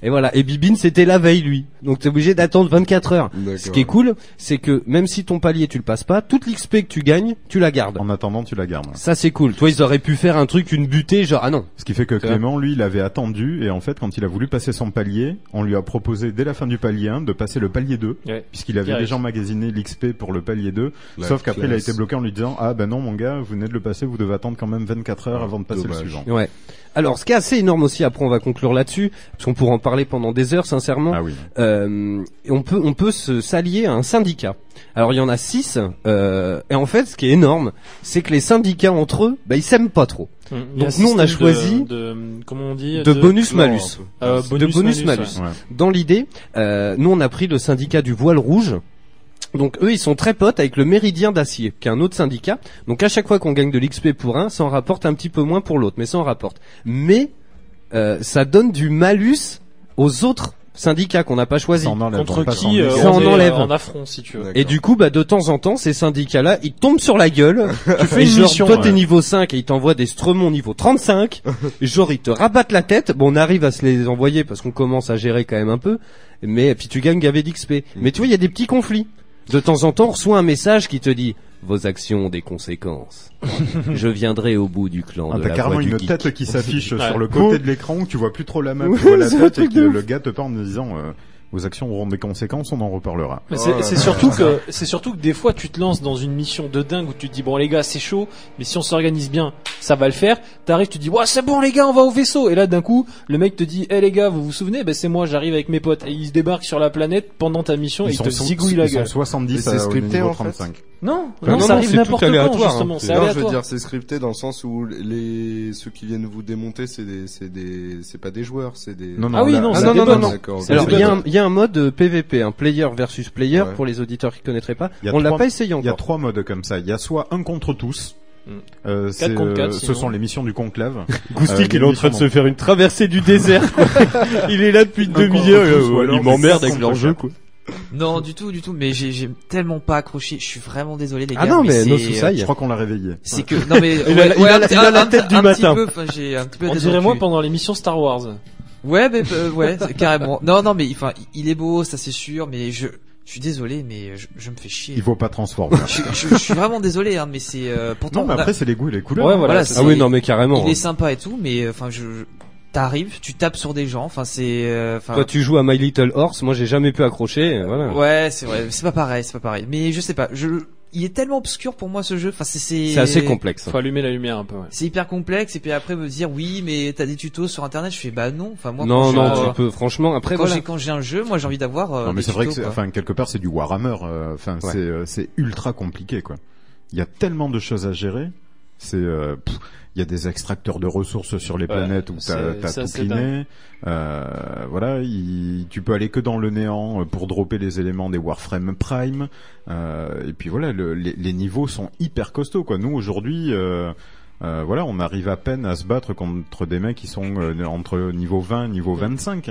D: et voilà. Et Bibine, c'était la veille, lui. Donc t'es obligé d'attendre 24 heures.
E: D'accord.
D: Ce qui est cool, c'est que même si ton palier tu le passes pas, toute l'XP que tu gagnes, tu la gardes.
G: En attendant, tu la gardes.
D: Ça c'est cool. Toi, ils auraient pu faire un truc, une butée, genre ah non.
G: Ce qui fait que
D: vrai.
G: Clément, lui, il avait attendu, et en fait, quand il a voulu passer son palier, on lui a proposé dès la fin du palier 1 de passer le palier 2,
H: Ouais.
G: puisqu'il avait
H: Direct.
G: déjà emmagasiné l'XP pour le palier 2,
E: La
G: sauf qu'après, il a
E: classe.
G: été bloqué en lui disant, ah ben non, mon gars, vous venez de le passer, vous devez attendre quand même même 24 heures avant de passer
E: Dommage.
G: le suivant.
D: Ouais. Alors, ce qui est assez énorme aussi, après on va conclure là-dessus, parce qu'on pourra en parler pendant des heures, sincèrement.
G: Ah oui.
D: Euh, et on peut on peut se s'allier à un syndicat. Alors il y en a six. euh, et en fait, ce qui est énorme, c'est que les syndicats entre eux, bah, ils s'aiment pas trop.
H: Mm. Il y
D: Donc
H: un
D: nous, on a
H: système
D: choisi
H: de, de- comment on dit
D: De, bonus-malus.
H: Euh,
D: de bonus-malus.
H: ouais.
G: Ouais.
D: Dans l'idée, euh, nous on a pris le syndicat du voile rouge. Donc eux, ils sont très potes avec le Méridien d'acier, qui est un autre syndicat. Donc à chaque fois qu'on gagne de l'XP pour un, ça en rapporte un petit peu moins pour l'autre, mais ça en rapporte. Mais euh, ça donne du malus aux autres syndicats qu'on n'a pas choisis.
G: Ça en enlève,
H: Contre
G: on passe en
H: qui euh,
G: dégage.
D: Ça
H: on
D: en
H: est,
D: enlève.
H: euh, en affront si tu veux.
D: Et du coup, bah, de temps en temps, ces syndicats-là, ils tombent sur la gueule.
H: Tu
D: Et
H: fais une
D: genre,
H: mission.
D: toi,
H: ouais.
D: t'es niveau 5 et ils t'envoient des stremons niveau 35. genre, ils te rabattent la tête. Bon, on arrive à se les envoyer parce qu'on commence à gérer quand même un peu. Mais puis tu gagnes gavé d'XP.
G: Mm.
D: Mais tu vois, il y a des petits conflits. De temps en temps, on reçoit un message qui te dit vos actions ont des conséquences. Je viendrai au bout du
E: Oh
D: clan
G: Ah,
D: de
G: t'as
D: la
G: carrément
D: voix du
G: une
D: geek.
G: tête qui s'affiche
H: Ouais.
G: sur le côté de l'écran où tu vois plus trop la map,
D: Ouais,
G: tu vois la
D: c'est un
G: tête et
D: truc
G: que
D: de
G: le gars te parle en disant euh, vos actions auront des conséquences, on en reparlera.
H: Mais c'est
E: Oh là
H: c'est
E: là.
H: surtout que c'est surtout que des fois tu te lances dans une mission de dingue où tu te dis bon les gars c'est chaud mais si on s'organise bien ça va le faire t'arrives tu te dis ouais c'est bon les gars on va au vaisseau et là d'un coup le mec te dit eh les gars vous vous souvenez ben c'est moi j'arrive avec mes potes et ils se débarquent sur la planète pendant ta mission et ils te zigouillent la
G: ils sont
H: gueule
G: 70
E: Mais c'est
G: à, au
E: scripté,
G: niveau
E: en fait.
G: 35.
H: non
D: Bah
H: non,
D: non,
H: ça
D: non,
H: arrive
D: c'est tout
H: n'importe quand
D: aléatoire, hein.
H: justement c'est
E: Non, je veux
H: aléatoire
E: dire, c'est scripté dans le sens où les ceux qui viennent vous démonter, c'est des, c'est des, c'est pas des joueurs, c'est des.
G: Non, non,
H: ah oui
G: là-
H: non
D: Ah,
H: c'est
D: non,
H: des
D: non,
H: bots.
D: non,
E: D'accord, ok.
D: Alors,
H: C'est
D: il y, a
H: des
D: un- il y a un mode euh, PVP, un player versus player,
E: Ouais.
D: pour les auditeurs qui connaîtraient pas.
G: Il y a
D: On l'a
G: trois-
D: pas essayé
G: Il y a
D: encore.
G: trois modes comme ça. Il y a soit un contre tous.
H: Mm.
G: Euh, c'est,
H: contre quatre,
G: euh, ce
H: sinon.
G: sont les missions du conclave.
D: Goustic,
G: Euh,
D: il est en train de se faire une traversée du désert. quoi. il est là depuis une
G: Un
D: demi-heure.
G: contre tous,
D: euh,
G: ou alors
D: il m'emmerde
G: des
D: avec leur
G: contre
D: jeu, quoi.
F: Non, du tout, du tout. Mais j'ai j'ai tellement pas accroché. Je suis vraiment désolé, les gars.
D: Ah non, mais
F: c'est- euh,
D: No Suicide.
G: Je crois qu'on l'a réveillé.
F: C'est que non mais
D: Il a- il a- il a la
F: un-
D: tête
F: un-
D: du
F: un
D: matin.
F: Petit peu, enfin, j'ai un petit peu
H: on
F: des
H: dirait
F: enculés.
H: moi pendant les missions Star Wars
F: Ouais, mais, euh, ouais, c'est- carrément. Non, non, mais enfin, il est beau, ça c'est sûr, mais je, je suis désolé, mais je, je me fais
G: Il
F: chier.
G: faut pas transformer.
F: Je, je- je suis vraiment désolé, hein, mais c'est euh, pourtant.
G: non, mais
F: on a-
G: après, c'est les goûts et les couleurs.
H: Ouais, voilà,
F: c'est-
D: Ah oui, non, mais carrément.
F: il est sympa et tout, mais euh, enfin, je, je- t'arrives, tu tapes sur des gens, enfin c'est, euh, enfin.
D: hein. Toi, tu joues à My Little Horse. Moi, j'ai jamais pu accrocher. euh, Voilà.
F: Ouais, c'est vrai, c'est pas pareil, c'est pas pareil. Mais je sais pas, je, il est tellement obscur pour moi ce jeu, enfin c'est c'est.
D: C'est assez complexe. hein.
H: faut allumer la lumière un peu ouais.
F: C'est hyper complexe et puis après me dire oui mais t'as des tutos sur internet je fais bah non enfin moi
D: non,
F: quand
D: non,
F: j'ai-
D: tu peux. Franchement, après,
F: quand
D: voilà.
F: j'ai quand j'ai un jeu moi j'ai envie d'avoir euh,
G: Non, mais
F: des
G: c'est vrai que,
F: tutos,
G: c'est-
F: quoi.
G: enfin, quelque part, c'est du Warhammer. euh, Enfin, c'est, euh, c'est ultra compliqué, quoi. Il y a tellement de choses à gérer. C'est, euh, pff, il y a des extracteurs de ressources sur les
H: Ouais,
G: planètes où t'as,
H: c'est-
G: t'as
H: ça,
G: tout
H: c'est
G: cliné. Euh, voilà, il- tu peux aller que dans le néant euh, pour dropper les éléments des Warframe Prime. Euh, et puis voilà, le- les, les niveaux sont hyper costauds, quoi. Nous aujourd'hui. euh, euh, voilà, on arrive à peine à se battre contre des mecs qui sont euh, entre niveau 20 et niveau 25.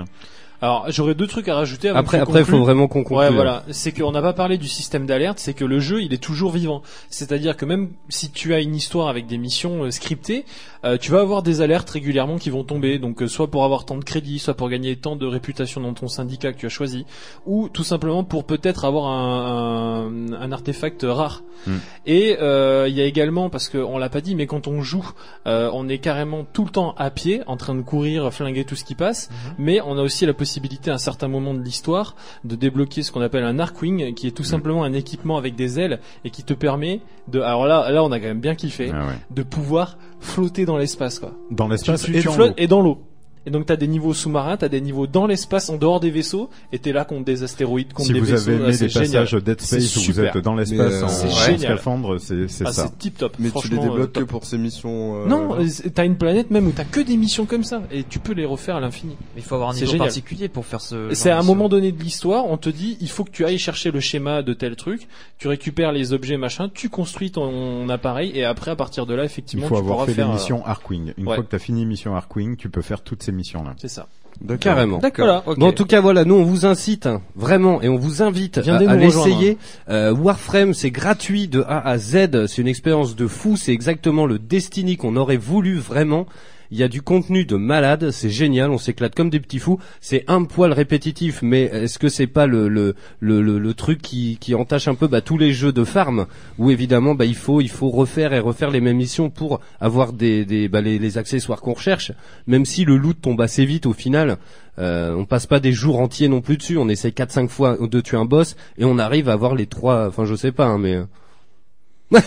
H: alors j'aurais deux trucs à rajouter avant
D: Après,
H: qu'on
D: après, il
H: conclue.
D: faut vraiment qu'on conclue. hein.
H: Ouais, voilà. C'est qu'on n'a pas parlé du système d'alerte, c'est que le jeu, il est toujours vivant. C'est-à-dire que même si tu as une histoire avec des missions euh, scriptées, euh, tu vas avoir des alertes régulièrement qui vont tomber. Donc, euh, soit pour avoir tant de crédit, soit pour gagner tant de réputation dans ton syndicat que tu as choisi, ou tout simplement pour peut-être avoir un, un, un artefact rare.
G: Hmm.
H: Et euh, il y a également, parce qu'on l'a pas dit, mais quand on joue, euh, on est carrément tout le temps à pied, en train de courir, flinguer tout ce qui passe. Mais on a aussi la possibilité, à un certain moment de l'histoire, de débloquer ce qu'on appelle un Arcwing, qui est tout simplement un équipement avec des ailes et qui te permet de. Alors là, là, on a quand même bien kiffé,
G: Ah ouais.
H: de pouvoir flotter dans l'espace, quoi.
G: Dans l'espace
H: tu,
G: et
H: tu
G: en
H: flottes
G: haut.
H: et dans l'eau. Et donc t'as des niveaux sous-marins, t'as des niveaux dans l'espace, en dehors des vaisseaux, et t'es là contre des astéroïdes, contre
G: Si
H: des
G: vous
H: vaisseaux.
G: avez
H: ah,
G: aimé
H: c'est
G: les
H: génial.
G: passages Dead Space
H: C'est
G: où vous
H: super.
G: êtes dans l'espace
E: Mais, euh,
G: en,
E: c'est
G: en
H: génial.
G: scaphandre, c'est c'est
H: Ah,
G: ça.
H: c'est tip top.
E: Mais tu les
H: franchement, euh,
E: débloques que
H: top.
E: pour ces missions. euh,
H: Non, euh, c'est- t'as une planète même où t'as que des missions comme ça, et tu peux les refaire à l'infini.
F: Mais il faut avoir un
H: C'est
F: niveau
H: génial.
F: particulier pour faire ce. genre
H: C'est à un
F: de-
H: moment donné de l'histoire, on te dit, il faut que tu ailles chercher le schéma de tel truc, tu récupères les objets machin, tu construis ton appareil et après à partir de là
G: Il
H: effectivement
G: faut
H: tu
G: avoir
H: pourras
G: fait les
H: faire. euh,
G: missions Arcwing. Une
H: ouais.
G: fois que t'as fini mission Arcwing, tu peux faire toutes ces missions-là.
H: C'est ça.
E: D'accord.
D: euh, Carrément.
F: D'accord.
H: Voilà.
F: ok.
D: Bon, en tout cas, voilà, nous on vous incite hein, vraiment et on vous invite à,
H: Viendez
D: à
H: nous rejoindre,
D: l'essayer. Euh, Warframe, c'est gratuit de A à Z. C'est une expérience de fou. C'est exactement le Destiny qu'on aurait voulu vraiment. Il y a du contenu de malade, c'est génial, on s'éclate comme des petits fous. C'est un poil répétitif, mais est-ce que c'est pas le le, le, le le truc qui qui entache un peu bah, tous les jeux de farm où évidemment bah il faut il faut refaire et refaire les mêmes missions pour avoir des des bah, les, les accessoires qu'on recherche. Même si le loot tombe assez vite au final, euh, on passe pas des jours entiers non plus dessus, on essaie 4-5 fois de tuer un boss et on arrive à avoir les trois, enfin je sais pas, hein, mais euh,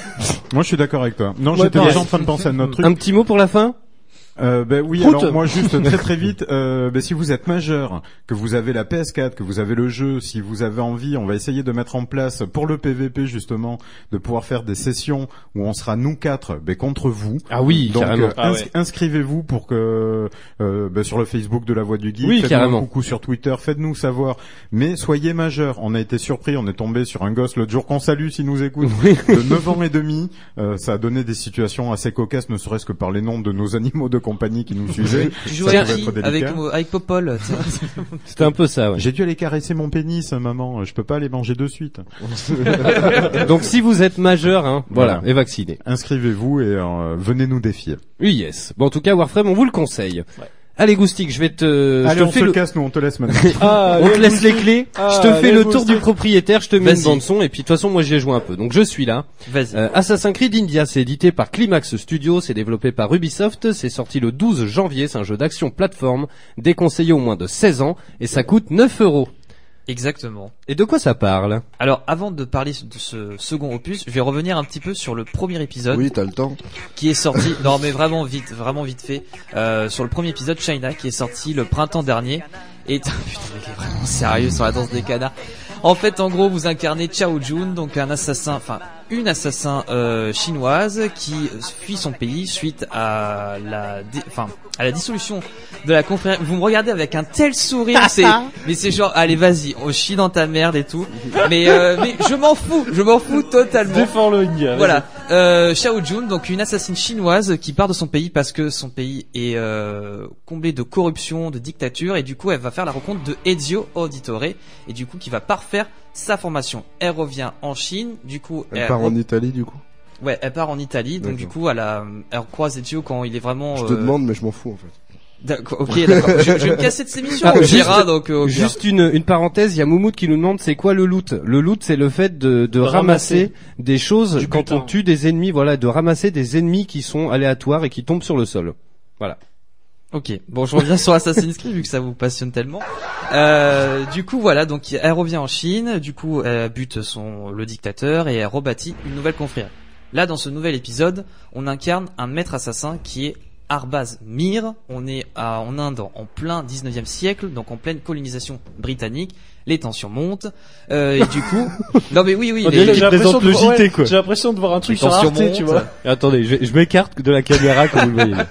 G: Moi, je suis d'accord avec toi. Non,
D: Ouais,
G: j'étais
D: pareil.
G: déjà en train de penser à notre truc.
D: Un petit mot pour la fin
G: Euh, ben oui,
D: Prout.
G: alors moi juste très très vite, euh, ben, si vous êtes majeur, que vous avez la PS4, que vous avez le jeu, si vous avez envie, on va essayer de mettre en place pour le PVP justement de pouvoir faire des sessions où on sera nous quatre, ben contre vous.
D: Ah oui,
G: Donc
D: carrément.
G: euh,
H: Ah
G: ins-
H: ouais.
G: inscrivez-vous pour que euh, ben, sur le Facebook de la Voix du Geek,
D: Oui,
G: faites-nous
D: carrément.
G: un coucou sur Twitter, faites-nous savoir. Mais soyez majeur. On a été surpris, on est tombé sur un gosse l'autre jour qu'on salue s'il nous écoute de 9 ans et demi. Euh, ça a donné des situations assez cocasses, ne serait-ce que par les noms de nos animaux de compagnie qui nous suivaient.
F: Tu
G: Ça
F: jouais à
G: pouvait
F: qui
G: être délicat.
F: avec, avec Popol. tu sais.
D: euh, C'était un peu ça, ouais.
G: J'ai dû aller caresser mon pénis, euh, maman. Je peux pas aller manger de suite.
D: Donc si vous êtes majeur, hein, voilà,
G: Voilà.
D: et vacciné.
G: Inscrivez-vous et euh, venez nous défier.
D: Oui, yes. Bon, en tout cas, Warframe, on vous le conseille.
H: Ouais.
D: Allez, Goustic, je vais te...
G: Allez,
D: je te
G: on se
D: fais le-
G: casse, nous, on te laisse maintenant.
H: Ah,
D: On te laisse les clés,
H: Ah,
D: je te fais
H: les
D: le tour
H: Goustics.
D: du propriétaire, je te mets une
F: Vas-y.
D: bande son, et puis de toute façon, moi, j'y ai joué un peu. Donc je suis là.
F: Vas-y.
D: Euh, Assassin's Creed India, c'est édité par Climax Studio, c'est développé par Ubisoft, c'est sorti le 12 janvier, c'est un jeu d'action plateforme, déconseillé aux moins de 16 ans, et ça coûte 9 euros.
F: Exactement.
D: Et de quoi ça parle
F: Alors, avant de parler de ce second opus, je vais revenir un petit peu sur le premier épisode
E: Oui, t'as le temps.
F: qui est sorti. Non, mais vraiment vite, vraiment vite fait. Euh, sur le premier épisode, China, qui est sorti le printemps dernier. Et putain, mec, il est vraiment sérieux sur la danse des canards. En fait, en gros, vous incarnez Chao Jun, donc un assassin, enfin une assassin euh, chinoise qui fuit son pays suite à la, dé- enfin à la dissolution de la conférence. Vous me regardez avec un tel sourire, c'est, mais c'est genre, allez vas-y, on chie dans ta merde et tout. Mais, euh, mais je m'en fous, je m'en fous totalement.
H: Défends-le, India. vas-y.
F: Voilà, euh, Xiao Jun, donc une assassine chinoise qui part de son pays parce que son pays est euh, comblé de corruption, de dictature, et du coup elle va faire la rencontre de Ezio Auditore, et du coup qui va parfaire sa formation. Elle revient en Chine, du coup
E: Elle part en Italie, du coup.
F: ouais, elle part en Italie,
E: D'accord.
F: donc du coup elle, a- elle croise Ezio quand il est vraiment...
E: Je te
F: euh,
E: demande, mais je m'en fous, en fait.
F: d'accord, ok, d'accord. je, je vais me casser de cette émission,
D: Ah,
F: on
D: juste-
F: verra, donc... euh, au pire.
D: Juste une, une parenthèse, il y a Moumoud qui nous demande c'est quoi le loot Le loot c'est le fait de, de ramasser,
H: ramasser
D: des choses
H: Du
D: quand
H: butin.
D: on tue des ennemis, voilà, de ramasser des ennemis qui sont aléatoires et qui tombent sur le sol.
F: Ok, bon je reviens sur Assassin's Creed vu que ça vous passionne tellement. Euh, du coup voilà, donc elle revient en Chine, du coup elle bute son le dictateur et elle rebâtit une nouvelle confrérie. Là dans ce nouvel épisode, on incarne un maître assassin qui est Arbaz Mir. On est à, en Inde en plein 19e siècle, donc en pleine colonisation britannique. Les tensions montent euh, et du coup, non mais oui oui,
H: On
F: les-
H: dirait
F: les-
H: que j'ai l'impression
D: présente
H: de
D: le
H: voir-
D: JT,
H: ouais,
D: quoi.
H: J'ai l'impression de voir un truc
F: Les
H: sur
F: tensions
H: Arte, tu
F: montent.
H: vois.
D: attendez, je, m'écarte de la caméra comme vous le voyez.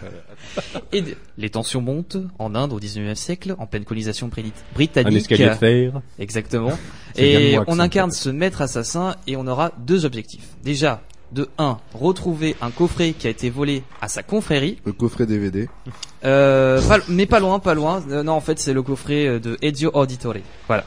F: et de- les tensions montent en Inde au 19e siècle, en pleine colonisation brit- britannique.
D: fer.
F: Exactement.
G: C'est bien
F: Et
G: moi que
F: on
G: ça me
F: incarne
G: fait.
F: ce maître assassin et on aura deux objectifs. Déjà, de 1, retrouver un coffret qui a été volé à sa confrérie.
E: Le coffret DVD.
F: Euh, pas- mais pas loin, pas loin. Euh, non, en fait, c'est le coffret euh, de Ezio Auditore. Voilà.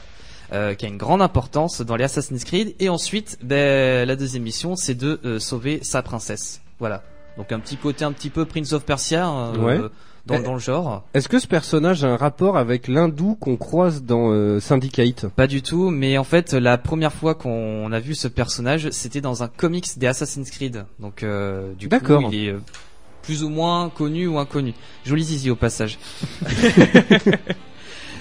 F: Euh, qui a une grande importance dans les Assassin's Creed. Et ensuite, ben, la deuxième mission, c'est de euh, sauver sa princesse. Voilà. Donc un petit côté un petit peu Prince of Persia euh,
D: Ouais.
F: dans,
G: Eh,
F: dans le genre.
D: Est-ce que ce personnage a un rapport avec l'hindou qu'on croise dans euh, Syndicate
F: Pas du tout, mais en fait, la première fois qu'on a vu ce personnage, c'était dans un comics des Assassin's Creed. Donc, euh, du coup,
D: D'accord.
F: il est euh, plus ou moins connu ou inconnu. Joli zizi au passage.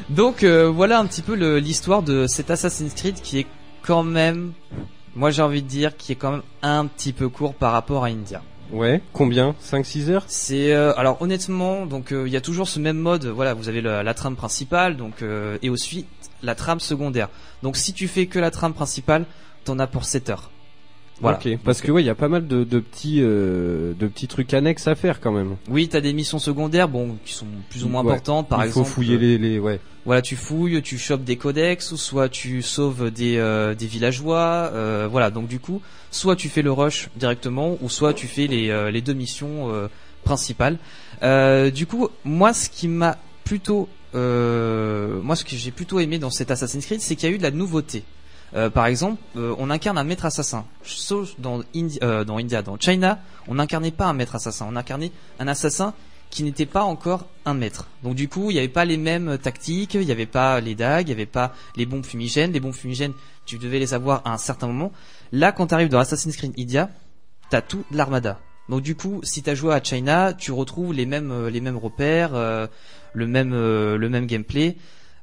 F: Donc, euh, voilà un petit peu le- l'histoire de cet Assassin's Creed qui est quand même, moi j'ai envie de dire, qui est quand même un petit peu court par rapport à India.
D: Ouais. Combien 5-6 heures
F: C'est euh, alors honnêtement, donc euh, il y a toujours ce même mode. Voilà, vous avez la, la trame principale, donc euh, et ensuite la trame secondaire. Donc si tu fais que la trame principale, t'en as pour 7 heures. Voilà.
D: Ok, Parce que ouais, il y a pas mal de, de petits euh, de petits trucs annexes à faire quand même.
F: Oui, t'as des missions secondaires, bon, qui sont plus ou moins
D: Ouais.
F: importantes. Par
D: il
F: exemple,
D: faut fouiller
F: euh,
D: les, les ouais.
F: voilà, tu fouilles, tu chopes des codex, ou soit tu sauves des, euh, des villageois, euh, voilà. Donc du coup, soit tu fais le rush directement, ou soit tu fais les, euh, les deux missions euh, principales. Euh, du coup, moi, ce qui m'a plutôt, euh, moi, ce que j'ai plutôt aimé dans cet Assassin's Creed, c'est qu'il y a eu de la nouveauté. Euh, par exemple, euh, on incarne un maître assassin. Sauf dans, Indi- euh, dans India, dans China, on n'incarnait pas un maître assassin, on incarnait un assassin qui n'était pas encore un maître. Donc du coup, il n'y avait pas les mêmes tactiques, il n'y avait pas les dagues, il n'y avait pas les bombes fumigènes. Les bombes fumigènes, tu devais les avoir à un certain moment. Là, quand tu arrives dans Assassin's Creed India, t'as tout de l'armada. Donc du coup, si t'as joué à China, tu retrouves les mêmes euh, les mêmes repères, euh, le même euh, le même gameplay.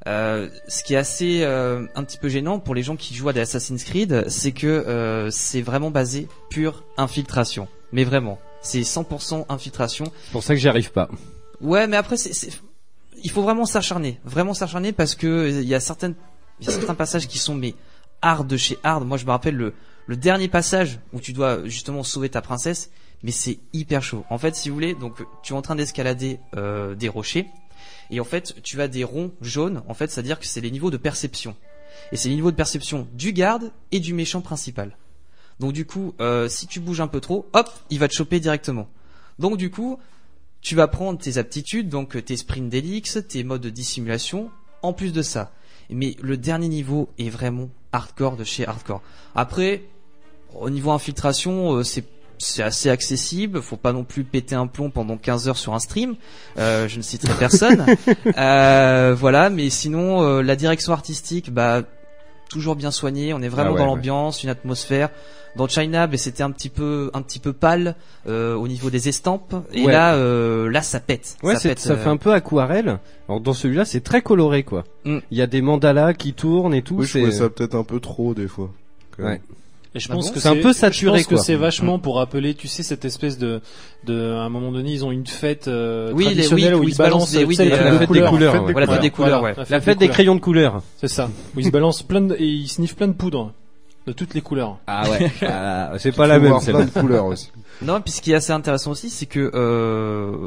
F: Euh, ce qui est assez euh, un petit peu gênant pour les gens qui jouent à des Assassin's Creed, c'est que euh, c'est vraiment basé pure infiltration. Mais vraiment, c'est 100% infiltration.
D: C'est pour ça que j'y arrive pas.
F: Ouais, mais après, c'est, c'est- il faut vraiment s'acharner, vraiment s'acharner parce que il y a certaines, il y a certains passages qui sont mais hard de chez hard. Moi, je me rappelle le le dernier passage où tu dois justement sauver ta princesse, mais c'est hyper chaud. En fait, si vous voulez, donc tu es en train d'escalader euh, des rochers et en fait tu as des ronds jaunes. En fait, c'est-à-dire que c'est les niveaux de perception et c'est les niveaux de perception du garde et du méchant principal. Donc du coup, euh, si tu bouges un peu trop, hop, il va te choper directement. Donc du coup, tu vas prendre tes aptitudes, donc euh, tes sprints d'élix, tes modes de dissimulation, en plus de ça. Mais le dernier niveau est vraiment hardcore de chez hardcore. Après, au niveau infiltration, euh, c'est c'est assez accessible, faut pas non plus péter un plomb pendant 15 heures sur un stream, euh, je ne citerai personne. Euh, voilà, mais sinon euh, la direction artistique, bah toujours bien soignée, on est vraiment
G: Ah ouais,
F: dans
G: ouais.
F: l'ambiance, une atmosphère. Dans China, bah, c'était un petit peu un petit peu pâle euh, au niveau des estampes et
D: Ouais.
F: là euh, là ça pète.
D: Ouais,
F: ça,
D: c'est-
F: pète,
D: ça
F: euh,
D: fait un peu aquarelle. Alors dans celui-là, c'est très coloré quoi. Il
F: Mm.
D: y a des mandalas qui tournent et tout.
E: Oui, je
D: c'est
E: trouvais ça peut-être un peu trop des fois. euh, quand même.
D: Ouais.
H: Et je
F: Ah
H: pense
F: bon
H: que
D: C'est un peu
H: Je
D: saturé,
H: pense que
D: quoi.
H: c'est vachement pour rappeler, tu sais, cette espèce de, de, à un moment donné, ils ont une fête euh,
F: Oui, les-
H: traditionnelle
F: oui,
H: où
F: oui,
H: ils balancent
F: des- oui,
H: tu sais,
F: des- euh,
H: le
F: la
H: truc de
F: fête des
D: couleurs,
H: fête
D: ouais.
H: des
F: Voilà, la fête des couleurs, ouais.
D: La fête des
H: couleurs.
D: crayons de couleur.
H: C'est ça. Où ils se balancent plein de, et ils sniffent plein de poudre de toutes les couleurs.
D: Ah ouais. c'est
E: Tu
D: pas la
E: peux
D: même
E: voir
D: celle-là.
E: plein de couleurs aussi.
F: Non, puis ce qui est assez intéressant aussi, c'est que euh,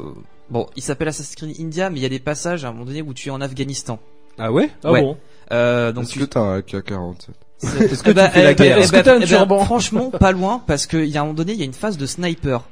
F: bon, il s'appelle Assassin's Creed India, mais il y a des passages à un moment donné où tu es en Afghanistan.
D: Ah ouais.
H: Ah
F: Ouais.
H: bon
F: Euh, donc
E: Est-ce
F: tu eh ben,
E: que t'as un AK-47
F: est-ce
D: que tu fais la guerre
H: Est-ce que t'as un turban
F: eh Franchement, pas loin, parce qu'il y a un moment donné, il y a une phase de sniper.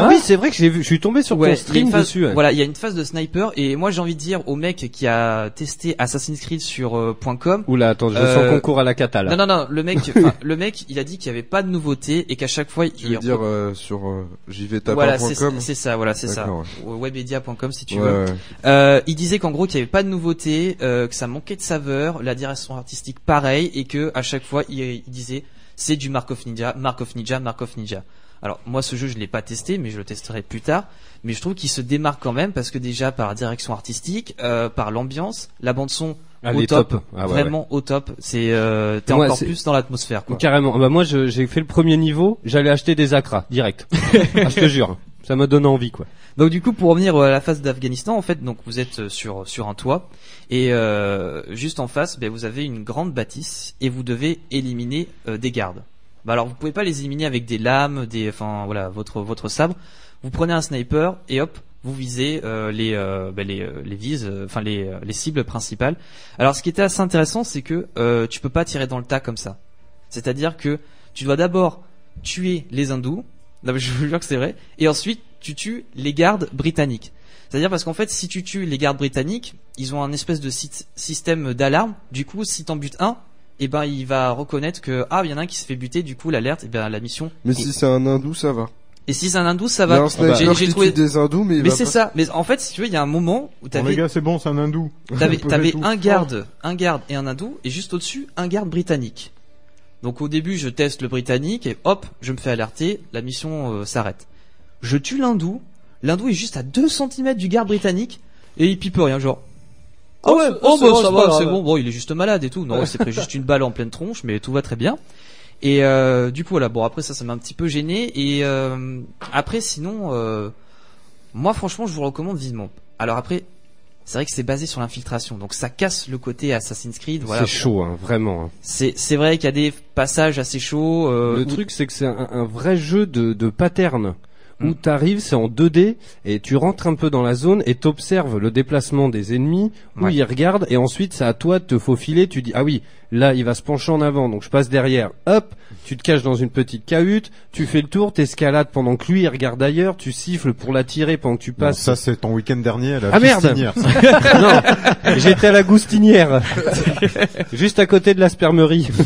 D: Ah oui, c'est vrai que j'ai vu. Je suis tombé sur
F: Ouais,
D: ton
F: il y a
D: stream
F: une phase-
D: dessus. ouais.
F: Voilà, il y a une phase de sniper, et moi j'ai envie de dire au mec qui a testé Assassin's Creed sur euh, .com,
D: Oula, attends, je sens
F: Euh,
D: concours à la cata là.
F: non non non, le mec, enfin, le mec, il a dit qu'il y avait pas de nouveauté et qu'à chaque fois,
E: Tu
F: il
E: veux dire euh, sur euh, jvtapin.com
F: voilà, c'est c'est ça, voilà, c'est ça,
E: D'accord,
F: Ou webedia.com si tu
E: ouais,
F: veux.
E: ouais.
F: Euh, il disait qu'en gros qu'il n'y avait pas de nouveauté, euh, que ça manquait de saveur, la direction artistique pareil, et que à chaque fois il, il disait c'est du Mark of Ninja, Mark of Ninja, Mark of Ninja. Alors moi ce jeu je l'ai pas testé, mais je le testerai plus tard. Mais je trouve qu'il se démarque quand même parce que déjà par la direction artistique, euh, par l'ambiance, la bande son
D: Ah,
F: au
D: les
F: top,
D: top. Ah ouais,
F: vraiment au top. C'est euh, t'es
D: Moi,
F: encore
D: c'est-
F: plus dans l'atmosphère quoi.
D: Carrément. Bah moi, je- j'ai fait le premier niveau. J'allais acheter des acras direct. Ah, je te jure. Ça m'a donné envie quoi.
F: Donc du coup, pour revenir euh, à la phase d'Afghanistan, en fait, donc vous êtes euh, sur sur un toit et euh, juste en face, ben, vous avez une grande bâtisse et vous devez éliminer euh, des gardes. Bah alors vous pouvez pas les éliminer avec des lames, des enfin voilà votre votre sabre. Vous prenez un sniper et hop, vous visez euh, les euh, ben, les euh, les vises, euh, enfin les euh, les cibles principales. Alors ce qui était assez intéressant, c'est que euh, tu peux pas tirer dans le tas comme ça. C'est-à-dire que tu dois d'abord tuer les hindous. Non, mais je vous jure que c'est vrai. Et ensuite, tu tues les gardes britanniques. C'est-à-dire parce qu'en fait, si tu tues les gardes britanniques, ils ont un espèce de syst- système d'alarme. Du coup, si t'en butes un, eh ben, il va reconnaître que ah, il y en a un qui se fait buter. Du coup, l'alerte, eh ben, la mission.
E: Mais si c'est un hindou, ça va.
F: Et si c'est un hindou, ça
E: Il y a
F: va.
E: un sniper
F: J'ai-
E: qui
F: J'ai
E: tue
F: trouvé.
E: des hindous, mais il
F: Mais
E: va
F: c'est
E: pas-
F: ça. Mais en fait, si tu veux, il y a un moment où
G: Bon, Oh, les
F: t'avais
G: gars, c'est bon, c'est un hindou.
F: T'avais,
G: Vous pouvez
F: t'avais
G: tout.
F: un garde, un garde et un hindou, et juste au-dessus, un garde britannique. Donc au début, je teste le britannique, et hop, je me fais alerter, la mission euh, s'arrête. Je tue l'hindou, l'hindou est juste à 2 cm du garde britannique, et il pipe rien, genre... Ah ouais, oh,
I: c'est
F: bah,
I: bon,
F: ça
I: c'est pas
F: va,
I: grave.
F: c'est bon, bon, il est juste malade et tout. Non, il s'est pris juste une balle en pleine tronche, mais tout va très bien. Et euh, du coup, voilà, bon, après ça, ça m'a un petit peu gêné, et euh, après, sinon, euh, moi, franchement, je vous recommande vivement. Alors après, c'est vrai que c'est basé sur l'infiltration, donc ça casse le côté Assassin's Creed. Voilà.
D: C'est chaud, hein, vraiment. hein.
F: C'est c'est vrai qu'il y a des passages assez chauds. euh,
D: le
F: où-
D: truc, c'est que c'est un, un vrai jeu de, de pattern. Où
F: Mm.
D: t'arrives, c'est en 2D, et tu rentres un peu dans la zone, et t'observes le déplacement des ennemis, où
F: Ouais.
D: ils regardent, et ensuite c'est à toi de te faufiler, tu dis, ah oui, là il va se pencher en avant, donc je passe derrière, hop, tu te caches dans une petite cahute, tu fais le tour, t'escalades pendant que lui il regarde ailleurs, tu siffles pour l'attirer pendant que tu
G: Non,
D: passes.
G: ça, c'est ton week-end dernier. à La
D: Ah, merde.
G: Fistinière.
D: non, j'étais à la goustinière, juste à côté de la spermerie.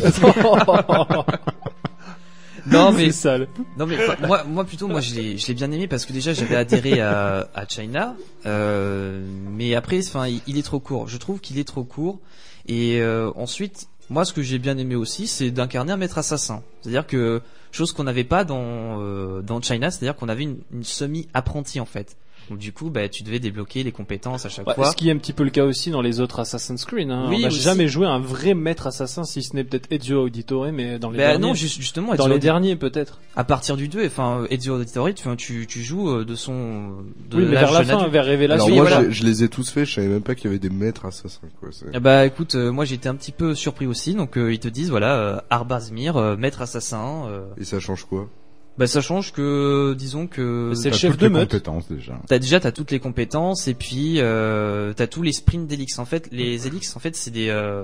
F: Non mais
H: C'est sale.
F: non mais enfin, moi moi plutôt moi je l'ai je l'ai bien aimé parce que déjà j'avais adhéré à à China, euh, mais après enfin il, il est trop court. Je trouve qu'il est trop court. Et euh, ensuite moi ce que j'ai bien aimé aussi c'est d'incarner un maître assassin. C'est-à-dire que chose qu'on n'avait pas dans euh, dans China, c'est-à-dire qu'on avait une, une semi apprentie en fait. Donc du coup, bah, tu devais débloquer des compétences à chaque
H: Ouais,
F: fois.
H: ce qui est un petit peu le cas aussi dans les autres Assassin's Creed. Hein.
F: Oui,
H: on n'a
F: aussi.
H: jamais joué à un vrai maître assassin, si ce n'est peut-être Ezio Auditore, mais dans les
F: Bah,
H: derniers.
F: non, ju- justement,
H: dans
F: Ezio-
H: les derniers peut-être.
F: à partir du 2, enfin, Ezio Auditore, tu, tu, tu joues euh, de son, de
H: Oui, mais
F: l'âge
H: vers la
F: jeune
H: fin,
F: adulte.
H: vers Révélation.
E: Alors
F: oui,
E: moi,
F: voilà.
E: je, je les ai tous faits, je savais même pas qu'il y avait des maîtres assassins, quoi. c'est-
F: Ah Bah écoute, euh, moi j'étais un petit peu surpris aussi, donc euh, ils te disent voilà, euh, Arbazmir, euh, maître assassin. euh,
E: Et ça change quoi
F: bah ça change que, disons que bah,
H: C'est le
G: T'as
H: chef
G: toutes
H: de
G: les
H: meute.
G: compétences, déjà.
F: t'as déjà t'as toutes les compétences et puis euh, t'as tous les sprints d'élix. En fait, les élix en fait c'est des euh,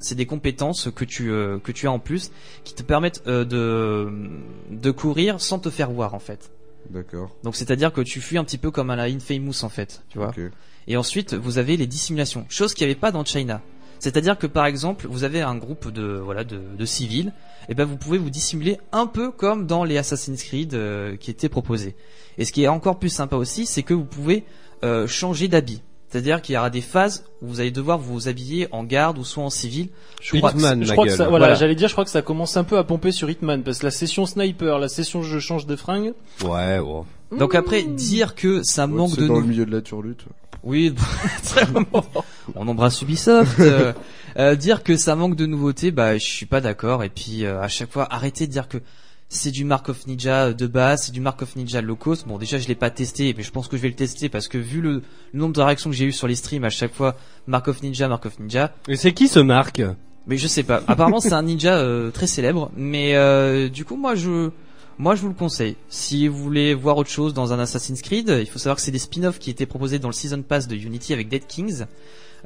F: c'est des compétences que tu euh, que tu as en plus qui te permettent euh, de de courir sans te faire voir en fait.
E: D'accord.
F: Donc c'est-à-dire que tu fuis un petit peu comme à la Infamous en fait, tu vois.
E: Ok.
F: Et ensuite, vous avez les dissimulations, chose qu'il n'y avait pas dans China. C'est-à-dire que par exemple, vous avez un groupe de voilà de, de civils, et ben vous pouvez vous dissimuler un peu comme dans les Assassin's Creed euh, qui étaient proposés. Et ce qui est encore plus sympa aussi, c'est que vous pouvez euh, changer d'habit. C'est-à-dire qu'il y aura des phases où vous allez devoir vous habiller en garde ou soit en civil. Je crois que
D: Hitman,
H: Je
D: ma
H: crois que
D: gueule.
H: ça, voilà,
D: Voilà.
H: j'allais dire, je crois que ça commence un peu à pomper sur Hitman parce que la session sniper, la session je change de fringue.
G: Ouais, ouais.
F: Donc après, dire que ça
E: Ouais,
F: manque
E: c'est
F: de
E: dans
F: nou-
E: le milieu de la turlute.
F: Oui, très bon. On embrasse Ubisoft. euh, euh, dire que ça manque de nouveautés, bah je suis pas d'accord. Et puis euh, à chaque fois, arrêtez de dire que c'est du Mark of Ninja de base, c'est du Mark of Ninja low cost. Bon, déjà je l'ai pas testé, mais je pense que je vais le tester parce que vu le, le nombre de réactions que j'ai eu sur les streams à chaque fois, Mark of Ninja, Mark of Ninja,
D: Et c'est qui ce Marc
F: mais je sais pas. Apparemment, c'est un ninja euh, très célèbre. Mais euh, du coup, moi, je, moi, je vous le conseille. Si vous voulez voir autre chose dans un Assassin's Creed, il faut savoir que c'est des spin-offs qui étaient proposés dans le Season Pass de Unity avec Dead Kings.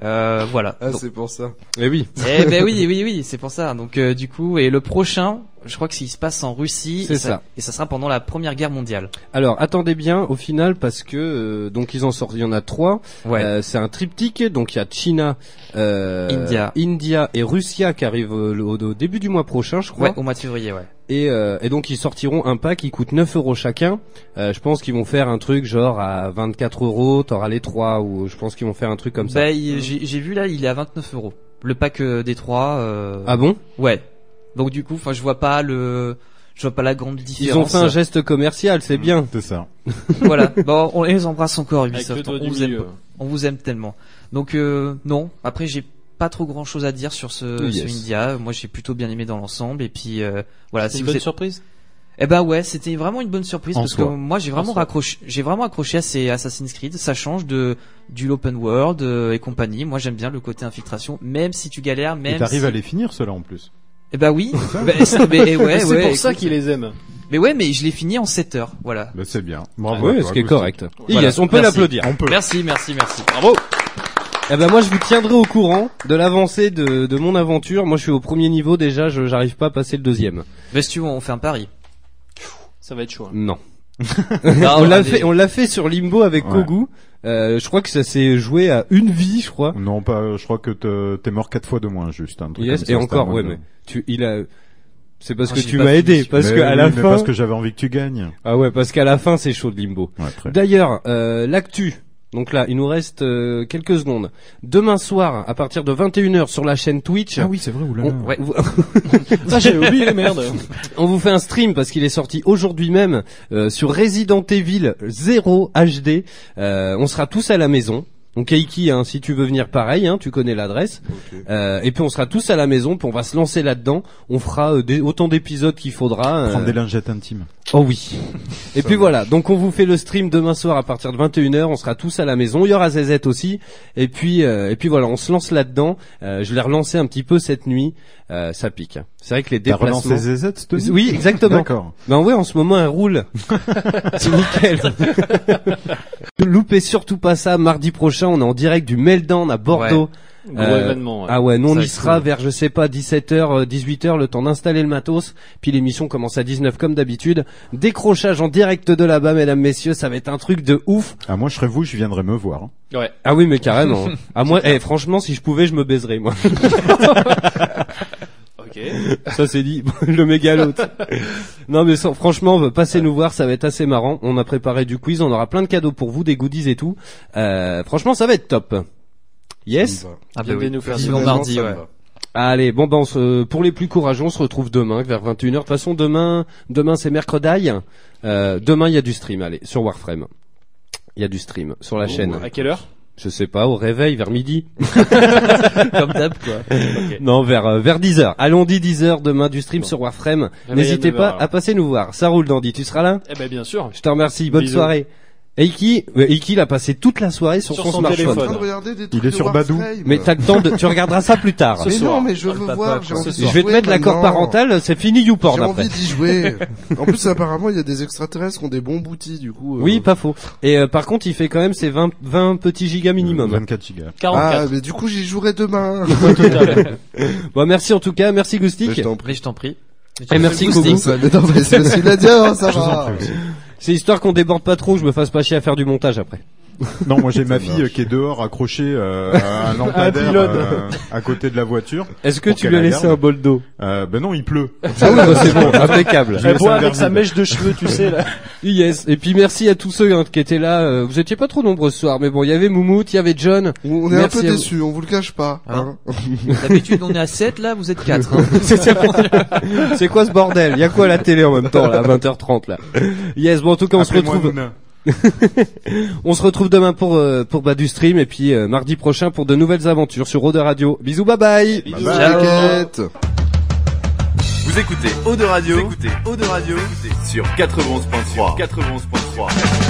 F: Euh, voilà.
E: Ah,
F: Donc-
E: c'est pour ça.
D: Eh oui,
F: eh ben oui, oui, oui, c'est pour ça. Donc euh, du coup, et le prochain, je crois que s'il se passe en Russie,
D: C'est
F: et
D: ça.
F: et ça sera pendant la Première Guerre mondiale.
D: Alors attendez bien au final parce que euh, donc ils en sortent, il y en a trois.
F: Ouais.
D: Euh, c'est un triptyque donc il y a China, euh,
F: India.
D: India et Russia qui arrivent euh, le- au, au début du mois prochain, je crois.
F: Ouais, au mois de février, ouais.
D: Et, euh, et donc ils sortiront un pack qui coûte 9 euros chacun. Euh, je pense qu'ils vont faire un truc genre à 24 euros, t'auras les trois ou je pense qu'ils vont faire un truc comme ça.
F: Bah, il- j'ai j'ai vu là, il est à 29 euros. Le pack euh, des trois. euh,
D: Ah bon
F: Ouais. Donc du coup, enfin, je vois pas le, je vois pas la grande différence.
D: Ils ont fait un geste commercial, c'est bien.
G: C'est ça.
F: voilà. Bon, on les embrasse encore
H: Avec le
F: Ubisoft.
H: doigt
F: On
H: du
F: vous aime,
H: milieu.
F: on vous aime tellement. Donc euh, non. Après, j'ai pas trop grand chose à dire sur ce,
E: Yes.
F: ce India. Moi, j'ai plutôt bien aimé dans l'ensemble. Et puis euh, voilà.
H: C'est
F: Si
H: une
F: vous
H: bonne
F: êtes...
H: surprise.
F: Eh ben ouais, c'était vraiment une bonne surprise
G: En
F: parce
G: soi.
F: que moi, j'ai vraiment
H: soi.
F: raccroché, j'ai vraiment accroché à ces Assassin's Creed. Ça change de du l'open world euh, et compagnie. Moi, j'aime bien le côté infiltration, même si tu galères, même.
G: Et t'arrives
F: si...
G: à les finir, ceux-là, en plus.
F: Eh ben oui. Bah, c'est- mais, eh ouais,
H: Et c'est
F: ouais,
H: pour ça
F: écoute.
H: qu'il les aime.
F: Mais ouais, mais je l'ai fini en 7 heures, voilà.
G: Bah, c'est bien. Bravo. à
D: oui,
G: toi,
D: Ah ce qui est
G: Agustin.
D: correct.
F: Voilà.
D: Yes, on peut
F: Merci.
D: l'applaudir.
G: On peut.
F: Merci, merci, merci.
D: Bravo Eh ben moi je vous tiendrai au courant de l'avancée de, de mon aventure. Moi je suis au premier niveau déjà, je j'arrive pas à passer le deuxième.
F: Mais si tu veux, on fait un pari.
H: Ça va être chaud. hein.
D: Non.
F: Non,
D: on l'a
F: allez.
D: fait, on l'a fait sur Limbo avec
G: Ouais.
D: Kogu. Euh, je crois que ça s'est joué à une vie, je crois.
G: Non, pas, euh, je crois que t'es- t'es mort quatre fois de moins, juste. Un truc
D: Yes,
G: comme ça,
D: et
G: c'était
D: encore,
G: un
D: ouais,
G: mode
D: mais
G: de-
D: tu, il a. C'est parce
F: Ah,
D: que
F: j'ai
D: tu
F: pas
D: m'as
F: fini,
D: aidé,
F: j'ai-
D: parce
G: Mais
D: que à
G: oui,
D: la
G: mais
D: fin.
G: Parce que j'avais envie que tu gagnes.
D: Ah ouais, parce qu'à la fin c'est chaud de Limbo.
G: Ouais, très.
D: D'ailleurs, euh, l'actu. Donc là, il nous reste euh, quelques secondes. Demain soir, à partir de 21h sur la chaîne Twitch,
G: Ah oui, c'est vrai, oula.
D: on-
F: Ouais.
D: vous-
H: Ah, j'avais oublié, merde.
F: Euh,
D: On vous fait un stream parce qu'il est sorti aujourd'hui même euh, sur Resident Evil 0 HD. Euh, on sera tous à la maison. Donc Keiki, hein, si tu veux venir pareil, hein, tu connais l'adresse.
E: Ok.
D: Euh, et puis on sera tous à la maison, puis on va se lancer là-dedans. On fera euh, des- autant d'épisodes qu'il faudra. euh,
G: Prendre des lingettes intimes.
D: Oh oui. Et puis
E: marche.
D: voilà, donc on vous fait le stream demain soir à partir de 21h, on sera tous à la maison, il y aura ZZ aussi. Et puis euh, et puis voilà, on se lance là-dedans. Euh, je l'ai relancé un petit peu cette nuit, euh, ça pique. C'est vrai que les
G: T'as
D: déplacements
G: relancé ZZ, cette nuit
D: Oui, exactement.
G: D'accord.
D: Ben ouais, en ce moment, elle roule. C'est nickel. Ne Loupez surtout pas ça. Mardi prochain, on est en direct du Meldan à Bordeaux.
H: Gros
D: Euh,
H: événement. ouais.
D: Ah ouais, nous
F: Ça
D: on
F: va
D: y
F: être
D: sera
F: cool.
D: vers je sais pas 17h, 18h, le temps d'installer le matos. Puis l'émission commence à 19 comme d'habitude. Décrochage en direct de là-bas, mesdames, messieurs, ça va être un truc de ouf.
G: Ah, moi, je serais vous, je viendrais me voir. hein.
H: Ouais.
D: Ah oui, mais carrément. ah moi, eh, franchement, si je pouvais, je me baiserais moi.
H: Ok.
D: Ça c'est dit, le mégalote. non mais sans- franchement, euh, passez nous voir, ça va être assez marrant. On a préparé du quiz, on aura plein de cadeaux pour vous, des goodies et tout. Euh, franchement, ça va être top. Yes.
E: Ça me va.
F: Ah bah
H: Viens
F: oui.
H: nous faire
F: Vivons
H: sinon.
E: Personnellement,
F: mardi,
E: ça me
F: ouais.
E: va.
D: Allez, bon ben on se- pour les plus courageux, on se retrouve demain vers 21h. De toute façon, demain, demain c'est mercredi. Euh, demain il y a du stream, allez, sur Warframe. Il y a du stream sur la
E: Oh,
D: chaîne.
H: À quelle heure
D: Je sais pas, au réveil, vers midi.
F: comme d'hab quoi.
D: Non, vers, euh, vers 10h. Allons dit 10h demain du stream sur Warframe.
H: Réveil à
D: N'hésitez
H: 9h,
D: pas
H: alors.
D: à passer nous voir. Ça roule, Dandy. Tu seras là
H: Eh ben bien
F: Ah,
H: sûr.
D: Je te remercie. Bonne
H: Bisous.
D: soirée. Eiki, euh, Eiki, il a passé toute la soirée sur,
H: Sur
D: son,
H: son
D: smartphone.
H: téléphone.
J: en train de regarder des trucs
G: est
J: de
G: sur Badou.
J: Warframe.
D: Mais t'as le temps de, tu regarderas ça plus tard.
J: Mais
H: Ce
J: non,
H: soir.
J: mais je
F: Oh, le
J: veux
F: papa,
J: voir.
F: quoi,
J: j'ai envie
F: ce
J: de
D: Je
F: soir.
D: vais te
J: jouer
D: mettre l'accord
J: maintenant.
D: parental, c'est fini YouPorn
J: J'ai
D: après.
J: envie d'y jouer. en plus, apparemment, il y a des extraterrestres qui ont des bons boutis, du coup. euh,
D: Oui, pas faux. Et euh, par contre, il fait quand même ses 20, 20 petits gigas minimum.
G: 24 Euh, gigas.
J: Ah,
H: 44
J: mais du coup, j'y jouerai demain.
H: total.
D: Bon, merci en tout cas, merci
E: Mais
D: Goustic.
E: je t'en prie.
F: Mais je t'en prie.
D: Et merci
F: Boosting.
D: Kogo.
J: Ça, mais non, mais c'est aussi la dire, oh, ça
G: Ah.
J: va.
D: C'est histoire qu'on déborde pas trop, que je me fasse pas chier à faire du montage après.
G: Non, moi j'ai ma fille euh, qui est dehors accrochée euh, à un lampadaire
H: pylône.
G: euh, à côté de la voiture.
D: Est-ce que
G: Pour
D: tu
G: qu'elle
D: lui as
G: la
D: laissé
G: garde.
D: un bol d'eau
G: Euh, ben non, il pleut.
D: Ah oui, bah, c'est bon, impeccable.
H: Elle boit
G: Ça me
H: avec sa
G: vide.
H: mèche de cheveux, tu sais là.
D: Yes. Et puis merci à tous ceux hein, qui étaient là. Euh, Vous étiez pas trop nombreux ce soir, mais bon, il y avait Moumout, il y avait John.
J: On est
D: Merci
J: un peu
D: à vous.
J: déçus, on vous le cache pas.
F: Hein
J: hein.
F: D'habitude on est à 7 là, vous êtes 4. Hein.
D: C'est quoi ce bordel Il y a quoi à la télé en même temps là, à 20h30 là Yes. Bon, en tout cas, on se
G: Appelez-moi
D: retrouve.
G: Nouna.
D: On se retrouve demain pour euh, pour bas du stream et puis euh, mardi prochain pour de nouvelles aventures sur Eau de Radio. Bisous, bye bye.
G: Bah, bah.
J: T'inquiète.
C: Vous écoutez Eau de Radio, vous écoutez Eau de Radio, vous écoutez sur 91.3, 91.3.